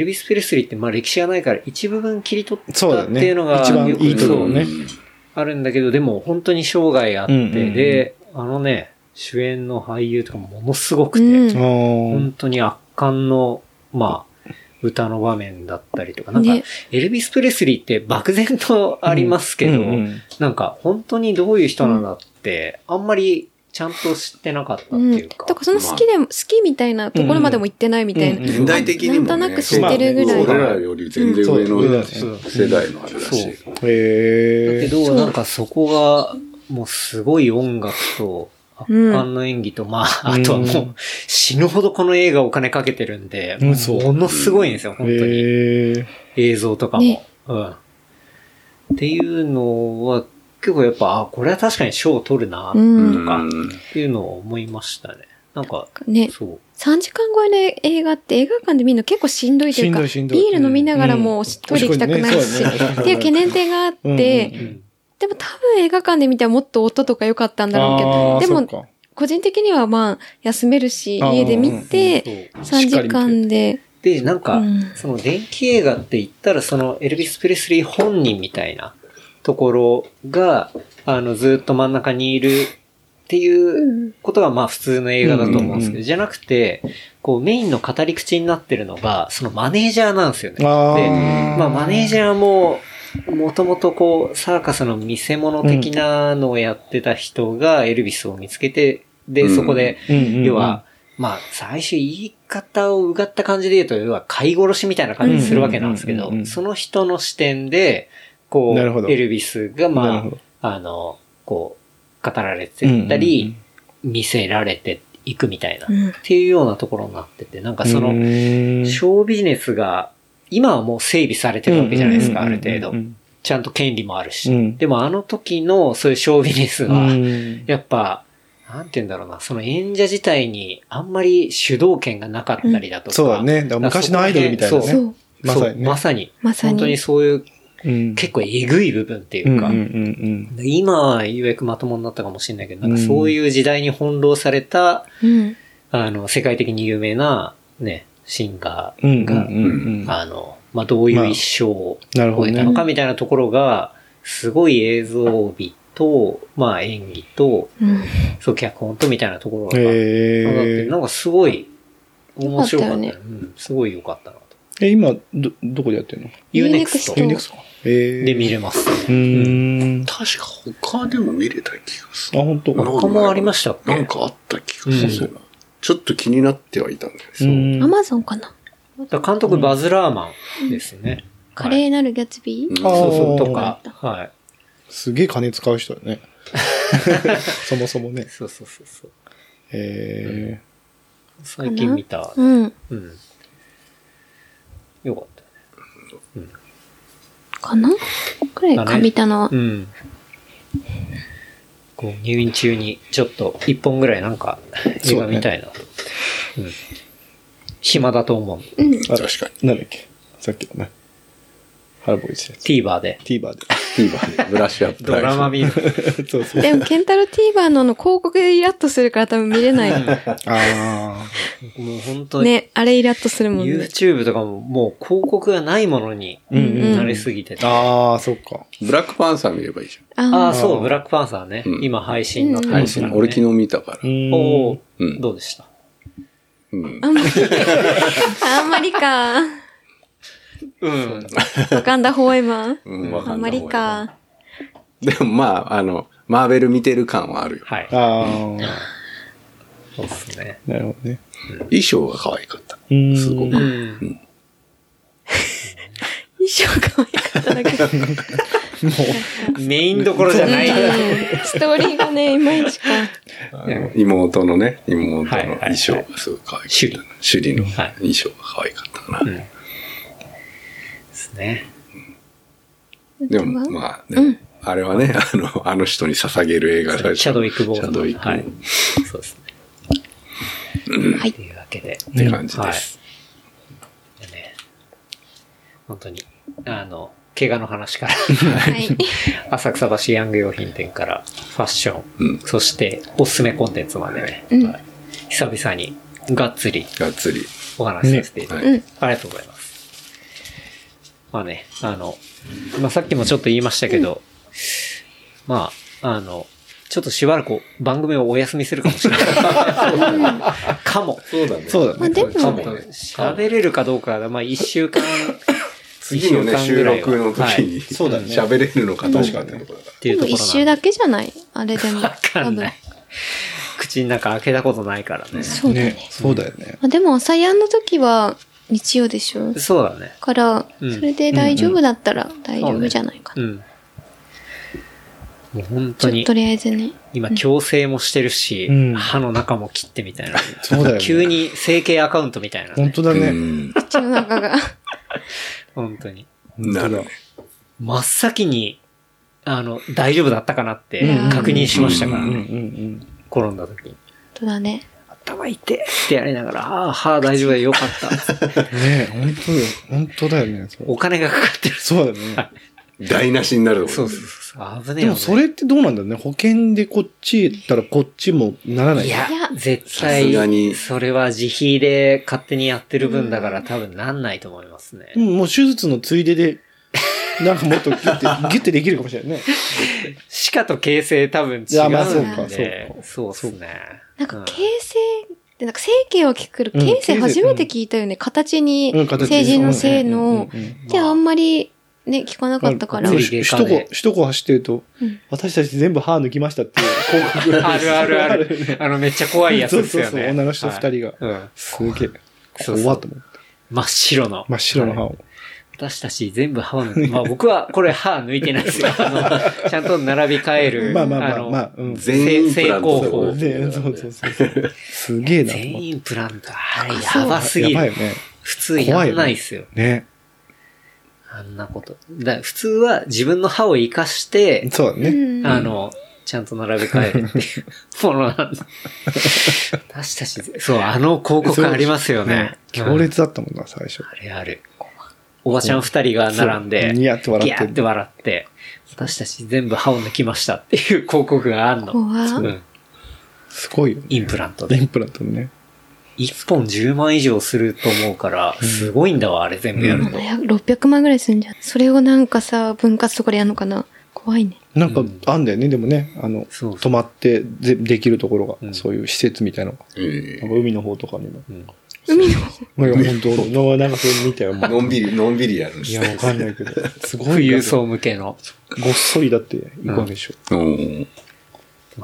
B: ルビス・プレスリーってまあ歴史がないから一部分切り取っ
C: そう
B: た
C: だ
B: っ
C: ね
B: ていうのが、
C: 一番
B: よく
C: いいところね
E: うん
B: あるんだけど、でも本当に生涯あって、
C: うんうんうん
B: で、あのね、主演の俳優とかものすごく
D: う
B: て、
D: ん。
C: あー
B: 本当に圧巻の、まあ、歌の場面だったりとか、なんか、
D: ね
B: エルビス・プレスリーって漠然とありますけど、
C: うんうん
B: なんか本当にどういう人なんだって、あんまりちゃんと知ってなかったって
D: うん。
B: い
D: だ
B: うか。
D: からその好きでも、好きみたいなところまでも行ってないみたいな。
C: うんうん
E: 年代的にも、ね。
D: なんとなく知ってるぐらい
E: 俺らより全然上の
C: うん
E: 世代のあれだし。
B: だけ
C: へ
B: ど、なんかそこが、もうすごい音楽と、圧巻の演技と、まあ、あとはも
C: う
B: う、死ぬほどこの映画お金かけてるんで、
C: うんそう
B: ものすごいんですよ、
C: ー。
B: 本当に。
C: へー。
B: 映像とかも。
D: ね
B: うん。っていうのは、結構やっぱ、あ、これは確かに賞を取るな、
D: う
B: っ
D: ん。
E: うん
B: ていうのを思いましたね。なんか、
D: ね、
B: そう。
D: 3時間超えの映画って映画館で見るの結構しんどいというか、
C: しんどいしんどい
D: ビール飲みながら
C: うん
D: もうトイレ行きたくないし、
C: おしっこ行くねそうだね
D: っていう懸念点があって、
C: うんうんうん
B: うん
D: でも多分映画館で見たらもっと音とか良かったんだろうけど、でも
C: も、
D: 個人的にはまあ休めるし、
C: あー
D: 家で見
B: そ
D: て、
B: う
D: 3時間で、
B: で、なんか、
D: うん
B: その電気映画って言ったら、そのエルビス・プレスリー本人みたいなところが、あの、ずっと真ん中にいるっていうことが、まあ普通の映画だと思うんですけ
C: う
B: ど、
C: んうんうん
B: じゃなくて、こうメインの語り口になってるのが、そのマネージャーなんですよね。
C: あ
B: で
C: ー
B: まあマネージャーも、もともとこう、サーカスの見せ物的なのをやってた人がエルビスを見つけて、で、そこで、
C: うんうんうん
B: 要は、、まあ、最初言い方をうがった感じで言うと、要は買い殺しみたいな感じするわけなんですけ
C: うんう
B: ど
C: んうんう、ん
B: その人の視点で、こ
C: なるほ
B: う、
C: ど
B: エルビス
C: な
B: が、
C: る
B: ま
C: ほど
B: あ、あの、こう、語られてったり、見せられていくみたいな、っ
D: うん
B: ていうようなところになってて、なんかそ
C: うん
B: の、ショービジネスが、今はもう整備されてるわけじゃないですか、ある程度
C: う。ん
B: ちゃんと権利もある
C: う
B: し。
C: ん
B: でもあの時の、そういうショービジネス
C: う
B: は、
C: ん
B: やっぱ、なんて言うんだろうな、その演者自体にあんまり主導権がなかったりだとか。
C: そうだね。だから昔のアイドルみたいな
B: そう
D: そ
C: ね。
D: う、
C: ま
B: そう
C: さにね
B: まさに。
D: まさに
B: 本当にそういう
C: うん
B: 結構えぐい部分っていうか、
C: うんうんうん
B: 今はようやくまともになったかもしれないけど、なんかそういう時代に翻弄された、
D: うん、
B: あの、世界的に有名な、ね、シンガ
C: うん。
B: ーが、
C: うんうんうん
B: あの、まあ、どういう一生を
C: なるほ
B: 超
C: ど
B: えた
C: ね
B: の。かみたいなところが、すごい映像美と、まあ、演技と、
D: うん。
B: そう、脚本とみたいなところが
C: へ
B: なんかすごい面白かった,、
D: よか
B: うん。すごい良かったなと。
C: え、今、ど、どこでやってんの
D: Unext
B: Unext
C: ユニクスか。ええ
B: で見れます。
C: うーん。あ、
E: 確か他でも見れた気がする。
C: 本当か。
E: なん
C: う
E: か
B: 他もありましたっけ
E: なんかあった気がするな。ちょっと気になってはいたんだよね。
C: ー
D: ア
C: ん。
D: マゾンかな
B: だから監督バズ・ラーマンですね。
D: 華麗なるギャツビー
E: うん
B: そう
C: あ
B: そう、
C: ー
B: とか。はい。
C: すげえ金使う人だ ね。そもそもね。
B: そうそうそうそう。
C: え
B: 最近見た。
D: うん。
B: うん。よかったね。
D: かなくらいか、見たのは
B: う。ん。こう、入院中に、ちょっと、一本ぐらいなんか、映
C: そう
B: 画
C: ね
B: 見たいな。うん。暇だと思う。
E: 確か
C: えなんだっけさっきのね。ハラボイズやつ。
B: TVer で。
C: TVer で。
E: に。TVer ブラッシュアップ
B: ドラマ見る。
C: そうそう。
D: でも、ケンタロティーバーのあの広告でイラッとするから多分見れない。
C: あ
B: もう本当に、
D: ね、あれイラッとするもんね。
B: YouTube とかももう広告がないものに
C: うんうん
B: なりすぎてて。
C: あ。ああ、そっか。
E: ブラックパンサー見ればいいじ
B: ああ、
D: ああ、
B: そう、ブラックパンサーね。
E: うん
B: 今配信の
E: ゃん。配
B: 配信、
E: 信。
B: ね。
E: 俺昨日見たから
C: う。ーん
B: おお、
E: うん
B: どうでした
E: うん。
D: あんまり、あんまりか。
B: うん。
D: わかんだ、フォーエバー。
E: うんわかんだ
D: あんまりか。
E: でもまあ、あの、マーベル見てる感はあるよ。
B: はい。
C: あ
B: そうっすね。
C: あ、なるほどね。
E: 衣装が可愛かった。
C: うーん
E: すご
B: う
E: く。
B: ん。
D: 衣装可愛かっただけ。
B: メインどころじゃない。
D: うんストーリーがね、いまいちか。
E: あの妹のね、妹の衣装がすごい可愛かった
B: はいはい
E: な。シュリの
B: はい
E: 衣装が可愛かったな。
B: うん。ですね。
E: でも、まあね、あれはね、あの、あの人に捧げる映画だ
B: シャドウイクボー
E: シ
B: ド。
E: ャドウイクボ
B: はい
E: ー。
B: そうですね。
D: はい
B: というわけで。
E: ドって感じです。
B: はいね本当に、あの、怪我の話から、
D: はい。
B: 浅草橋ヤング用品店から、ファッション、
E: うん
B: そしておすすめコンテンツまでね、
D: うん
B: はい久々にがっつり
E: がっつり。
B: お話しさせていただいて
E: は
D: う
E: い
D: ん。
B: ありがとうございます。まあね、あの、まあさっきもちょっと言いましたけど、まあ、あの、ちょっとしばらく番組をお休みするかもしれない。かも。
E: そうだね。
C: そうだね
D: まあでも
E: かもね
B: 喋れるかどうかが、まあ一週間、
E: 次のね、
B: 一週間
E: 収
B: ぐらいは
E: 録の時
B: はい
E: に、
C: そうだね
E: 喋れるのかどうかってところだか
B: っていうところな
D: 一
B: ん
D: 周
B: で。
D: だけじゃないあれでも。
B: わかんない。口の中開けたことないからね。
D: そうだね。
C: ね。そうだよね。
D: まあでも、朝やんの時は日曜でしょ。
B: そうだね。
D: から、
B: うん
D: それで大丈夫だったら大丈夫じゃないか
B: う
D: な。
B: ん。もう本
D: ち
B: 当
D: ょっ
B: に
D: とと。りあえずね。
B: 今、矯正もしてるし、
C: うん
B: 歯の中も切ってみたいな。
C: そうだよね
B: 急に整形アカウントみたいなね、
C: 本当だ
E: ら。う
C: ね。
E: ん
D: 口の中が。
B: 本当に。
E: なるほど。
B: 真っ先に、あの、大丈夫だったかなって
D: うん
B: 確認しましたから
C: うんうん
B: ね。
C: うん。
B: 転んだ時に。
D: そうだね。
B: 頭痛いってやりながら、ああ、歯大丈夫だよかった。
C: ねえ、本当だよ。本当だよね。そう
B: お金がかかってる。
C: そうだよね。
E: 台無しになるとこ
B: そ
E: ろ
B: うそうそう。危ねえ
C: でもそれってどうなんだろうね。保険でこっち行ったらこっちもならない。
B: いや
D: いや、
B: 絶
E: さすが
B: 対、
E: に
B: それは自費で勝手にやってる分だから多分なんないと思いますね。
C: うん、もう手術のついで で、なんかもっとギュッて、ギュッてできるかもしれないね。
B: 歯科と形成多分違うんで。
C: いやまあそう
D: か
B: そうですね。
D: なんか
B: うん
D: 形成、なんか整形は聞くけど、
C: うん
D: 形成初めて聞いたよね。形に
C: うん、、形
D: 成人の性の
C: う。んうんうん
D: じゃああんまりね、聞かなかったから。
B: う
C: も
B: ん
C: う首都高、首都高走ってると
D: うん、
C: 私たち全部歯抜きましたっていう広告が
B: あるあるある。あの、めっちゃ怖いやつ
C: そう
B: です
C: そう
B: よね。
C: そう、女の人二人が。
B: はいうん
C: すげえ。
B: そうそう
C: 怖っと思って。
B: 真っ白の。
C: 真っ白の歯
B: はい
C: を。
B: 私たち全部歯を抜いまあ僕はこれ歯抜いてないです よ。あのちゃんと並び替える。
C: まあまあまあ
B: の
C: まあ、うん。
E: 全員インプラントだもんね
C: ねそうそうそうそう。すげえなと思っ
B: 全
C: て。
B: 員プラント。あれやばすぎ
C: やばいよ
B: る。
C: ね。
B: 普通やんないですよ。
C: ね。
B: あんなこと。だ普通は自分の歯を活かして、
C: そうだ
D: う
C: ね。
D: ん。
B: あの、ちゃんと並び替えるっていうもの なんだ。私たち、そう、あの広告ありますよね。
C: 強烈だったもんな、最初。
B: あれある。おばちゃん二人が並んで、
C: そうニヤって笑って
B: ギャって笑って、私たち全部歯を抜きましたっていう広告があんの。
D: 怖っ
B: うん
C: すごいよね。
B: インプラント
C: イ
B: で。
C: ンプラントのね。
B: 一本10万以上すると思うから、すごいんだわ、あれ全部やると。
D: 700 600万ぐらいするんじゃん。それをなんかさ、分割とかでやるのかな。怖いね。
C: なんか
B: うん、
C: あんだよね、でもね。あの、
B: そうそう
C: 泊まってでできるところ
B: うん
C: が、そういう施設みたいなのが。
E: え
C: なんか海の方とかにも。
B: うん
D: 海の方。
C: いや、本当の長さ見たよ、も
E: の
C: う。
E: んびり、のんびりやるんで
C: い
E: す
C: や、
E: ね。
C: わかんないけど。すご
B: 富
C: い
B: 裕
C: よ。
B: 層向けの。
C: ごっそりだって行くんでしょ。
E: うん
B: で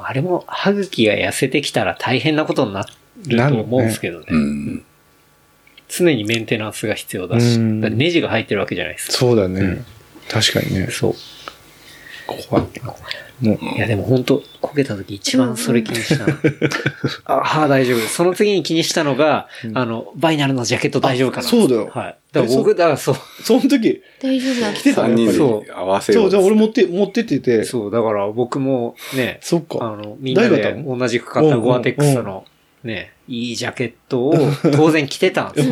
B: もあれも、歯茎が痩せてきたら大変なことになると思うんですけどね。
E: うん。
B: 常にメンテナンスが必要だし、
C: うん
B: だってネジが入ってるわけじゃないですか。
C: そうだね。確かにね。
B: そう。
C: 怖い。ね
B: いやでも本当焦げた時一番それ気にしたの。あ あー、大丈夫です。その次に気にしたのが、あの、バイナルのジャケット大丈夫かな。
C: あそうだよ
B: はい。だから僕、だからそう、
C: その時、
D: 大丈夫だ。
C: 来てた
E: 三
C: ね。や
E: 人
C: っぱり
B: そ
E: で合わせ
C: そ
E: よ
C: う、
E: う
C: じゃあ俺持って、持ってってて。そ
B: そう、だから僕もね、
C: っ
B: あ
C: か。
B: の、みんな
C: 誰だった
B: で
C: の
B: 同じく買ったゴアテックスの、ね、いいジャケットを当然着てたんです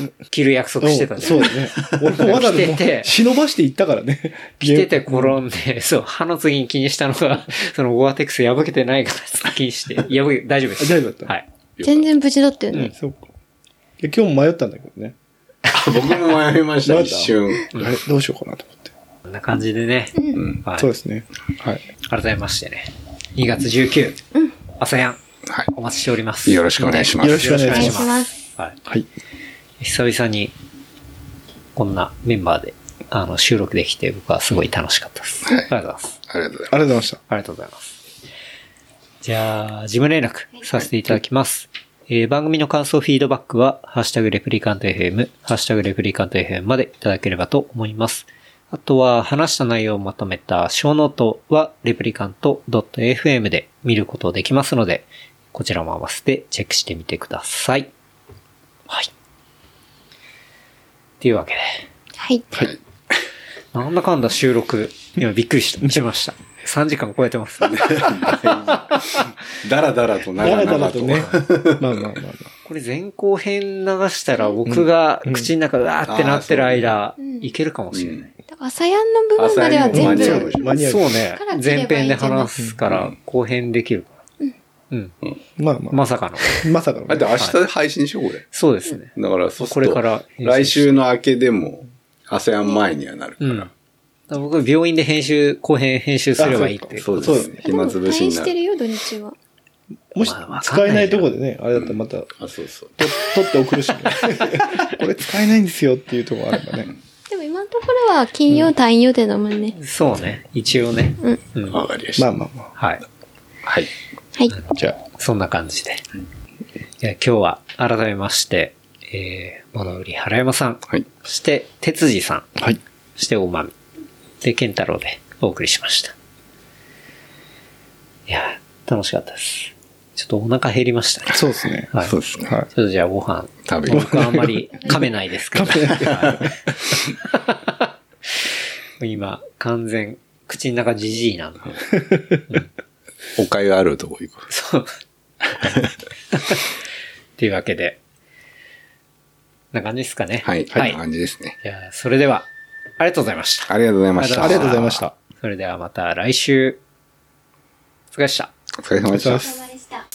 B: よ。着る約束してたんです
C: そう
B: よ。
C: だね。俺もまだ
B: 着てて
C: ね、忍ばしていったからね。
B: 着てて転んで、 そう、歯の次に気にしたのが、そのゴアテックス破けてないから 気にして、破け、大丈夫です。
C: あ大丈夫だった
B: はい。
D: 全然無事だったよ
C: うん
D: ね。
C: そうか。いや今日も迷ったんだけどね。
E: 僕も迷いました、
C: 迷っ
E: 一
C: た
E: 瞬。
C: あれどうしようかなと思って。
B: こんな感じでね。
E: うん。
B: はい
C: そうですね。はい。
B: 改めましてね、2月19、朝やん、
E: は
B: お待ちしております。
E: い。よろしくお願いしま
C: よ
E: す
C: ろ。しくお願いし
D: お願いします。
B: はい。
C: はい。
B: 久々に、こんなメンバーで、あの、収録できて、僕はすごい楽しかったです。ありがとうございます。
E: ありがとうござい
C: ありがとうございました。
B: ありがとうございます。じゃあ、事務連絡させていただきます。えー番組の感想、フィードバックは、ハッシュタグレプリカント FM、ハッシュタグレプリカント FM までいただければと思います。あとは、話した内容をまとめた小ノートは、レプリカント .fm で見ることできますので、こちらも合わせてチェックしてみてください。はい。っていうわけで、
D: はい。
B: なんだかんだ収録、今びっくりしたしま した。3時間超えてます。
E: ます。だらだらと
C: だ
E: 長
C: らだ
E: 々
C: ら
E: と
C: とね。まあまあまあまあ。
B: これ前後編流したら僕が口の中うわーってなってる間、いけるかもしれない。
D: だから、朝やんの部分までは
E: う
D: 全
E: ん
C: 間に合
D: 部
C: う。間に合う。
B: そうね
D: から。切ればいい
B: 前
D: んじゃない
B: 編で話すから後編できるから。うん。
C: まあまあ。
B: まさかの。
C: まさかの
E: だっ
C: ね
E: て。明日で配信しよう、これ。
B: そうですね。
E: だから、そうする
B: これから
E: と、来週の明けでも、ASEAN 前にはなるか
B: うん。だ
E: ら
B: か。ら僕は病院で編集、後編編集すればいいっていう。
E: そう
C: そう
E: です
C: だね。
E: 暇つぶし
D: 退院
E: に
D: し
E: な
D: て
E: る。
D: るよ、土日は。
C: もし
B: まあわかん
C: 使
B: ないよ
C: えないとこでね、あれだったらまた、と
E: あ、そうそう。
C: 取って送るし ね。これ使えないんですよっていうとこあればね。
D: でも今のところは金曜退院予定だもんね。
B: そうね。一応ね。
D: うん。
B: うん。
E: わかりまし
C: ま
E: た。
C: あまあまあ。
B: はい。
E: はい。
D: はい。
C: じゃ
B: そんな感じで。いや今日は改めまして、えー、物売り原山さん、
E: はい。
B: そして、哲司さん、
C: あ。はい。
B: しておまみ。で、ケンタロウでお送りしました。いやー、楽しかったです。ちょっとお腹減りましたね。
C: そうですね。
B: はい。ち
E: そ
B: ょ
E: う
B: っ
E: ですね。
C: は
B: とじゃあご飯。
E: 食べに行
B: 僕はあんまり噛めないですけど。はい今、完全、口の中じじいなんで。
E: お会があるとこ行こ
B: そう。っていうわけで、こんな感じですかね。
E: う。はい。
B: はい。
E: こんな感じですね。
B: いやーそれでは、ありがとうございました。
E: ありがとうございました。
C: ありがとうございました。
B: それではまた来週。お疲れ様でした。
E: お疲れ様でした。
D: でした。